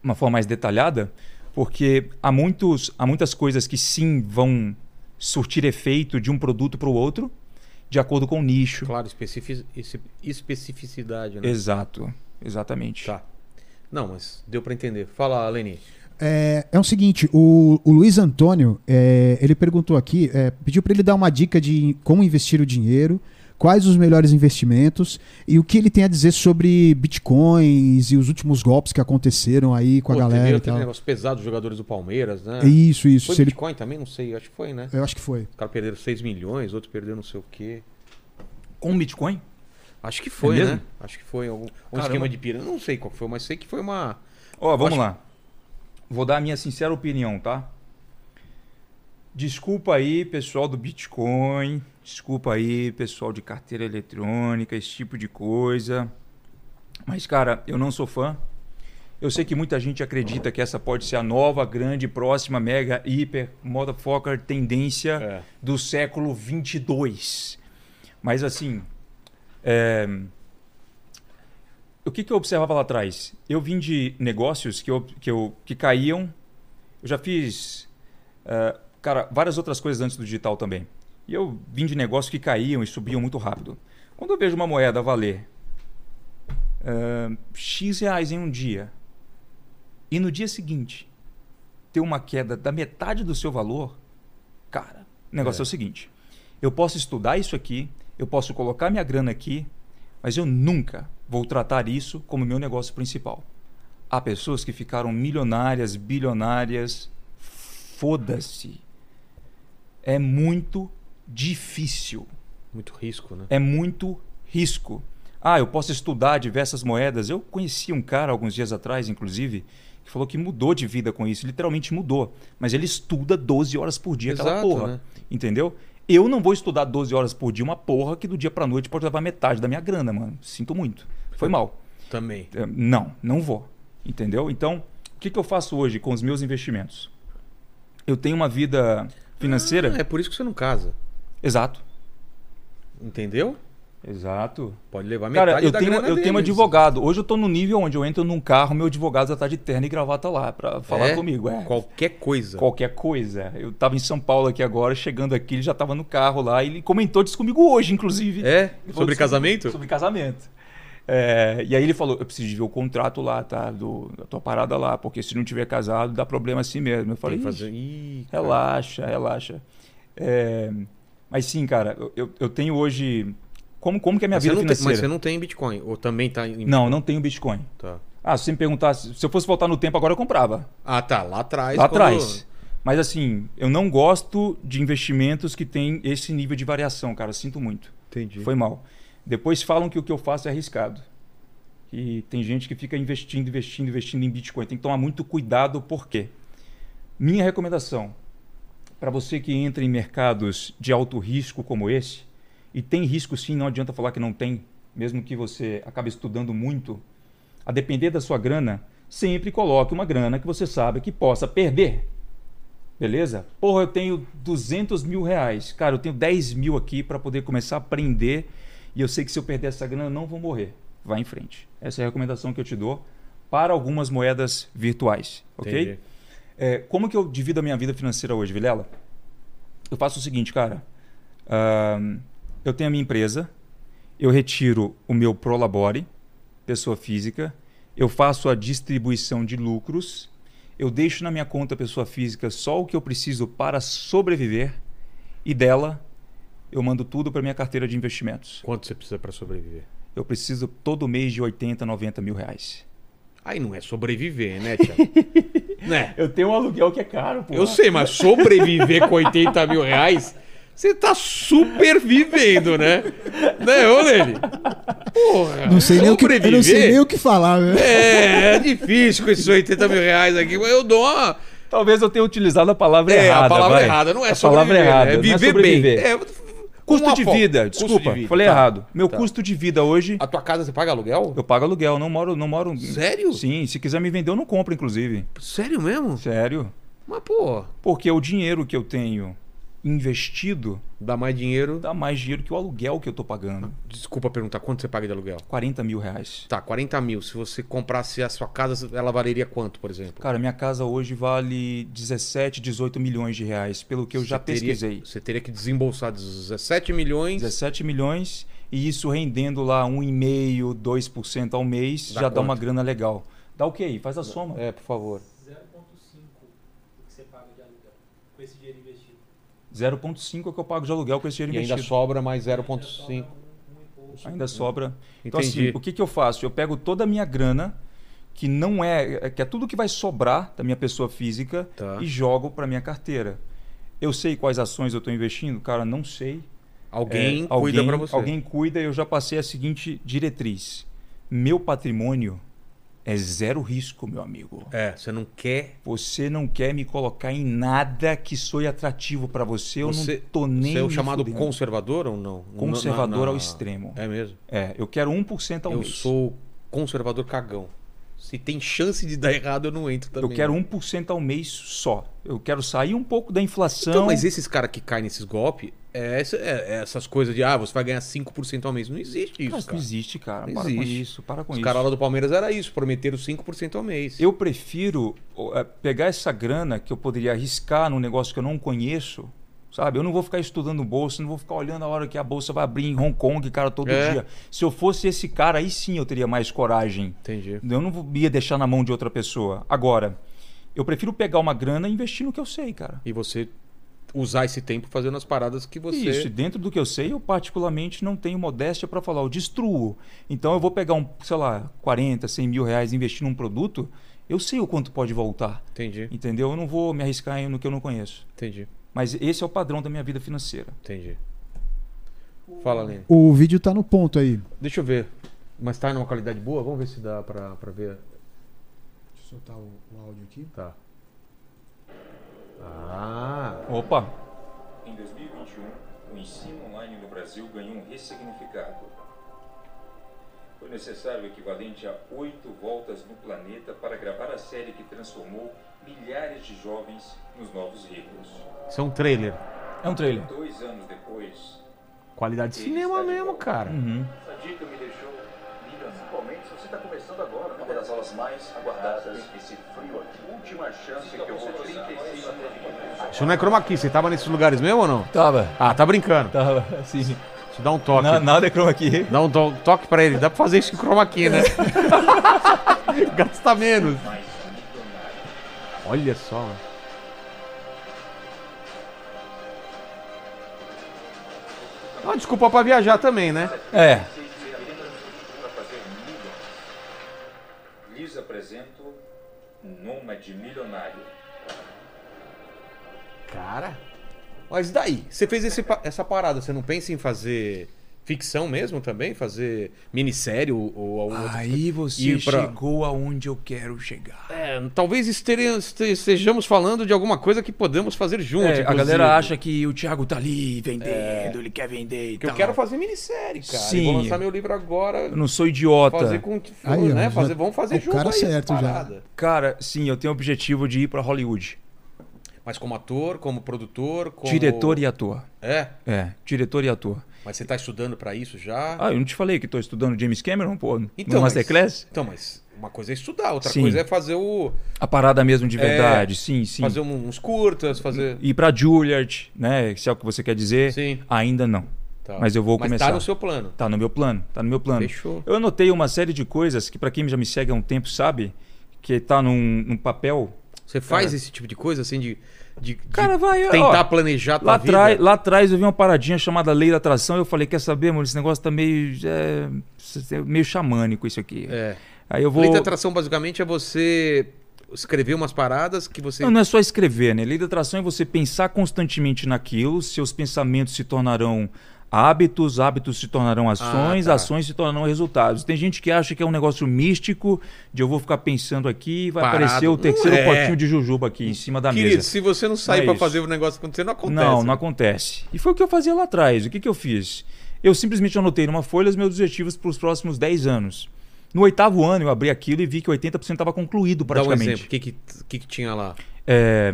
S3: uma forma mais detalhada, porque há, muitos, há muitas coisas que sim vão surtir efeito de um produto para o outro, de acordo com o nicho.
S1: Claro, especific- esse- especificidade, né?
S3: Exato, exatamente.
S1: Tá. Não, mas deu pra entender. Fala, Lenin.
S2: É, é o seguinte, o, o Luiz Antônio, é, ele perguntou aqui, é, pediu para ele dar uma dica de como investir o dinheiro, quais os melhores investimentos e o que ele tem a dizer sobre bitcoins e os últimos golpes que aconteceram aí com a
S1: Pô, teve-
S2: galera e
S1: Teve um
S2: tal.
S1: negócio pesado dos jogadores do Palmeiras, né?
S2: Isso, isso.
S1: Foi
S2: se ele-
S1: Bitcoin também? Não sei, acho que foi, né?
S2: eu acho que foi.
S1: Os caras perderam 6 milhões, outros perderam não sei o quê.
S3: Com Bitcoin?
S1: Acho que foi,
S3: É mesmo?
S1: né? Acho que foi algum um
S3: Caramba.
S1: esquema de pirâmide. Não sei qual foi, mas sei que foi uma.
S3: Ó, vamos
S1: Acho-
S3: lá. Vou dar a minha sincera opinião, tá? Desculpa aí, pessoal do Bitcoin. Desculpa aí, pessoal de carteira eletrônica, esse tipo de coisa. Mas, cara, eu não sou fã. Eu sei que muita gente acredita que essa pode ser a nova, grande, próxima, mega, hiper, motherfucker tendência
S4: É.
S3: do século 22. Mas, assim, é, o que, que eu observava lá atrás? Eu vim de negócios que, eu, que, eu, que caíam. Eu já fiz, eh, cara, várias outras coisas antes do digital também. E eu vim de negócios que caíam e subiam muito rápido. Quando eu vejo uma moeda valer eh, X reais em um dia e no dia seguinte ter uma queda da metade do seu valor, cara, o negócio é o seguinte. Eu posso estudar isso aqui, eu posso colocar minha grana aqui, mas eu nunca vou tratar isso como meu negócio principal. Há pessoas que ficaram milionárias, bilionárias, foda-se. É muito difícil
S1: Muito risco, né?
S3: é muito risco. Ah, eu posso estudar diversas moedas. Eu conheci um cara alguns dias atrás, inclusive, que falou que mudou de vida com isso. Literalmente mudou. Mas ele estuda 12 horas por dia aquela
S1: Exato,
S3: porra.
S1: né?
S3: Entendeu? Eu não vou estudar 12 horas por dia uma porra que do dia pra noite pode levar metade da minha grana, mano. Sinto muito. Foi mal.
S1: Também.
S3: É, Não, não vou. Entendeu? Então, o que, que eu faço hoje com os meus investimentos? Eu tenho uma vida financeira.
S1: Ah, é por isso que você não casa.
S3: Exato.
S1: Entendeu?
S3: Exato.
S1: Pode levar metade
S3: Cara, eu
S1: da
S3: tenho,
S1: grana
S3: eu tenho um
S1: deles.
S3: advogado. Hoje eu tô no nível onde eu entro num carro, meu advogado já tá de terno e gravata lá pra falar
S1: É?
S3: comigo. É.
S1: Qualquer coisa.
S3: Qualquer coisa. Eu tava em São Paulo aqui agora, chegando aqui, ele já tava no carro lá e ele comentou disso comigo hoje, inclusive. Ele
S1: É?
S3: falou
S1: Sobre
S3: disso-
S1: casamento?
S3: Sobre casamento. É, e aí ele falou: eu preciso de ver o contrato lá, tá? Do, da tua parada lá, porque se não tiver casado, dá problema assim mesmo. Eu
S1: Tem
S3: falei,
S1: que
S3: "Ih,
S1: fazer. Ih,
S3: É
S1: cara.
S3: Relaxa, relaxa. É, mas sim, cara, eu- eu, eu tenho hoje. Como, como que é a minha
S1: Mas você, não
S3: vida
S1: tem, mas
S3: financeira?
S1: você não tem Bitcoin. Ou também tá em.
S3: Não, não tenho Bitcoin.
S1: Tá.
S3: Ah, se você me perguntasse, se eu fosse voltar no tempo agora, eu comprava.
S1: Ah, tá. Lá atrás.
S3: lá
S1: quando-
S3: atrás. Mas assim, eu não gosto de investimentos que tem esse nível de variação, cara. Sinto muito.
S1: Entendi.
S3: Foi mal. Depois falam que o que eu faço é arriscado. E tem gente que fica investindo, investindo, investindo em Bitcoin. Tem que tomar muito cuidado, por quê? Minha recomendação para você que entra em mercados de alto risco como esse, e tem risco sim, não adianta falar que não tem, mesmo que você acabe estudando muito, a depender da sua grana, sempre coloque uma grana que você sabe que possa perder. Beleza? Porra, eu tenho 200 mil reais. Cara, eu tenho 10 mil aqui para poder começar a aprender. E eu sei que se eu perder essa grana, eu não vou morrer. Vai em frente. Essa é a recomendação que eu te dou para algumas moedas virtuais. Ok?
S1: Entendi.
S3: É, como que eu divido a minha vida financeira hoje, Vilela? Eu faço o seguinte, cara. Ahn, eu tenho a minha empresa, eu retiro o meu Prolabore, pessoa física, eu faço a distribuição de lucros, eu deixo na minha conta pessoa física só o que eu preciso para sobreviver e dela eu mando tudo para minha carteira de investimentos.
S1: Quanto você precisa pra sobreviver?
S3: Eu preciso todo mês de 80, 90 mil reais.
S1: Aí não é sobreviver, né, Thiago? né?
S3: Eu tenho um aluguel que é caro, pô.
S1: Eu sei, mas sobreviver com 80 mil reais, você tá supervivendo, né? Né, ô Lene? Porra,
S2: Não sei nem o que, eu não sei
S1: sobreviver
S2: nem o que falar, né? velho.
S1: É, é difícil com esses 80 mil reais aqui, mas eu dou uma.
S3: Talvez eu tenha utilizado a palavra
S1: É,
S3: errada.
S1: a palavra
S3: vai.
S1: errada, não é
S3: a palavra
S1: sobreviver,
S3: errada,
S1: é
S3: não é
S1: viver bem.
S3: sobreviver.
S1: É, com
S3: Custo
S1: uma
S3: de
S1: fo-
S3: vida,
S1: custo
S3: desculpa,
S1: de vida,
S3: falei
S1: tá.
S3: errado. Meu
S1: Tá.
S3: custo de vida hoje,
S1: A tua casa você paga aluguel?
S3: eu pago aluguel, não moro, não moro.
S1: Sério?
S3: Sim, se quiser me vender eu não compro inclusive.
S1: Sério mesmo?
S3: Sério?
S1: Mas, pô,
S3: Porque o dinheiro que eu tenho investido
S1: dá mais dinheiro.
S3: dá mais dinheiro que o aluguel que eu tô pagando.
S1: Desculpa perguntar, quanto você paga de aluguel?
S3: 40 mil reais.
S1: Tá, 40 mil. Se você comprasse a sua casa, ela valeria quanto, por exemplo?
S3: Cara, minha casa hoje vale 17, 18 milhões de reais, pelo que eu já
S1: Você teria-
S3: pesquisei.
S1: Você teria que desembolsar 17 milhões.
S3: 17 milhões e isso rendendo lá 1,5%, 2% ao mês,
S1: Dá
S3: já dá
S1: quanto?
S3: uma grana legal. Dá o quê aí? Faz a soma.
S1: É, por favor.
S5: 0,5 do que você paga de aluguel com esse dinheiro investido.
S3: 0,5 é que eu pago de aluguel com esse dinheiro
S1: E ainda
S3: investido.
S1: sobra mais
S5: Ainda sobra
S1: 0,5.
S5: um- um e pouco.
S3: Ainda sobra. Então,
S1: Entendi.
S3: assim, o que, que eu faço? Eu pego toda a minha grana, que não é. é- que é tudo que vai sobrar da minha pessoa física,
S1: Tá.
S3: e jogo para minha carteira. Eu sei quais ações eu estou investindo? Cara, não sei.
S1: Alguém
S3: É,
S1: cuida pra você.
S3: Alguém cuida, eu já passei a seguinte diretriz. Meu patrimônio é zero risco, meu amigo.
S1: É, você não quer.
S3: Você não quer me colocar em nada que soe atrativo pra você, eu
S1: você,
S3: não tô nem
S1: Você é o
S3: me
S1: chamado
S3: fudendo.
S1: conservador ou não?
S3: Conservador
S1: Na- na-
S3: ao extremo.
S1: É mesmo.
S3: É, eu quero 1% ao
S1: eu
S3: mês.
S1: sou conservador cagão. Se tem chance de dar errado, eu não entro também.
S3: Eu quero 1% ao mês só. Eu quero sair um pouco da inflação.
S1: Então, mas esses caras que caem nesses golpes, é, essa- é- é essas coisas de, ah, você vai ganhar 5% ao mês. Não existe
S3: Cara,
S1: isso,
S3: não
S1: cara.
S3: existe, cara.
S1: Não
S3: para
S1: existe.
S3: com isso, para com
S1: Os
S3: isso.
S1: caras lá do Palmeiras era isso, prometeram 5% ao mês.
S3: Eu prefiro ó, é, pegar essa grana que eu poderia arriscar num negócio que eu não conheço, sabe? Eu não vou ficar estudando bolsa, não vou ficar olhando a hora que a bolsa vai abrir em Hong Kong, cara, todo
S1: É.
S3: dia. Se eu fosse esse cara, aí sim eu teria mais coragem.
S1: Entendi.
S3: Eu não vou- ia deixar na mão de outra pessoa. Agora, eu prefiro pegar uma grana e investir no que eu sei, cara.
S1: E você usar esse tempo fazendo as paradas que você.
S3: Isso, e dentro do que eu sei, eu particularmente não tenho modéstia para falar, eu destruo. Então eu vou pegar, um, sei lá, 40, 100 mil reais e investir num produto, eu sei o quanto pode voltar.
S1: Entendi,
S3: Entendeu? Eu não vou me arriscar em- no que eu não conheço.
S1: entendi,
S3: Mas esse é o padrão da minha vida financeira.
S1: entendi. Fala, Lene.
S2: O vídeo tá no ponto aí.
S1: Deixa eu ver. Mas tá numa qualidade boa? Vamos ver se dá pra, pra ver.
S2: Deixa eu soltar o, áudio aqui.
S1: Tá. Ah.
S3: Opa!
S6: Em 2021, o ensino online no Brasil ganhou um ressignificado. Foi necessário o equivalente a oito voltas no planeta para gravar a série que transformou milhares de jovens nos novos ricos.
S1: Isso é um trailer.
S3: É um trailer.
S6: Dois anos depois,
S1: Qualidade de cinema mesmo, cara.
S3: Uhum.
S6: essa dica me deixou Principalmente se você está começando agora, né? uma das aulas mais aguardadas. Esse frio aqui. Última chance que eu vou te
S1: Isso não é chroma key. Você tava nesses lugares mesmo ou não?
S3: Tava,
S1: Ah, tá brincando.
S3: tava, assim.
S1: Te dá um toque.
S3: Na- nada é chroma aqui.
S1: Dá um to- toque pra ele. Dá pra fazer isso com chroma key, né? Gasta menos. Olha só, mano. É uma desculpa pra viajar também, né?
S3: É.
S6: para fazer milhões. Lhes apresento Nômade Milionário.
S1: Cara. Mas daí? Você fez esse pa- essa parada, você não pensa em fazer ficção mesmo também? Fazer minissérie ou, ou algum outro-
S3: Aí você
S1: E pra-
S3: chegou aonde eu quero chegar.
S1: É, talvez estere- este- estejamos falando de alguma coisa que podemos fazer juntos.
S3: É, a
S1: inclusive. É.
S3: galera acha que o Thiago tá ali vendendo, ele quer vender e
S1: Que eu
S3: tal.
S1: quero fazer minissérie, cara.
S3: tá. Sim.
S1: Eu Vou lançar meu livro agora.
S3: Eu não sou idiota.
S1: Fazer com.
S2: Aí, ó,
S1: né?
S2: já-
S1: fazer, vamos fazer
S2: o
S1: junto
S2: cara
S1: aí,
S2: certo já.
S1: parada.
S3: Cara, sim, eu tenho o objetivo de ir pra Hollywood.
S1: Mas como ator, como produtor, como.
S3: Diretor e ator.
S1: É.
S3: É, diretor e ator.
S1: Mas você tá estudando pra isso já?
S3: Ah, eu não te falei que tô estudando James Cameron, pô, no
S1: mas-
S3: Masterclass?
S1: Então, mas uma coisa é estudar, outra
S3: Sim.
S1: coisa é fazer o.
S3: A parada mesmo de verdade, sim, sim.
S1: É, Fazer um- uns curtas, fazer.
S3: E pra Juilliard, né? Se é o que você quer dizer,
S1: Sim.
S3: ainda não.
S1: Tá.
S3: Mas eu vou
S1: Mas
S3: começar.
S1: tá no seu plano.
S3: Tá no meu plano, tá no meu plano.
S1: Fechou.
S3: Eu anotei uma série de coisas que pra quem já me segue há um tempo sabe, que tá num, num papel.
S1: Você faz esse tipo de coisa, assim, de. de, de
S3: É. Cara, vai, ó,
S1: tentar planejar a tua
S3: Lá
S1: vida.
S3: atrás, lá atrás eu vi uma paradinha chamada Lei da Atração e eu falei, quer saber, mano, esse negócio tá meio é, meio xamânico isso aqui.
S1: É.
S3: Aí eu vou
S1: Lei da atração, basicamente, é você escrever umas paradas que você.
S3: Não, não é só escrever, né? Lei da atração é você pensar constantemente naquilo, seus pensamentos se tornarão hábitos, hábitos se tornarão ações,
S1: tá.
S3: ações se tornarão resultados. Tem gente que acha que é um negócio místico, de eu vou ficar pensando aqui e vai
S1: Parado.
S3: aparecer o
S1: Não
S3: terceiro
S1: é.
S3: potinho de jujuba aqui em cima da
S1: Querido,
S3: mesa.
S1: se você não sair
S3: Não é
S1: pra
S3: isso.
S1: fazer o negócio acontecer, não acontece. um
S3: Não, não acontece. E foi o que eu fazia lá atrás. O que, que eu fiz? Eu simplesmente anotei numa folha os meus objetivos para os próximos 10 anos. No oitavo ano eu abri aquilo e vi que 80% estava
S1: Dá
S3: concluído
S1: um
S3: praticamente.
S1: exemplo. O que, que, o que, que tinha lá?
S3: É,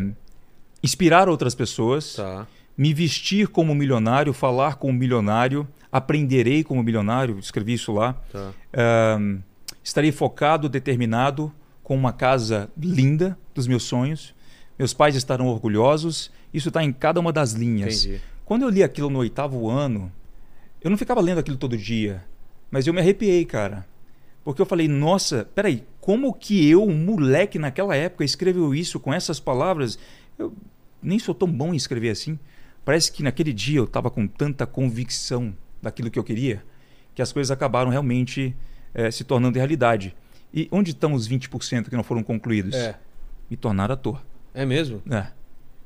S3: inspirar outras pessoas.
S1: Tá.
S3: Me vestir como milionário, falar como milionário, aprenderei como milionário, escrevi isso lá.
S1: Tá.
S3: Ahn, estarei focado, determinado, com uma casa linda dos meus sonhos. Meus pais estarão orgulhosos. Isso está em cada uma das linhas.
S1: Entendi.
S3: Quando eu li aquilo no oitavo ano, eu não ficava lendo aquilo todo dia, mas eu me arrepiei, cara. Porque eu falei, nossa, peraí, como que eu, um moleque naquela época, escreveu isso com essas palavras? Eu nem sou tão bom em escrever assim. Parece que naquele dia eu estava com tanta convicção daquilo que eu queria, que as coisas acabaram realmente eh, se tornando realidade. E onde estão os 20% que não foram concluídos?
S1: É.
S3: Me tornar ator.
S1: É mesmo?
S3: É.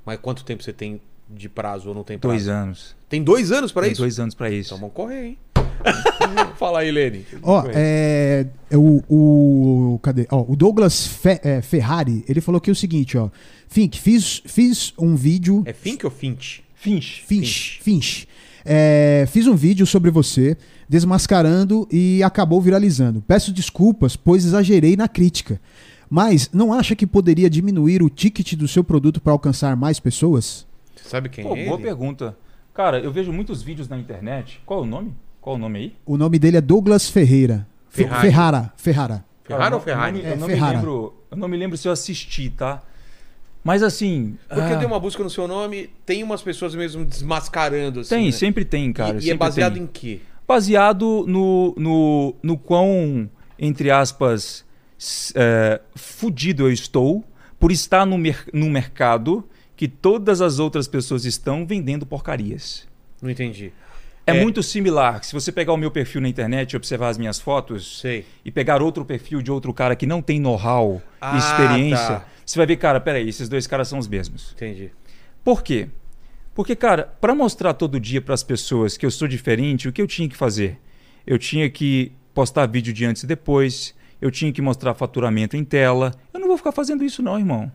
S1: Mas quanto tempo você tem de prazo ou não tem prazo?
S3: Dois anos.
S1: Tem dois anos pra
S3: Tem
S1: isso?
S3: Dois anos para isso.
S1: Então vamos correr, hein? Fala aí, Lene.
S2: Ó, é, é o, o, cadê? Ó, o Douglas Fe- é, Ferrari, ele falou aqui o seguinte, ó. Fink, fiz, fiz um vídeo...
S1: É Fink ou Fint?
S4: Finch.
S2: Finch. Finch. É, fiz um vídeo sobre você, desmascarando e acabou viralizando. Peço desculpas, pois exagerei na crítica. Mas não acha que poderia diminuir o ticket do seu produto para alcançar mais pessoas?
S1: Você sabe quem
S3: Pô,
S1: é
S3: boa
S1: ele?
S3: pergunta. Cara, eu vejo muitos vídeos na internet. Qual é o nome? Qual é o nome aí?
S2: O nome dele é Douglas Ferreira. Fe-
S1: Ferrari.
S2: Ferrara. Ferrara.
S1: Ferrari
S3: Cara,
S1: ou Ferrari?
S3: Eu não,
S2: É,
S3: eu não
S2: Ferrara.
S3: me lembro. Eu não me lembro se eu assisti, tá? Mas assim.
S1: Porque
S3: ah,
S1: eu dei uma busca no seu nome, tem umas pessoas mesmo desmascarando, assim.
S3: Tem,
S1: né?
S3: sempre tem,
S1: E-
S3: cara.
S1: E, é
S3: sempre
S1: baseado
S3: tem.
S1: em quê?
S3: Baseado no, no, no quão, entre aspas, s- é, fudido eu estou por estar no, mer no mercado que todas as outras pessoas estão vendendo porcarias.
S1: Não entendi.
S3: É,
S1: É.
S3: muito similar. Se você pegar o meu perfil na internet e observar as minhas fotos
S1: Sei.
S3: e pegar outro perfil de outro cara que não tem know-how
S1: Ah,
S3: e experiência,
S1: tá.
S3: você vai ver, cara, peraí, esses dois caras são os mesmos.
S1: Entendi.
S3: Por quê? Porque, cara, para mostrar todo dia para as pessoas que eu sou diferente, o que eu tinha que fazer? Eu tinha que postar vídeo de antes e depois, eu tinha que mostrar faturamento em tela. Eu não vou ficar fazendo isso, não, irmão.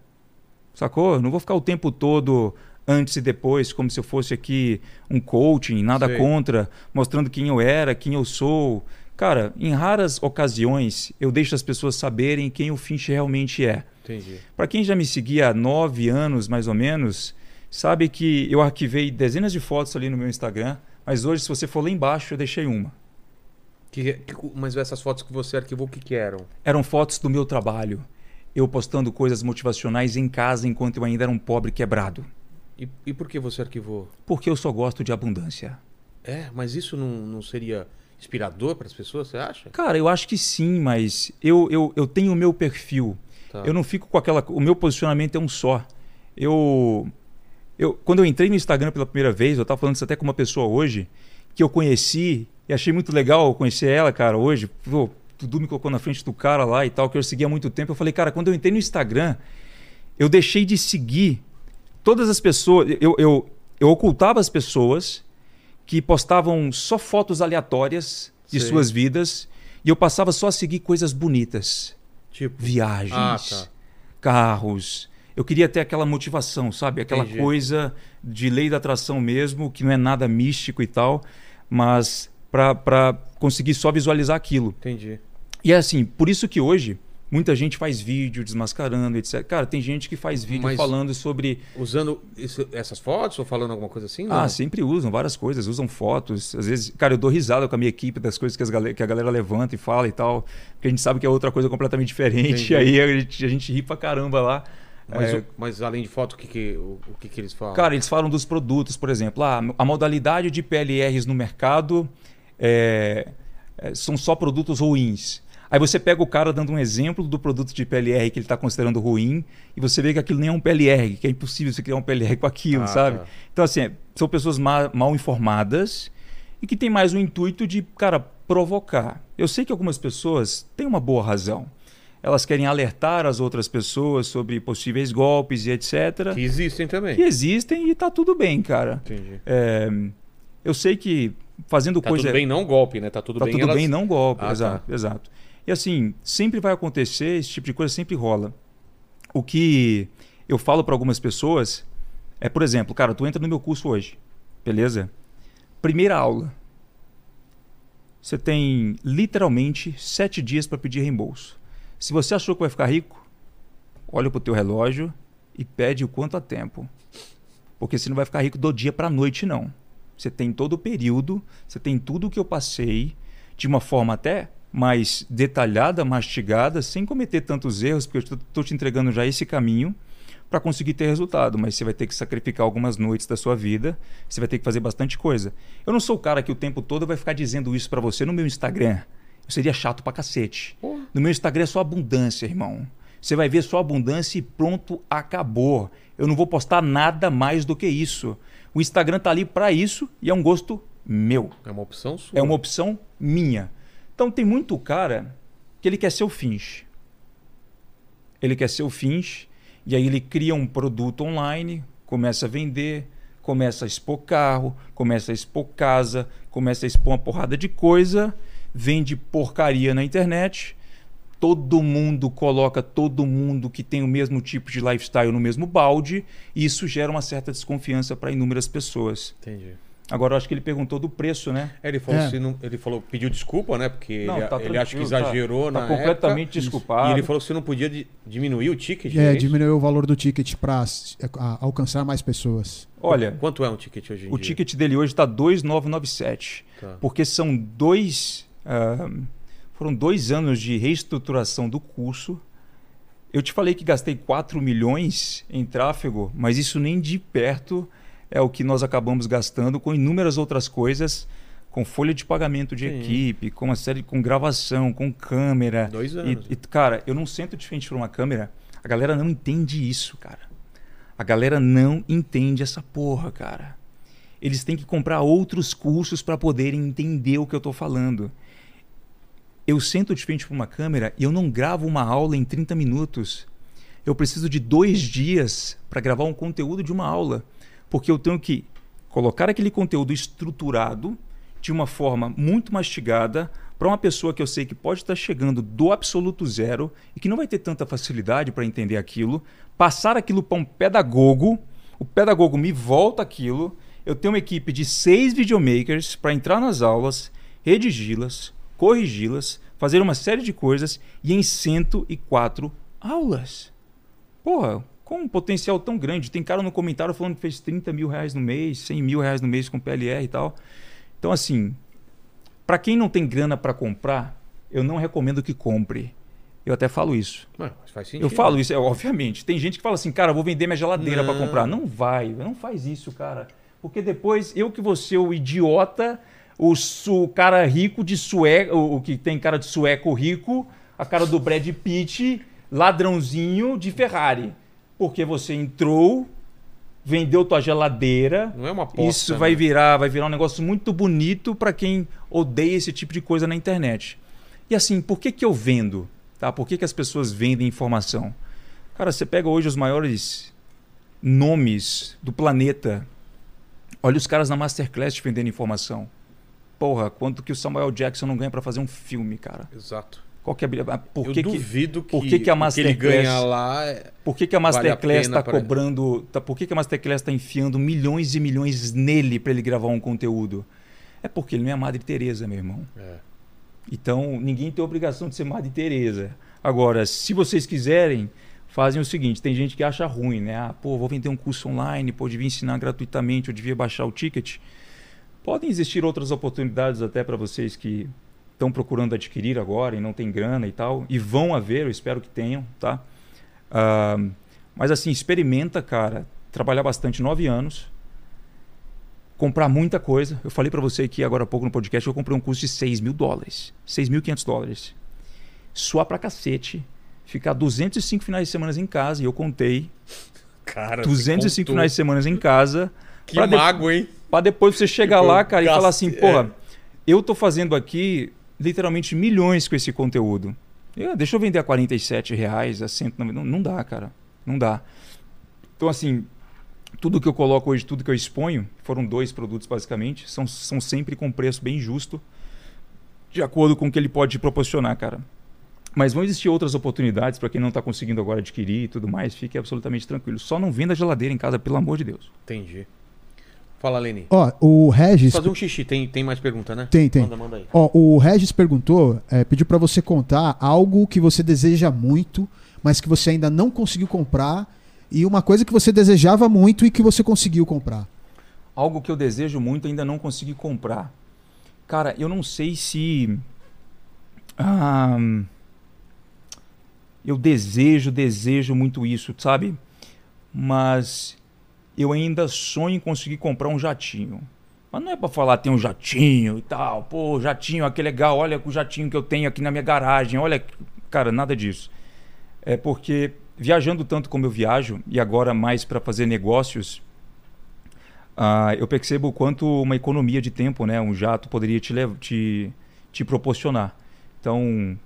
S3: Sacou? Eu não vou ficar o tempo todo antes e depois, como se eu fosse aqui um coaching, nada
S1: Sei.
S3: contra, mostrando quem eu era, quem eu sou. Cara, em raras ocasiões eu deixo as pessoas saberem quem o Finch realmente é.
S1: Entendi.
S3: Para quem já me seguia há nove anos, mais ou menos, sabe que eu arquivei dezenas de fotos ali no meu Instagram, mas hoje, se você for lá embaixo, eu deixei uma.
S1: Que- que- mas essas fotos que você arquivou, o que que eram?
S3: Eram fotos do meu trabalho, eu postando coisas motivacionais em casa enquanto eu ainda era um pobre quebrado.
S1: E, e por que você arquivou?
S3: Porque eu só gosto de abundância.
S1: É, mas isso não, não seria inspirador para as pessoas, você acha?
S3: Cara, eu acho que sim, mas eu, eu, eu tenho o meu perfil.
S1: Tá.
S3: Eu não fico com aquela. O meu posicionamento é um só. Eu, eu. Quando eu entrei no Instagram pela primeira vez, eu tava falando isso até com uma pessoa hoje, que eu conheci e achei muito legal conhecer ela, cara, hoje. Pô, Dudu me colocou na frente do cara lá e tal, que eu seguia há muito tempo. Eu falei, cara, quando eu entrei no Instagram, eu deixei de seguir todas as pessoas. Eu, eu, eu ocultava as pessoas que postavam só fotos aleatórias de
S1: Sei.
S3: suas vidas e eu passava só a seguir coisas bonitas,
S1: Tipo,
S3: viagens,
S1: Ah, tá.
S3: carros. Eu queria ter aquela motivação, sabe? Aquela
S1: Entendi.
S3: coisa de lei da atração mesmo, que não é nada místico e tal, mas para conseguir só visualizar aquilo.
S1: entendi.
S3: E é assim, por isso que hoje muita gente faz vídeo desmascarando, etc. Cara, tem gente que faz vídeo
S1: Mas-
S3: falando sobre
S1: Usando isso- essas fotos ou falando alguma coisa assim?
S3: Ah,
S1: não?
S3: sempre usam várias coisas, usam fotos. Às vezes, cara, eu dou risada com a minha equipe das coisas que, as gale- que a galera levanta e fala e tal, porque a gente sabe que é outra coisa completamente diferente.
S1: Entendi.
S3: E aí a gente, a gente ri pra caramba lá.
S1: Mas,
S3: É,
S1: o- mas além de foto, o que, que, o, o que, que eles falam?
S3: Cara, eles falam dos produtos, por exemplo, ah, a modalidade de PLRs no mercado é, é, são só produtos ruins. Aí você pega o cara dando um exemplo do produto de PLR que ele está considerando ruim e você vê que aquilo nem é um PLR, que é impossível você criar um PLR com aquilo,
S1: Ah,
S3: sabe?
S1: tá.
S3: Então, assim, é, são pessoas ma- mal informadas e que tem mais o intuito de, cara, provocar. Eu sei que algumas pessoas têm uma boa razão. Elas querem alertar as outras pessoas sobre possíveis golpes e etc
S1: que existem também.
S3: que existem e tá tudo bem, cara.
S1: Entendi.
S3: É, eu sei que fazendo
S1: Tá
S3: coisa.
S1: tudo bem, não golpe, né? Tá tudo
S3: é. tá
S1: bem.
S3: tudo
S1: elas-
S3: bem, não golpe.
S1: Ah, tá.
S3: exato, exato. E assim, sempre vai acontecer, esse tipo de coisa sempre rola. O que eu falo para algumas pessoas é, por exemplo, cara, tu entra no meu curso hoje, beleza? Primeira aula. Você tem literalmente sete dias para pedir reembolso. Se você achou que vai ficar rico, olha pro teu relógio e pede o quanto há tempo. Porque você não vai ficar rico do dia para noite, não. Você tem todo o período, você tem tudo o que eu passei, de uma forma até mais detalhada, mastigada, sem cometer tantos erros, porque eu estou te entregando já esse caminho para conseguir ter resultado. Mas você vai ter que sacrificar algumas noites da sua vida, você vai ter que fazer bastante coisa. Eu não sou o cara que o tempo todo vai ficar dizendo isso para você no meu Instagram. Eu seria chato pra cacete.
S1: Porra.
S3: No meu Instagram é só abundância, irmão. Você vai ver só abundância e pronto, acabou. Eu não vou postar nada mais do que isso. O Instagram tá ali para isso e é um gosto meu.
S1: É uma opção sua.
S3: É uma opção minha. Então tem muito cara que ele quer ser o Finch. Ele quer ser o Finch e aí ele cria um produto online, começa a vender, começa a expor carro, começa a expor casa, começa a expor uma porrada de coisa, vende porcaria na internet. Todo mundo coloca todo mundo que tem o mesmo tipo de lifestyle no mesmo balde, e isso gera uma certa desconfiança para inúmeras pessoas.
S1: Entendi.
S3: Agora, eu acho que ele perguntou do preço, né?
S1: Ele falou,
S2: É.
S1: se não- ele falou, pediu desculpa, né? Porque
S3: Não,
S1: ele,
S3: tá
S1: ele acha que
S3: tranquilo, tá-
S1: exagerou
S3: tá
S1: na
S3: completamente
S1: época.
S3: desculpado.
S1: E ele falou que você não podia di- diminuir o ticket.
S2: É,
S1: isso?
S2: diminuiu o valor do ticket para alcançar mais pessoas.
S3: Olha,
S1: Quanto é um ticket hoje em
S3: o
S1: dia?
S3: ticket dele hoje tá está 2,997.
S1: Tá.
S3: Porque são dois. ah, foram dois anos de reestruturação do curso. Eu te falei que gastei 4 milhões em tráfego, mas isso nem de perto é o que nós acabamos gastando com inúmeras outras coisas, com folha de pagamento de
S1: Sim.
S3: equipe, com uma série, com gravação, com câmera.
S1: Dois
S3: E-
S1: anos.
S3: E, cara, eu não sento de frente para uma câmera. A galera não entende isso, cara. A galera não entende essa porra, cara. Eles têm que comprar outros cursos para poderem entender o que eu tô falando. Eu sento de frente para uma câmera e eu não gravo uma aula em 30 minutos. Eu preciso de dois dias para gravar um conteúdo de uma aula, porque eu tenho que colocar aquele conteúdo estruturado de uma forma muito mastigada para uma pessoa que eu sei que pode estar chegando do absoluto zero e que não vai ter tanta facilidade para entender aquilo, passar aquilo para um pedagogo, o pedagogo me volta aquilo, eu tenho uma equipe de seis videomakers para entrar nas aulas, redigi-las, corrigi-las, fazer uma série de coisas e em 104 aulas. Porra, com um potencial tão grande. Tem cara no comentário falando que fez 30 mil reais no mês, 100 mil reais no mês com PLR e tal. Então, assim, pra quem não tem grana pra comprar, eu não recomendo que compre. Eu até falo isso.
S1: Mano, mas faz sentido.
S3: Eu falo isso, é, obviamente. Tem gente que fala assim, cara, eu vou vender minha geladeira pra
S1: Não.
S3: comprar. Não vai, não faz isso, cara. Porque depois eu que vou ser o idiota, o, su, o cara rico de sueco, o, o que tem cara de sueco rico, a cara do Brad Pitt, ladrãozinho de Ferrari. Porque você entrou, vendeu tua geladeira,
S1: Não é uma aposta,
S3: isso vai
S1: né?
S3: virar, vai virar um negócio muito bonito para quem odeia esse tipo de coisa na internet. E assim, por que, que eu vendo? Tá? Por que, que as pessoas vendem informação? Cara, você pega hoje os maiores nomes do planeta. Olha os caras na Masterclass te vendendo informação. Porra, quanto que o Samuel Jackson não ganha para fazer um filme, cara?
S1: Exato.
S3: Qual que é a brilha- ah, Por
S1: eu
S3: que que...
S1: duvido que,
S3: por que que a
S1: o ele
S3: Masterclass-
S1: ganha lá... é-
S3: Por que, que a
S1: Vale a
S3: Masterclass
S1: pena
S3: está
S1: pra-
S3: cobrando. tá- por que, que a Masterclass está enfiando milhões e milhões nele para ele gravar um conteúdo? É porque ele não é a Madre Teresa, meu irmão.
S1: É.
S3: Então, ninguém tem obrigação de ser Madre Teresa. Agora, se vocês quiserem, fazem o seguinte: tem gente que acha ruim, né? Ah, pô, vou vender um curso online, pô, eu devia ensinar gratuitamente, eu devia baixar o ticket. Podem existir outras oportunidades até para vocês que estão procurando adquirir agora e não tem grana e tal. E vão haver, eu espero que tenham, tá? Ah, mas assim, experimenta, cara. Trabalhar bastante nove anos. Comprar muita coisa. Eu falei pra você aqui agora há pouco no podcast que eu comprei um curso de 6 mil dólares. 6.500 dólares. Suar pra cacete. Ficar 205 finais de semana em casa. E eu contei
S1: Cara,
S3: 205 finais de semana em casa.
S1: Que
S3: pra de-
S1: mago, hein?
S3: Pra depois você chegar
S1: Tipo,
S3: lá, cara, e falar assim,
S1: gasto-
S3: porra, eu tô fazendo aqui literalmente milhões com esse conteúdo. Eu- deixa eu vender a 47 reais, a 190. Não, não dá, cara. Não dá. Então, assim, tudo que eu coloco hoje, tudo que eu exponho, foram dois produtos basicamente, são, são sempre com preço bem justo, de acordo com o que ele pode te proporcionar, cara. Mas vão existir outras oportunidades para quem não está conseguindo agora adquirir e tudo mais, fique absolutamente tranquilo. Só não venda a geladeira em casa, pelo amor de Deus.
S1: Entendi. Fala, Leni.
S2: Ó, o Regis.
S1: Fazer um xixi. Tem, tem mais pergunta, né?
S2: Tem, tem.
S1: Manda, manda aí.
S2: Ó, o Regis perguntou, é, pediu pra você contar algo que você deseja muito, mas que você ainda não conseguiu comprar, e uma coisa que você desejava muito e que você conseguiu comprar.
S3: algo que eu desejo muito ainda não consegui comprar. Cara, eu não sei se ah, eu desejo, desejo muito isso, sabe? Mas eu ainda sonho em conseguir comprar um jatinho. Mas não é pra falar tem um jatinho e tal, pô, jatinho, ah, que legal, olha o jatinho que eu tenho aqui na minha garagem, olha, cara, nada disso. É porque viajando tanto como eu viajo e agora mais pra fazer negócios, ah, eu percebo o quanto uma economia de tempo, né, um jato poderia te, lev- te, te proporcionar. Então,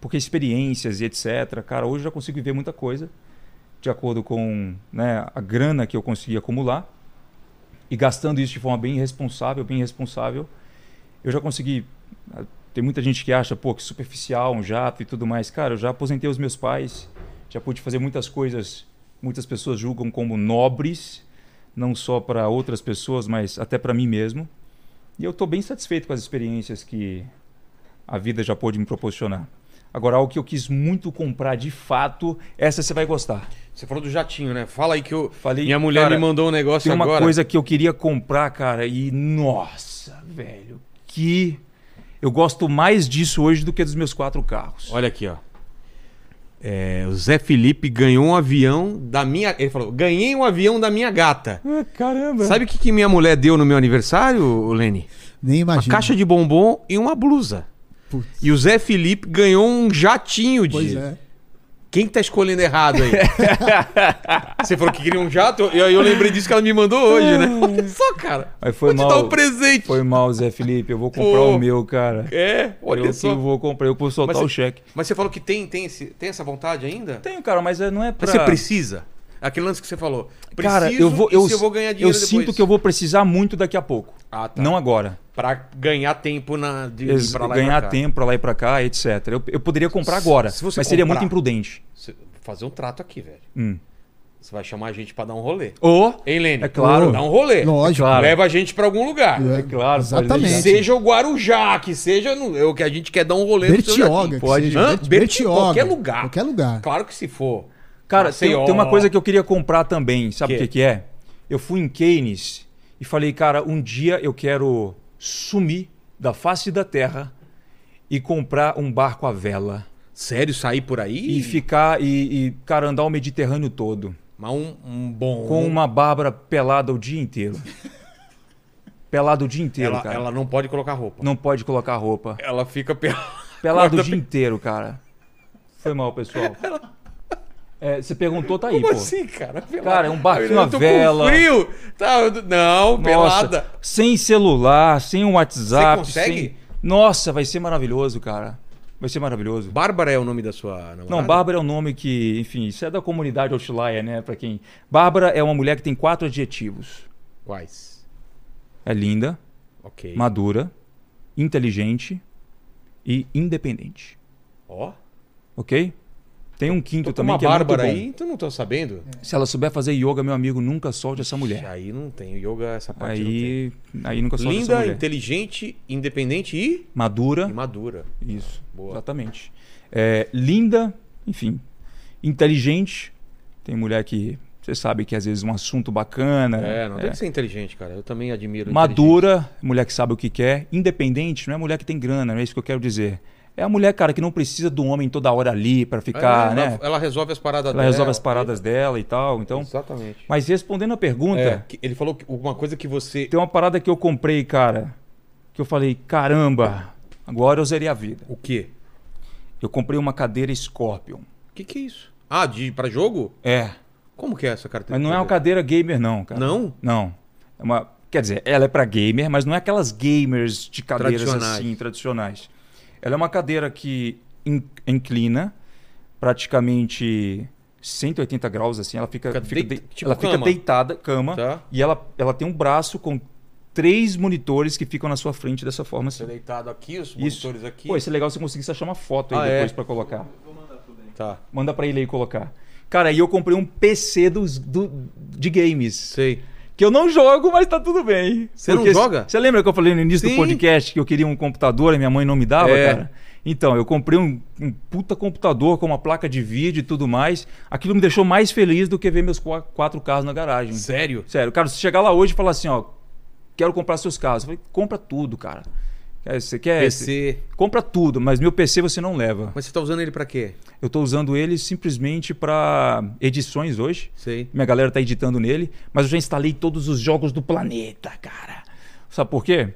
S3: porque experiências e etc. Cara, hoje eu já consigo ver muita coisa de acordo com né, a grana que eu consegui acumular. e gastando isso de forma bem responsável, bem responsável, eu já consegui. ah, Tem muita gente que acha, pô, que superficial, um jato e tudo mais. Cara, eu já aposentei os meus pais, já pude fazer muitas coisas, muitas pessoas julgam como nobres, não só para outras pessoas, mas até para mim mesmo. E eu estou bem satisfeito com as experiências que a vida já pôde me proporcionar. Agora, algo que eu quis muito comprar de fato, essa você vai gostar.
S1: Você falou do jatinho, né? Fala aí que eu.
S3: Falei,
S1: Minha mulher
S3: cara,
S1: me mandou um negócio
S3: Tem uma
S1: agora.
S3: coisa que eu queria comprar, cara, e nossa, velho, que eu gosto mais disso hoje do que dos meus quatro carros.
S1: Olha aqui, ó. É, o Zé Felipe ganhou um avião da minha. Ele falou: ganhei um avião da minha gata.
S3: Hum. caramba.
S1: Sabe o que, que minha mulher deu no meu aniversário, ô Lene?
S2: Nem
S1: Uma
S2: imagino.
S1: caixa de bombom e uma blusa.
S2: Putz.
S1: E o Zé Felipe ganhou um jatinho de.
S2: Pois é.
S1: Quem tá escolhendo errado aí? Você falou que queria um jato, e aí eu lembrei disso que ela me mandou hoje, né? Olha só, cara.
S3: Mas foi
S1: Vou te dar
S3: mal.
S1: um presente.
S3: Foi mal, Zé Felipe, eu vou comprar
S1: Pô.
S3: o meu, cara.
S1: É, olha
S3: eu
S1: só.
S3: que vou comprar, eu vou soltar
S1: Mas
S3: o
S1: você-
S3: cheque.
S1: Mas você falou que tem, tem, esse- tem essa vontade ainda?
S3: Tenho, cara, mas é- não é pra...
S1: Mas você precisa. Aquele lance que você falou. Preciso
S3: Cara, eu vou,
S1: e
S3: eu,
S1: se eu vou ganhar dinheiro
S3: eu
S1: depois?
S3: sinto que eu vou precisar muito daqui a pouco.
S1: Ah, tá.
S3: Não agora.
S1: Pra ganhar tempo na, de de ir
S3: Ex-
S1: pra lá e pra
S3: ganhar
S1: cá.
S3: tempo pra lá e pra cá, etc. Eu, eu poderia comprar agora,
S1: se você
S3: mas seria
S1: comprar-
S3: muito imprudente.
S1: Você- Fazer um trato aqui, velho.
S3: Hum.
S1: Você vai chamar a gente pra dar um rolê.
S3: Ou,
S1: Hein, Lene?
S3: É claro.
S1: Dá um rolê.
S2: Lógico.
S3: Claro.
S1: Leva a gente pra algum lugar.
S2: É,
S3: claro, pode
S2: Exatamente.
S3: deixar.
S1: Seja o Guarujá, que seja no, é o que a gente quer dar um rolê no seu
S2: Bertioga.
S1: jardim.
S2: que
S3: Pode.
S2: seja.
S1: Hã?
S2: Bert-
S1: Bertioga, qualquer lugar.
S2: Qualquer lugar.
S1: Claro que se for.
S3: Cara, tem,
S1: Maceió.
S3: tem uma coisa que eu queria comprar também, sabe o
S1: um Quê?
S3: que, que é? Eu fui em Keynes e falei, cara, um dia eu quero sumir da face da terra e comprar um barco à vela
S1: Sério, sair por aí?
S3: e ficar e, e, cara, andar o Mediterrâneo todo
S1: Mas um, um bom.
S3: com uma Bárbara pelada o dia inteiro. pelada o dia inteiro,
S1: ela,
S3: cara.
S1: ela não pode colocar roupa.
S3: Não pode colocar roupa.
S1: Ela fica pela.
S3: Pelado
S1: Acorda
S3: o dia inteiro, cara. Foi mal, pessoal. É, você perguntou, tá aí,
S1: Como
S3: pô.
S1: assim, cara? Pelada.
S3: Cara, é um barquinho
S1: Eu
S3: à
S1: tô
S3: vela.
S1: Com frio. Tá, eu tô- não,
S3: Nossa,
S1: pelada.
S3: Sem celular, sem um WhatsApp.
S1: Você consegue?
S3: sem- Nossa, vai ser maravilhoso, cara. Vai ser maravilhoso.
S1: Bárbara é o nome da sua namorada?
S3: Não, Bárbara é um nome que, enfim, isso é da comunidade Outlier, né? Pra quem. Bárbara é uma mulher que tem quatro adjetivos:
S1: Quais?
S3: é linda,
S1: Ok.
S3: madura, inteligente e independente.
S1: Ó.
S3: Ok? Tem um quinto
S1: Tô com
S3: também
S1: uma
S3: que é muito bom.
S1: Bárbara aí, então não tô sabendo.
S3: Se ela souber fazer yoga, meu amigo, nunca solte essa mulher.
S1: Aí não tem. Yoga, essa parte não tem.
S3: É. Aí, aí nunca solte essa
S1: Linda,
S3: mulher. Ah.
S1: inteligente, independente e,
S3: Madura.
S1: e madura.
S3: Isso,
S1: Boa.
S3: exatamente. É, linda, enfim, inteligente. Tem mulher que você sabe que às vezes um assunto bacana.
S1: É, não
S3: é,
S1: tem que ser inteligente, cara. Eu também admiro.
S3: Madura, mulher que sabe o que quer. Independente, não é mulher que tem grana, não é isso que eu quero dizer. É a mulher, cara, que não precisa do homem toda hora ali pra
S1: inteligente. É,
S3: ficar, né?
S1: ela, é, ela resolve as paradas
S3: Ela resolve as paradas dela e tal. Então,
S1: Exatamente.
S3: mas respondendo a pergunta,
S1: É, que- ele falou que uma coisa que você.
S3: tem uma parada que eu comprei, cara, que eu falei, caramba, agora eu zerei a vida.
S1: O quê?
S3: Eu comprei uma cadeira Scorpion.
S1: O que, que é isso? Ah, de pra jogo?
S3: É.
S1: Como que é essa carteira?
S3: Mas não é uma cadeira gamer, não, cara.
S1: Não?
S3: Não. É uma, quer dizer, ela é pra gamer, mas não é aquelas gamers de cadeiras
S1: Tradicionais.
S3: assim, tradicionais. Ela é uma cadeira que in- inclina praticamente 180 graus, assim. Ela fica,
S1: Fica
S3: fica,
S1: dei-
S3: dei-
S1: tipo
S3: ela fica
S1: cama.
S3: deitada, cama,
S1: Tá.
S3: e ela, ela tem um braço com três monitores que ficam na sua frente dessa forma,
S1: Você
S3: assim.
S1: deitado aqui, os
S3: Isso.
S1: monitores aqui.
S3: Pô, isso é legal se você conseguisse achar uma foto aí
S1: Ah,
S3: depois
S1: é?
S3: pra colocar.
S1: Tá.
S3: Manda pra ele aí colocar. Cara, aí eu comprei um PC dos, do, de games.
S1: Sei.
S3: Que eu não jogo, mas tá tudo bem.
S1: Você não joga?
S3: Você lembra que eu falei no início
S1: Sim.
S3: do podcast que eu queria um computador e minha mãe não me dava,
S1: É.
S3: cara? Então, eu comprei um, um puta computador com uma placa de vídeo e tudo mais. Aquilo me deixou mais feliz do que ver meus qua- quatro carros na garagem.
S1: Sério?
S3: Sério, cara, se chegar lá hoje e falar assim, ó, quero comprar seus carros. Eu falei, compra tudo, cara. Quer- Você quer?
S1: PC.
S3: Compra tudo, mas meu PC você não leva.
S1: Mas você tá usando ele pra quê?
S3: Eu tô usando ele simplesmente para edições hoje.
S1: Sei.
S3: Minha galera tá editando nele, mas eu já instalei todos os jogos do planeta, cara. Sabe por quê?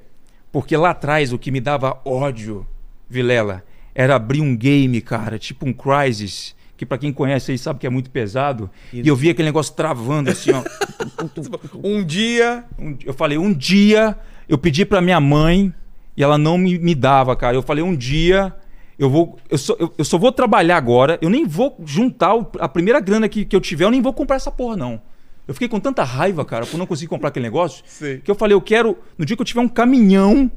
S3: Porque lá atrás o que me dava ódio, Vilela, era abrir um game, cara, tipo um Crysis, que pra quem conhece aí sabe que é muito pesado, e, eu via aquele negócio travando assim, ó.
S1: Um dia.
S3: Um- eu falei, um dia eu pedi pra minha mãe e ela não me, me dava, cara. Eu falei, um dia eu vou. Eu só, eu, eu só vou trabalhar agora. Eu nem vou juntar o- a primeira grana que, que eu tiver, eu nem vou comprar essa porra, não. Eu fiquei com tanta raiva, cara, por não conseguir comprar aquele negócio,
S1: Sei.
S3: que eu falei, eu quero, no dia que eu tiver um caminhão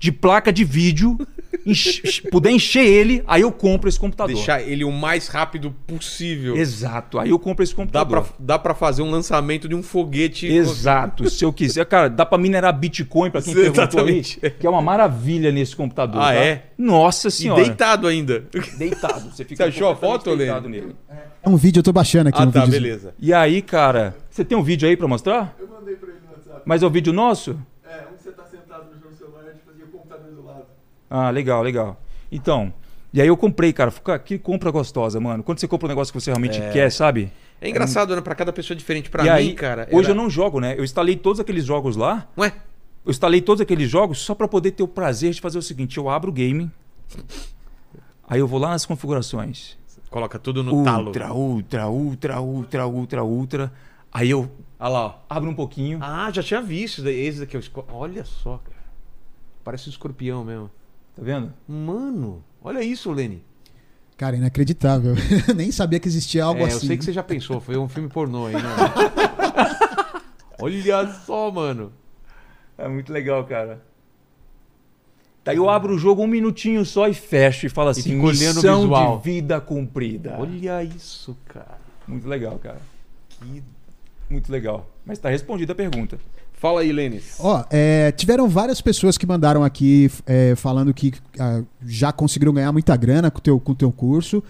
S3: de placa de vídeo, enche- puder encher ele, aí eu compro esse computador.
S1: Deixar ele o mais rápido possível.
S3: Exato, aí eu compro esse
S1: Dá
S3: computador.
S1: pra, dá pra fazer um lançamento de um foguete.
S3: Exato, se eu quiser, cara, dá pra minerar Bitcoin pra quem perguntou aí,
S1: Exatamente.
S3: que é uma maravilha nesse computador.
S1: Ah,
S3: tá?
S1: é?
S3: Nossa
S1: E
S3: senhora.
S1: deitado ainda.
S3: Deitado, você fica
S1: Você achou a
S3: completamente
S1: foto, Lê?
S3: deitado nele.
S2: É um vídeo, eu tô baixando aqui.
S1: Ah,
S2: um
S1: tá,
S2: videozinho.
S1: beleza.
S3: E aí, cara, você tem um vídeo aí pra mostrar?
S5: Eu mandei pra ele no WhatsApp.
S3: Mas é o vídeo nosso?
S5: É, um que você tá sentado no jogo celular e fazia o computador do lado.
S3: Ah, legal, legal. Então, e aí eu comprei, cara. Fica- Que compra gostosa, mano. Quando você compra um negócio que você realmente quer, sabe?
S1: É engraçado, né? Pra cada pessoa diferente. Pra
S3: e
S1: mim,
S3: aí,
S1: cara.
S3: hoje
S1: era-
S3: eu não jogo, né? Eu instalei todos aqueles jogos lá.
S1: Ué?
S3: Eu instalei todos aqueles jogos só pra poder ter o prazer de fazer o seguinte: eu abro o game, aí eu vou lá nas configurações.
S1: Coloca tudo no talo.
S3: Ultra, ultra, ultra, ultra, ultra, ultra. Aí eu
S1: Olha lá, ó.
S3: abro um pouquinho.
S1: Ah, já tinha visto. isso daí. Esse daqui é o esco- Olha só, cara. Parece um escorpião mesmo.
S3: Tá vendo?
S1: Mano, olha isso, Lene.
S2: Cara, inacreditável. Nem sabia que existia algo
S1: É,
S2: assim.
S1: eu sei que você já pensou. Foi um filme pornô aí, né? olha só, mano.
S3: É muito legal, cara. Daí eu abro o jogo um minutinho só e fecho e falo assim:
S1: fica olhando o
S3: missão
S1: visual.
S3: de vida cumprida.
S1: Olha isso, cara.
S3: Muito legal, cara. Que muito legal. Mas tá respondida a pergunta.
S1: Fala aí, Lênis.
S2: Ó, é, tiveram várias pessoas que mandaram aqui é, falando que ah, já conseguiram ganhar muita grana com o teu, com o teu curso.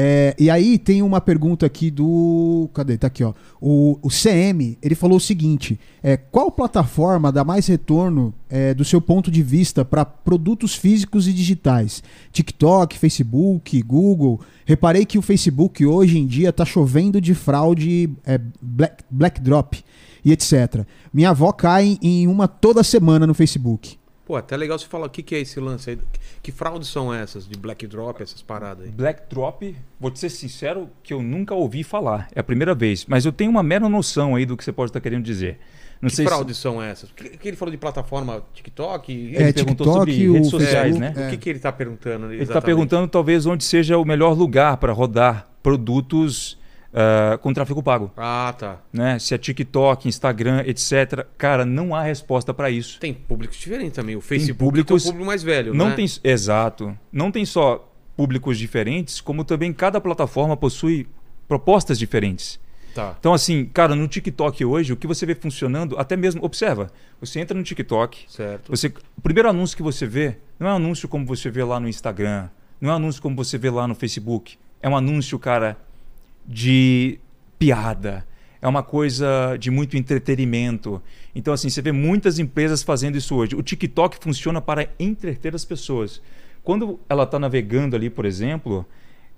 S2: É, e aí tem uma pergunta aqui do. Cadê? Tá aqui, ó. O, o CM, ele falou o seguinte: é, qual plataforma dá mais retorno é, do seu ponto de vista para produtos físicos e digitais? TikTok, Facebook, Google. Reparei que o Facebook hoje em dia tá chovendo de fraude é, black, black drop e etc. Minha avó cai em uma toda semana no Facebook.
S1: Pô, até legal você falar o que, que é esse lance aí. Que, que fraudes são essas de Black Drop, essas paradas aí?
S3: Black Drop, vou te ser sincero que eu nunca ouvi falar. É a primeira vez. Mas eu tenho uma mera noção aí do que você pode estar querendo dizer. Não
S1: Que
S3: sei
S1: fraudes são essas? O que, que ele falou de plataforma TikTok?
S3: Ele
S2: É,
S3: perguntou
S2: TikTok,
S3: sobre
S2: o
S3: redes sociais,
S2: Facebook, É,
S3: né?
S1: O que, que ele tá perguntando?
S3: Ele está perguntando talvez onde seja o melhor lugar para rodar produtos ah, com tráfego pago.
S1: Ah, tá.
S3: né? Se é TikTok, Instagram, etc. Cara, não há resposta para isso.
S1: Tem públicos diferentes também. O Facebook tem um
S3: públicos-
S1: público mais velho,
S3: não
S1: né?
S3: tem, exato. Não tem só públicos diferentes, como também cada plataforma possui propostas diferentes.
S1: Tá.
S3: Então, assim, cara, no TikTok hoje, o que você vê funcionando, até mesmo, observa, você entra no TikTok,
S1: Certo.
S3: você, o primeiro anúncio que você vê não é um anúncio como você vê lá no Instagram, não é um anúncio como você vê lá no Facebook. É um anúncio, cara, de piada. É uma coisa de muito entretenimento. Então, assim, você vê muitas empresas fazendo isso hoje. O TikTok funciona para entreter as pessoas. Quando ela está navegando ali, por exemplo,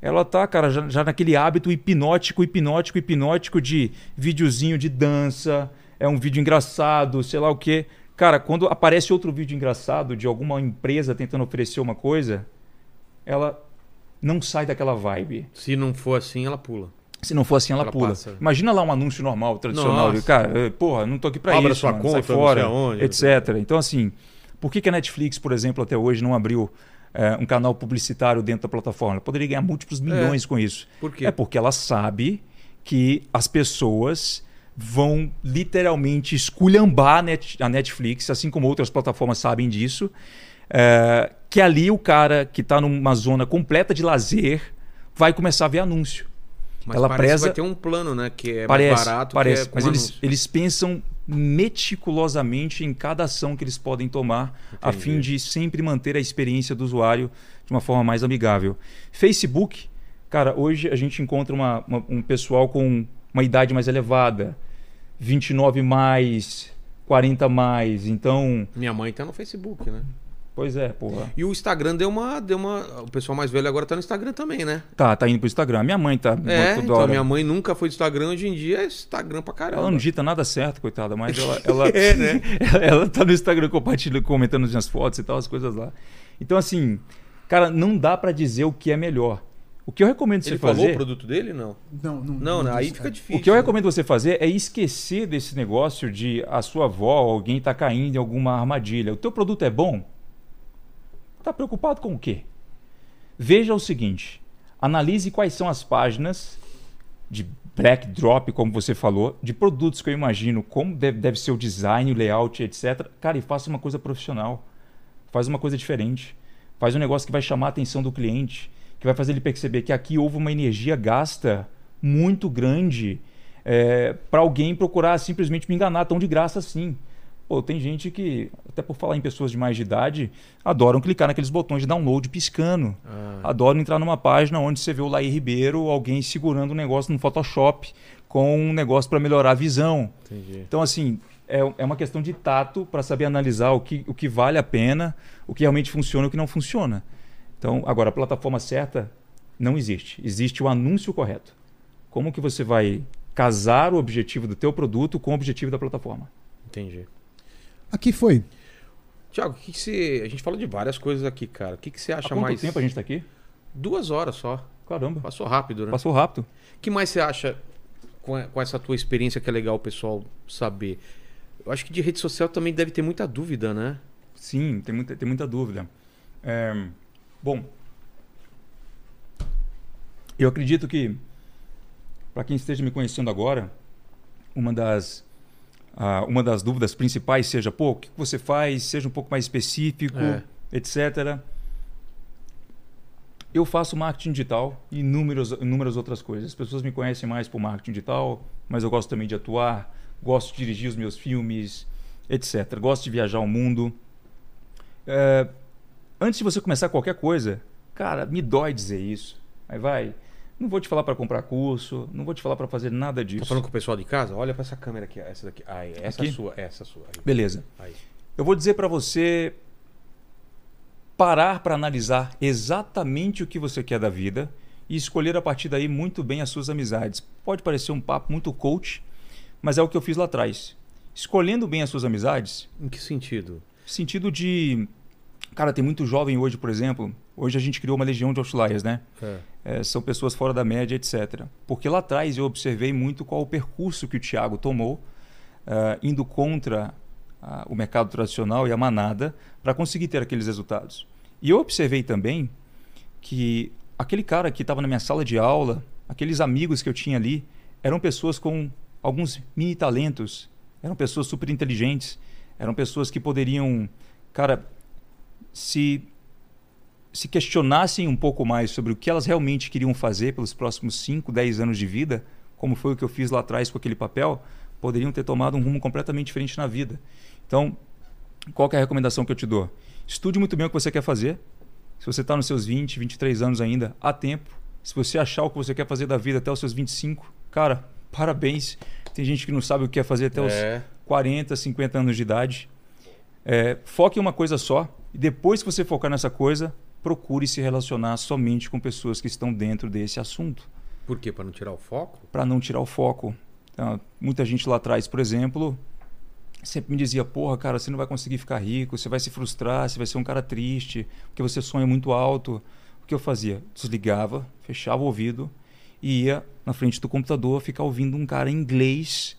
S3: ela tá, cara, já, já naquele hábito hipnótico, hipnótico, hipnótico de videozinho de dança, é um vídeo engraçado, sei lá o quê. Cara, quando aparece outro vídeo engraçado de alguma empresa tentando oferecer uma coisa, ela não sai daquela vibe.
S1: Se não for assim, ela pula.
S3: Se não for assim, ela,
S1: Ela
S3: pula.
S1: passa.
S3: Imagina lá um anúncio normal, tradicional.
S1: Nossa.
S3: Cara, eh, porra, não tô aqui pra
S1: Abra
S3: isso.
S1: sua
S3: mano,
S1: conta,
S3: sai
S1: não sei
S3: fora,
S1: aonde, né?
S3: etc. Então, assim, por que, que a Netflix, por exemplo, até hoje não abriu eh, um canal publicitário dentro da plataforma? Ela poderia ganhar
S1: É,
S3: múltiplos milhões com isso.
S1: Por quê?
S3: É porque ela sabe que as pessoas vão literalmente esculhambar a Net- a Netflix, assim como outras plataformas sabem disso, eh, que ali o cara que está numa zona completa de lazer vai começar a ver anúncio.
S1: Mas
S3: ela
S1: parece
S3: preza-
S1: que vai ter um plano, né? Que é mais
S3: parece,
S1: barato,
S3: parece.
S1: que é com
S3: mas eles,
S1: anúncio.
S3: eles pensam meticulosamente em cada ação que eles podem tomar, a
S1: Entendi.
S3: fim de sempre manter a experiência do usuário de uma forma mais amigável. Facebook, cara, hoje a gente encontra uma- uma- um pessoal com uma idade mais elevada, 29 mais, 40 mais, então,
S1: Minha mãe tá no Facebook, né?
S3: pois é, porra.
S1: E o Instagram deu uma, deu uma. O pessoal mais velho agora tá no Instagram também, né?
S3: Tá, tá indo pro Instagram. Minha mãe tá
S1: É,
S3: toda
S1: então
S3: hora. um
S1: minha mãe nunca foi do Instagram, hoje em dia é Instagram pra caramba.
S3: Ela não digita nada certo, coitada, mas ela, ela,
S1: É, né?
S3: ela, ela tá no Instagram compartilhando, comentando as minhas fotos e tal, as coisas lá. Então, assim, cara, não dá pra dizer o que é melhor. O que eu recomendo você
S1: Ele falou o
S3: fazer. É.
S1: produto dele? Não.
S2: Não,
S1: Não, não, aí fica
S3: O
S1: difícil.
S3: que eu
S1: né?
S3: recomendo você fazer é esquecer desse negócio de a sua avó, alguém tá caindo em alguma armadilha. O teu produto é bom? Tá preocupado com o quê? Veja o seguinte: analise quais são as páginas de backdrop, como você falou, de produtos que eu imagino, como deve, deve ser o design, o layout, etc. Cara, e faça uma coisa profissional. Faz uma coisa diferente. Faz um negócio que vai chamar a atenção do cliente, que vai fazer ele perceber que aqui houve uma energia gasta muito grande é, para alguém procurar simplesmente me enganar tão de graça assim. Pô, tem gente que, até por falar em pessoas de mais de idade, adoram clicar naqueles botões de download piscando.
S1: Ah,
S3: Adoram entrar numa página onde você vê o Laí Ribeiro, alguém segurando um negócio no Photoshop com um negócio para melhorar a visão.
S4: Entendi.
S3: Então, assim, é, é uma questão de tato para saber analisar o que, o que vale a pena, o que realmente funciona e o que não funciona. Então, agora, a plataforma certa não existe. Existe o anúncio correto. Como que você vai casar o objetivo do teu produto com o objetivo da plataforma?
S4: Entendi.
S2: Aqui foi.
S1: Tiago, o que, que você. A gente fala de várias coisas aqui, cara. O que, que você
S3: Há
S1: acha
S3: quanto
S1: mais.
S3: tempo a gente está aqui?
S1: Duas horas só.
S3: Caramba,
S1: Passou rápido, né?
S3: passou rápido.
S1: O que mais você acha com, a- com essa tua experiência que é legal o pessoal saber? Eu acho que de rede social também deve ter muita dúvida, né?
S3: Sim, tem muita, tem muita dúvida. É, bom, eu acredito que, para quem esteja me conhecendo agora, uma das, ah, uma das dúvidas principais seja, pô, o que você faz, seja um pouco mais específico,
S1: É.
S3: etc. Eu faço marketing digital e inúmeras, inúmeras outras coisas. As pessoas me conhecem mais por marketing digital, mas eu gosto também de atuar, gosto de dirigir os meus filmes, etc. Gosto de viajar o mundo. É, antes de você começar qualquer coisa, cara, me dói dizer isso. Aí vai. Não vou te falar para comprar curso, não vou te falar para fazer nada disso.
S1: Tá falando com o pessoal de casa? Olha pra essa câmera aqui, essa daqui. Ai, essa
S3: Aqui?
S1: sua, é essa sua. Aí.
S3: Beleza.
S1: Aí.
S3: Eu vou dizer para você parar para analisar exatamente o que você quer da vida e escolher a partir daí muito bem as suas amizades. Pode parecer um papo muito coach, mas é o que eu fiz lá atrás. Escolhendo bem as suas amizades,
S1: Em que sentido?
S3: sentido de cara, tem muito jovem hoje, por exemplo. Hoje a gente criou uma legião de outliers, né?
S1: É.
S3: É, são pessoas fora da média, etc. Porque lá atrás eu observei muito qual o percurso que o Thiago tomou, ah, indo contra ah, o mercado tradicional e a manada, para conseguir ter aqueles resultados. E eu observei também que aquele cara que estava na minha sala de aula, aqueles amigos que eu tinha ali, eram pessoas com alguns mini talentos, eram pessoas super inteligentes, eram pessoas que poderiam, cara, se se questionassem um pouco mais sobre o que elas realmente queriam fazer pelos próximos 5, 10 anos de vida, como foi o que eu fiz lá atrás com aquele papel, poderiam ter tomado um rumo completamente diferente na vida. Então, qual que é a recomendação que eu te dou? Estude muito bem o que você quer fazer. Se você está nos seus 20, 23 anos ainda, há tempo. Se você achar o que você quer fazer da vida até os seus 25, cara, parabéns. Tem gente que não sabe o que quer fazer até os
S1: É.
S3: 40, 50 anos de idade. É, foque em uma coisa só e depois que você focar nessa coisa, procure se relacionar somente com pessoas que estão dentro desse assunto,
S1: Por quê? Pra não tirar o foco?
S3: para não tirar o foco. Então, muita gente lá atrás, por exemplo, sempre me dizia: porra, cara, você não vai conseguir ficar rico, você vai se frustrar, você vai ser um cara triste, porque você sonha muito alto. O que eu fazia? Desligava, fechava o ouvido e ia na frente do computador ficar ouvindo um cara em inglês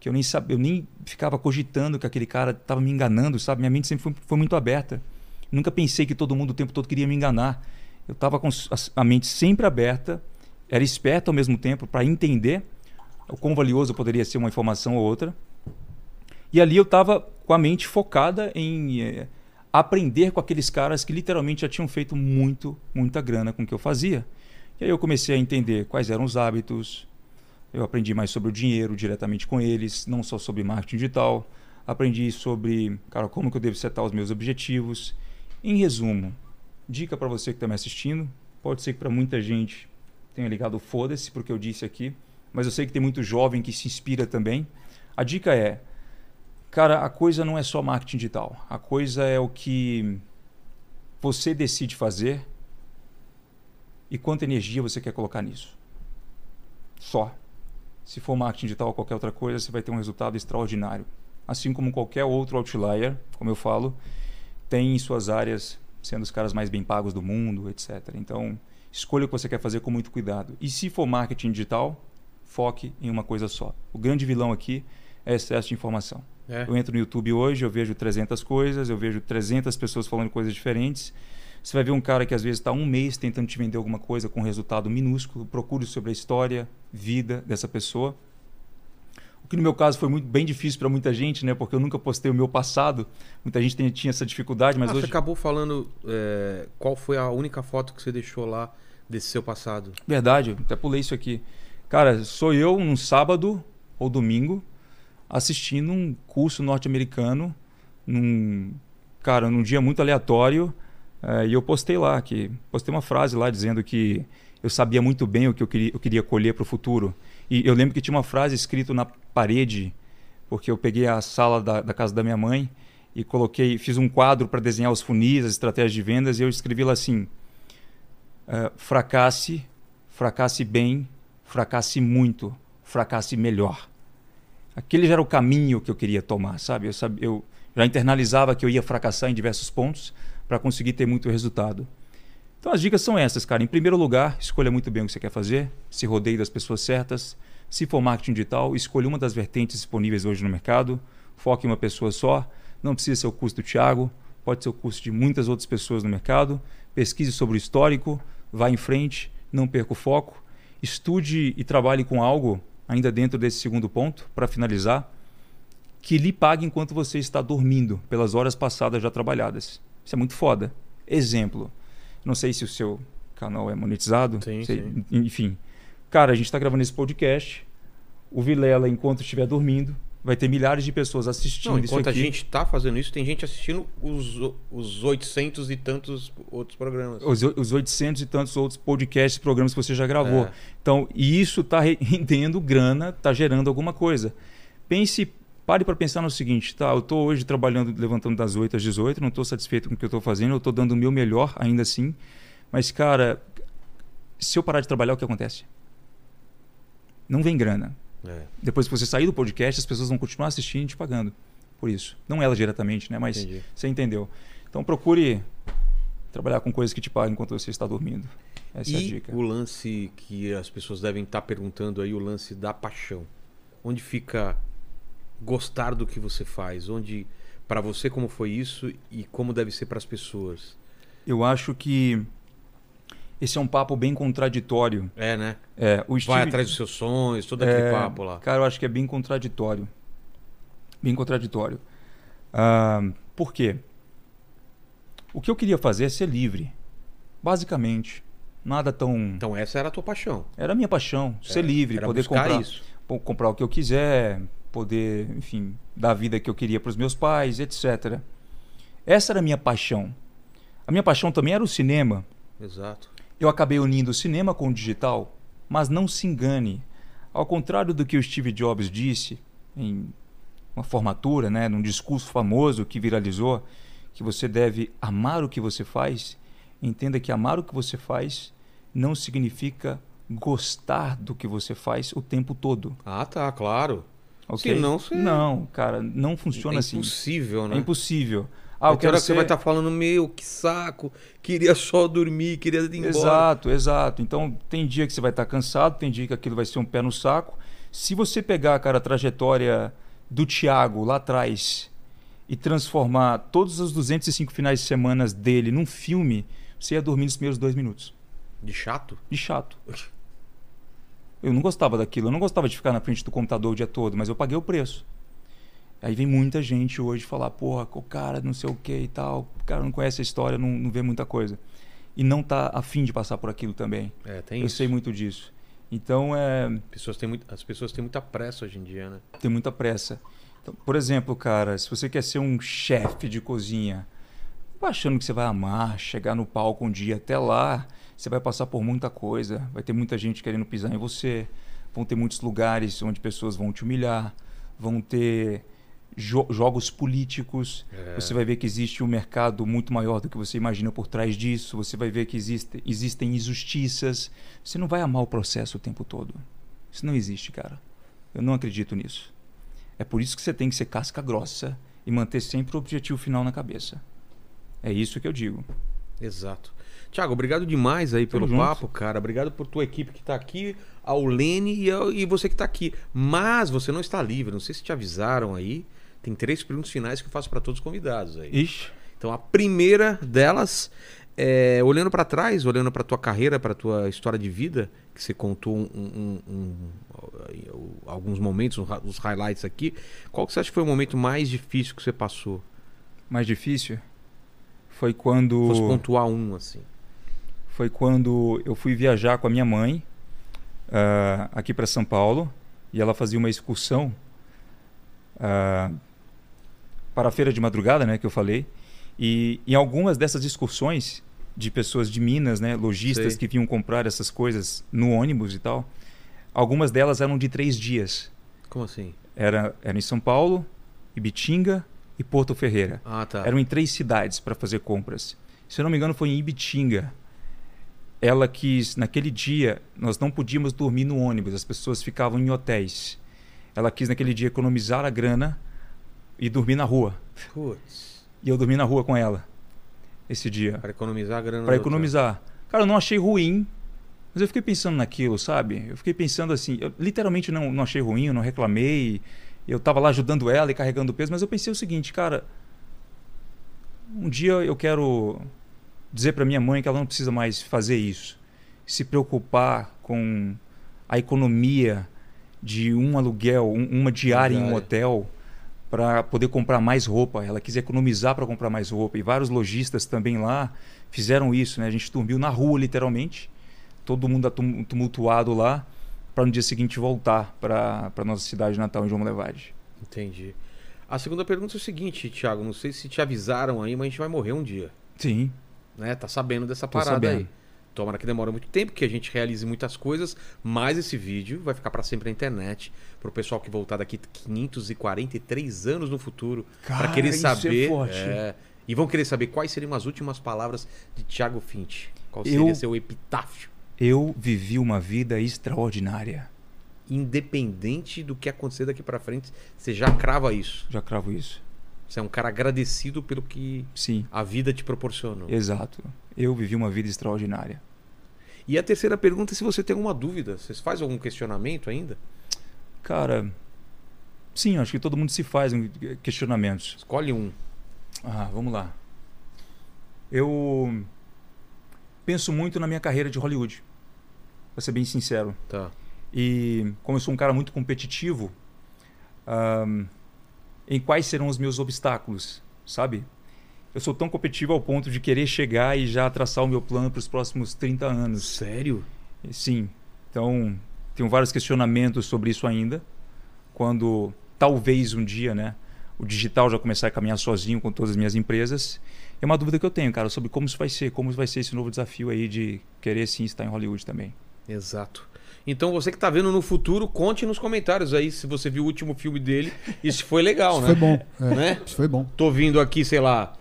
S3: que eu nem sabia, eu nem ficava cogitando que aquele cara estava me enganando, sabe? Minha mente sempre foi, foi muito aberta. Nunca pensei que todo mundo o tempo todo queria me enganar. Eu estava com a, a mente sempre aberta, era esperto ao mesmo tempo para entender o quão valioso poderia ser uma informação ou outra. E ali eu estava com a mente focada em eh, aprender com aqueles caras que literalmente já tinham feito muito, muita grana com o que eu fazia. E aí eu comecei a entender quais eram os hábitos. Eu aprendi mais sobre o dinheiro diretamente com eles, não só sobre marketing digital. Aprendi sobre, cara, como que eu devo setar os meus objetivos. Em resumo, dica para você que está me assistindo, pode ser que para muita gente tenha ligado o foda-se porque eu disse aqui, mas eu sei que tem muito jovem que se inspira também. A dica é, Cara, a coisa não é só marketing digital. A coisa é o que você decide fazer e quanta energia você quer colocar nisso. Só. Se for marketing digital ou qualquer outra coisa, você vai ter um resultado extraordinário. Assim como qualquer outro outlier, como eu falo, tem em suas áreas sendo os caras mais bem pagos do mundo, etc. Então, escolha o que você quer fazer com muito cuidado. E se for marketing digital, foque em uma coisa só. O grande vilão aqui é excesso de informação.
S1: É.
S3: Eu entro no YouTube hoje, eu vejo 300 coisas, eu vejo 300 pessoas falando coisas diferentes. Você vai ver um cara que às vezes está um mês tentando te vender alguma coisa com um resultado minúsculo. Procure sobre a história, vida dessa pessoa. O que no meu caso foi muito bem difícil para muita gente, né? Porque eu nunca postei o meu passado. Muita gente tem- tinha essa dificuldade, mas
S1: Ah,
S3: hoje.
S1: Você acabou falando é, qual foi a única foto que você deixou lá desse seu passado.
S3: Verdade, eu até pulei isso aqui. Cara, sou eu num sábado ou domingo assistindo um curso norte-americano num cara, num dia muito aleatório, eh, e eu postei lá que postei uma frase lá dizendo que eu sabia muito bem o que eu queria, eu queria colher para o futuro. E eu lembro que tinha uma frase escrita na parede, porque eu peguei a sala da, da casa da minha mãe e coloquei, fiz um quadro para desenhar os funis, as estratégias de vendas, e eu escrevi lá assim: eh, fracasse, fracasse bem, fracasse muito, fracasse melhor. Aquele já era o caminho que eu queria tomar, sabe? Eu, sab- eu já internalizava que eu ia fracassar em diversos pontos para conseguir ter muito resultado. Então as dicas são essas, cara. Em primeiro lugar, escolha muito bem o que você quer fazer, se rodeie das pessoas certas. Se for marketing digital, escolha uma das vertentes disponíveis hoje no mercado, foque em uma pessoa só. Não precisa ser o curso do Thiago, pode ser o curso de muitas outras pessoas no mercado. Pesquise sobre o histórico, vá em frente, não perca o foco. Estude e trabalhe com algo, ainda dentro desse segundo ponto, para finalizar, que lhe pague enquanto você está dormindo, pelas horas passadas já trabalhadas. Isso é muito foda. Exemplo. Não sei se o seu canal é monetizado.
S1: Sim,
S3: sei-
S1: sim.
S3: Enfim. Cara, a gente está gravando esse podcast. O Vilela, enquanto estiver dormindo, vai ter milhares de pessoas assistindo
S1: Não,
S3: isso
S1: enquanto a
S3: aqui.
S1: gente tá fazendo isso, tem gente assistindo os, os 800 e tantos outros programas.
S3: Os, o- os 800 e tantos outros podcasts, programas que você já gravou.
S1: É.
S3: Então, e isso está rendendo grana, está gerando alguma coisa. Pense, pare para pensar no seguinte, tá? Eu estou hoje trabalhando, levantando das 8 às 18, não estou satisfeito com o que eu estou fazendo, eu estou dando o meu melhor ainda assim. Mas, cara, se eu parar de trabalhar, o que acontece? Não vem grana.
S1: É,
S3: Depois que você sair do podcast, as pessoas vão continuar assistindo e te pagando por isso. Não elas diretamente, né? Mas
S1: entendi.
S3: você entendeu. Então procure trabalhar com coisas que te pagam enquanto você está dormindo. Essa é a
S1: e
S3: dica.
S1: o lance que as pessoas devem estar perguntando aí, o lance da paixão. Onde fica gostar do que você faz? Onde, para você, como foi isso e como deve ser para as pessoas?
S3: Eu acho que esse é um papo bem contraditório.
S1: É, né?
S3: É, o
S1: Vai
S3: Steve-
S1: atrás dos seus sonhos, todo aquele
S3: É,
S1: papo lá.
S3: Cara, eu acho que é bem contraditório. Bem contraditório. Ah, por quê? O que eu queria fazer é ser livre. Basicamente. Nada tão.
S1: Então essa era a tua paixão.
S3: Era a minha paixão, ser livre,
S1: É, era
S3: poder
S1: buscar
S3: comprar.
S1: isso.
S3: po- comprar o que eu quiser, poder, enfim, dar a vida que eu queria para os meus pais, etc. Essa era a minha paixão. A minha paixão também era o cinema.
S1: Exato.
S3: Eu acabei unindo o cinema com o digital, mas não se engane. Ao contrário do que o Steve Jobs disse em uma formatura, né, num discurso famoso que viralizou, que você deve amar o que você faz, entenda que amar o que você faz não significa gostar do que você faz o tempo todo.
S1: Ah, tá, claro.
S3: Ok?
S1: Senão você-
S3: Não, cara, não
S1: é
S3: funciona assim.
S1: impossível, né?
S3: É impossível. Ah,
S1: Ah,
S3: eu quero
S1: que você
S3: ser...
S1: vai estar falando, meu, que saco, queria só dormir, queria ir embora.
S3: Exato, exato. Então tem dia que você vai estar cansado, tem dia que aquilo vai ser um pé no saco. Se você pegar, cara, a trajetória do Thiago lá atrás e transformar todos os 205 finais de semana dele num filme, você ia dormir nos primeiros dois minutos.
S1: De chato?
S3: De chato. Eu não gostava daquilo, eu não gostava de ficar na frente do computador o dia todo, mas eu paguei o preço. Aí vem muita gente hoje falar, porra, o cara não sei o que e tal, o cara não conhece a história, não, não vê muita coisa. E não tá afim de passar por aquilo também.
S1: É, tem
S3: eu
S1: isso.
S3: sei muito disso. Então, é,
S1: Pessoas têm muito... As pessoas têm muita pressa hoje em dia, né?
S3: tem muita pressa. Então, por exemplo, cara, se você quer ser um chefe de cozinha, não vai achando que você vai amar, chegar no palco um dia até lá, você vai passar por muita coisa, vai ter muita gente querendo pisar em você, vão ter muitos lugares onde pessoas vão te humilhar, vão ter jo- jogos políticos.
S1: É.
S3: Você vai ver que existe um mercado muito maior do que você imagina por trás disso. Você vai ver que existe, existem injustiças. Você não vai amar o processo o tempo todo. Isso não existe, cara. Eu não acredito nisso. É por isso que você tem que ser casca grossa e manter sempre o objetivo final na cabeça. É isso que eu digo.
S1: Exato. Tiago, obrigado demais aí pelo
S3: junto.
S1: papo, cara. Obrigado por tua equipe que tá aqui, ao Lene e, ao- e você que tá aqui. Mas você não está livre, não sei se te avisaram aí. Tem três perguntas finais que eu faço para todos os convidados aí.
S3: Ixi.
S1: Então a primeira delas é, olhando para trás, olhando para tua carreira, para tua história de vida, que você contou um- um- um- um- alguns momentos, um- os highlights aqui, qual que você acha que foi o momento mais difícil que você passou?
S3: Mais difícil foi
S1: Se
S3: quando.
S1: fosse pontuar um, assim.
S3: foi quando eu fui viajar com a minha mãe ah, aqui para São Paulo e ela fazia uma excursão ah, para a feira de madrugada, né, que eu falei. E em algumas dessas excursões de pessoas de Minas, né, lojistas
S1: Sei.
S3: que vinham comprar essas coisas no ônibus e tal, algumas delas eram de três dias.
S1: Como assim?
S3: Era, era em São Paulo, Ibitinga e Porto Ferreira.
S1: Ah, tá.
S3: Eram em três cidades para fazer compras. Se eu não me engano, foi em Ibitinga. Ela quis, naquele dia, nós não podíamos dormir no ônibus, as pessoas ficavam em hotéis. Ela quis, naquele dia, economizar a grana e dormir na rua.
S1: Putz.
S3: E eu dormi na rua com ela, esse dia,
S1: Para economizar a grana.
S3: para
S1: do hotel.
S3: economizar. Cara, eu não achei ruim, mas eu fiquei pensando naquilo, sabe? Eu fiquei pensando assim, eu literalmente não, não achei ruim, eu não reclamei. Eu tava lá ajudando ela e carregando o peso, mas eu pensei o seguinte, cara, um dia eu quero dizer para minha mãe que ela não precisa mais fazer isso, se preocupar com a economia de um aluguel, um- uma diária em um
S1: Diária.
S3: hotel para poder comprar mais roupa. Ela quis economizar para comprar mais roupa e vários lojistas também lá fizeram isso, né? A gente dormiu na rua literalmente, todo mundo atum- tumultuado lá para no dia seguinte voltar para para nossa cidade natal em João Levade.
S1: Entendi. A segunda pergunta é o seguinte, Thiago. Não sei se te avisaram aí, mas a gente vai morrer um dia.
S3: Sim.
S1: né? Tá sabendo dessa
S3: Tô
S1: parada
S3: sabendo.
S1: aí. Tomara que demora muito tempo que a gente realize muitas coisas, mas esse vídeo vai ficar pra sempre na internet, pro pessoal que voltar daqui 543 anos no futuro, pra querer saber. é, e vão querer saber quais seriam as últimas palavras de Thiago Finch. Qual seria
S3: Eu-
S1: seu epitáfio?
S3: Eu vivi uma vida extraordinária.
S1: Independente do que acontecer daqui pra frente, você já crava isso.
S3: Já cravo isso.
S1: Você é um cara agradecido pelo que
S3: Sim,
S1: a vida te proporcionou.
S3: exato. Eu vivi uma vida extraordinária.
S1: E a terceira pergunta é se você tem alguma dúvida. Você faz algum questionamento ainda?
S3: Cara, sim, acho que todo mundo se faz em questionamentos.
S1: Escolhe um.
S3: Ah, vamos lá. Eu penso muito na minha carreira de Hollywood. Pra ser bem sincero.
S1: Tá.
S3: E como eu sou um cara muito competitivo, ahm, em quais serão os meus obstáculos, sabe? Eu sou tão competitivo ao ponto de querer chegar e já traçar o meu plano para os próximos 30 anos.
S1: Sério?
S3: E Sim. Então, tenho vários questionamentos sobre isso ainda. Quando talvez um dia, né, o digital já começar a caminhar sozinho com todas as minhas empresas. É uma dúvida que eu tenho, cara, sobre como isso vai ser, como vai ser esse novo desafio aí de querer sim estar em Hollywood também.
S1: Exato. Então você que tá vendo no futuro, conte nos comentários aí se você viu o último filme dele e se foi legal,
S2: Isso
S1: né?
S2: foi bom. é.
S1: Né?
S2: Isso foi bom.
S1: Tô vindo aqui, sei lá,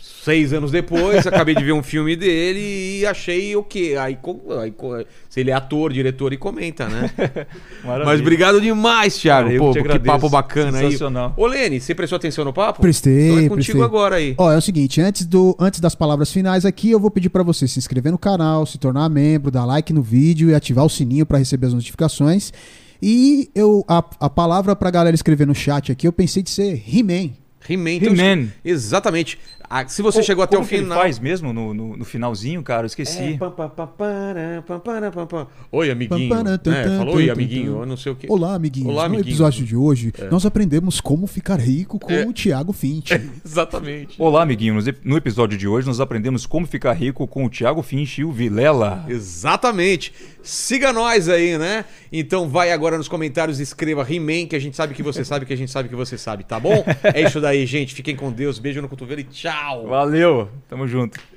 S1: seis anos depois, acabei de ver um filme dele e achei o quê? Aí, co- aí co- se ele é ator, diretor e comenta, né? Mas obrigado demais, Thiago.
S3: Cara, eu
S1: Pô,
S3: te
S1: que
S3: agradeço.
S1: papo bacana aí.
S3: Sensacional.
S1: Ô, Lene, você prestou atenção no papo?
S2: Prestei,
S1: Então é contigo
S2: prestei.
S1: agora aí.
S2: Ó, é o seguinte, antes, do, antes das palavras finais aqui, eu vou pedir pra você se inscrever no canal, se tornar membro, dar like no vídeo e ativar o sininho pra receber as notificações. E eu a, a palavra pra galera escrever no chat aqui, eu pensei de ser He-Man.
S1: He-Man. então
S3: He-Man.
S1: escu- Exatamente. Ah, se você
S3: Co-
S1: chegou até
S3: como
S1: o
S3: que ele
S1: final...
S3: faz mesmo no, no, no finalzinho, cara, eu esqueci.
S1: É, pam, pam, pam, para, pam, para, pam, pam. Oi, amiguinho.
S2: Pam, para, tan,
S1: É,
S2: tan,
S1: falou
S2: tan,
S1: oi,
S2: tan,
S1: amiguinho.
S2: tan.
S1: Eu não sei o que.
S2: Olá, amiguinhos.
S1: Olá,
S2: no
S1: amiguinhos.
S2: episódio de hoje, nós aprendemos como ficar rico com
S1: É.
S2: o Thiago Finch.
S1: Exatamente.
S3: Olá, amiguinhos. No episódio de hoje, nós aprendemos como ficar rico com o Thiago Finch e o Vilela.
S1: Exatamente. Siga nós aí, né? Então vai agora nos comentários e escreva He-Man, que a gente sabe que você sabe, que a gente sabe que você sabe, tá bom? É isso daí, gente. Fiquem com Deus. Beijo no cotovelo e tchau.
S3: Valeu, tamo junto.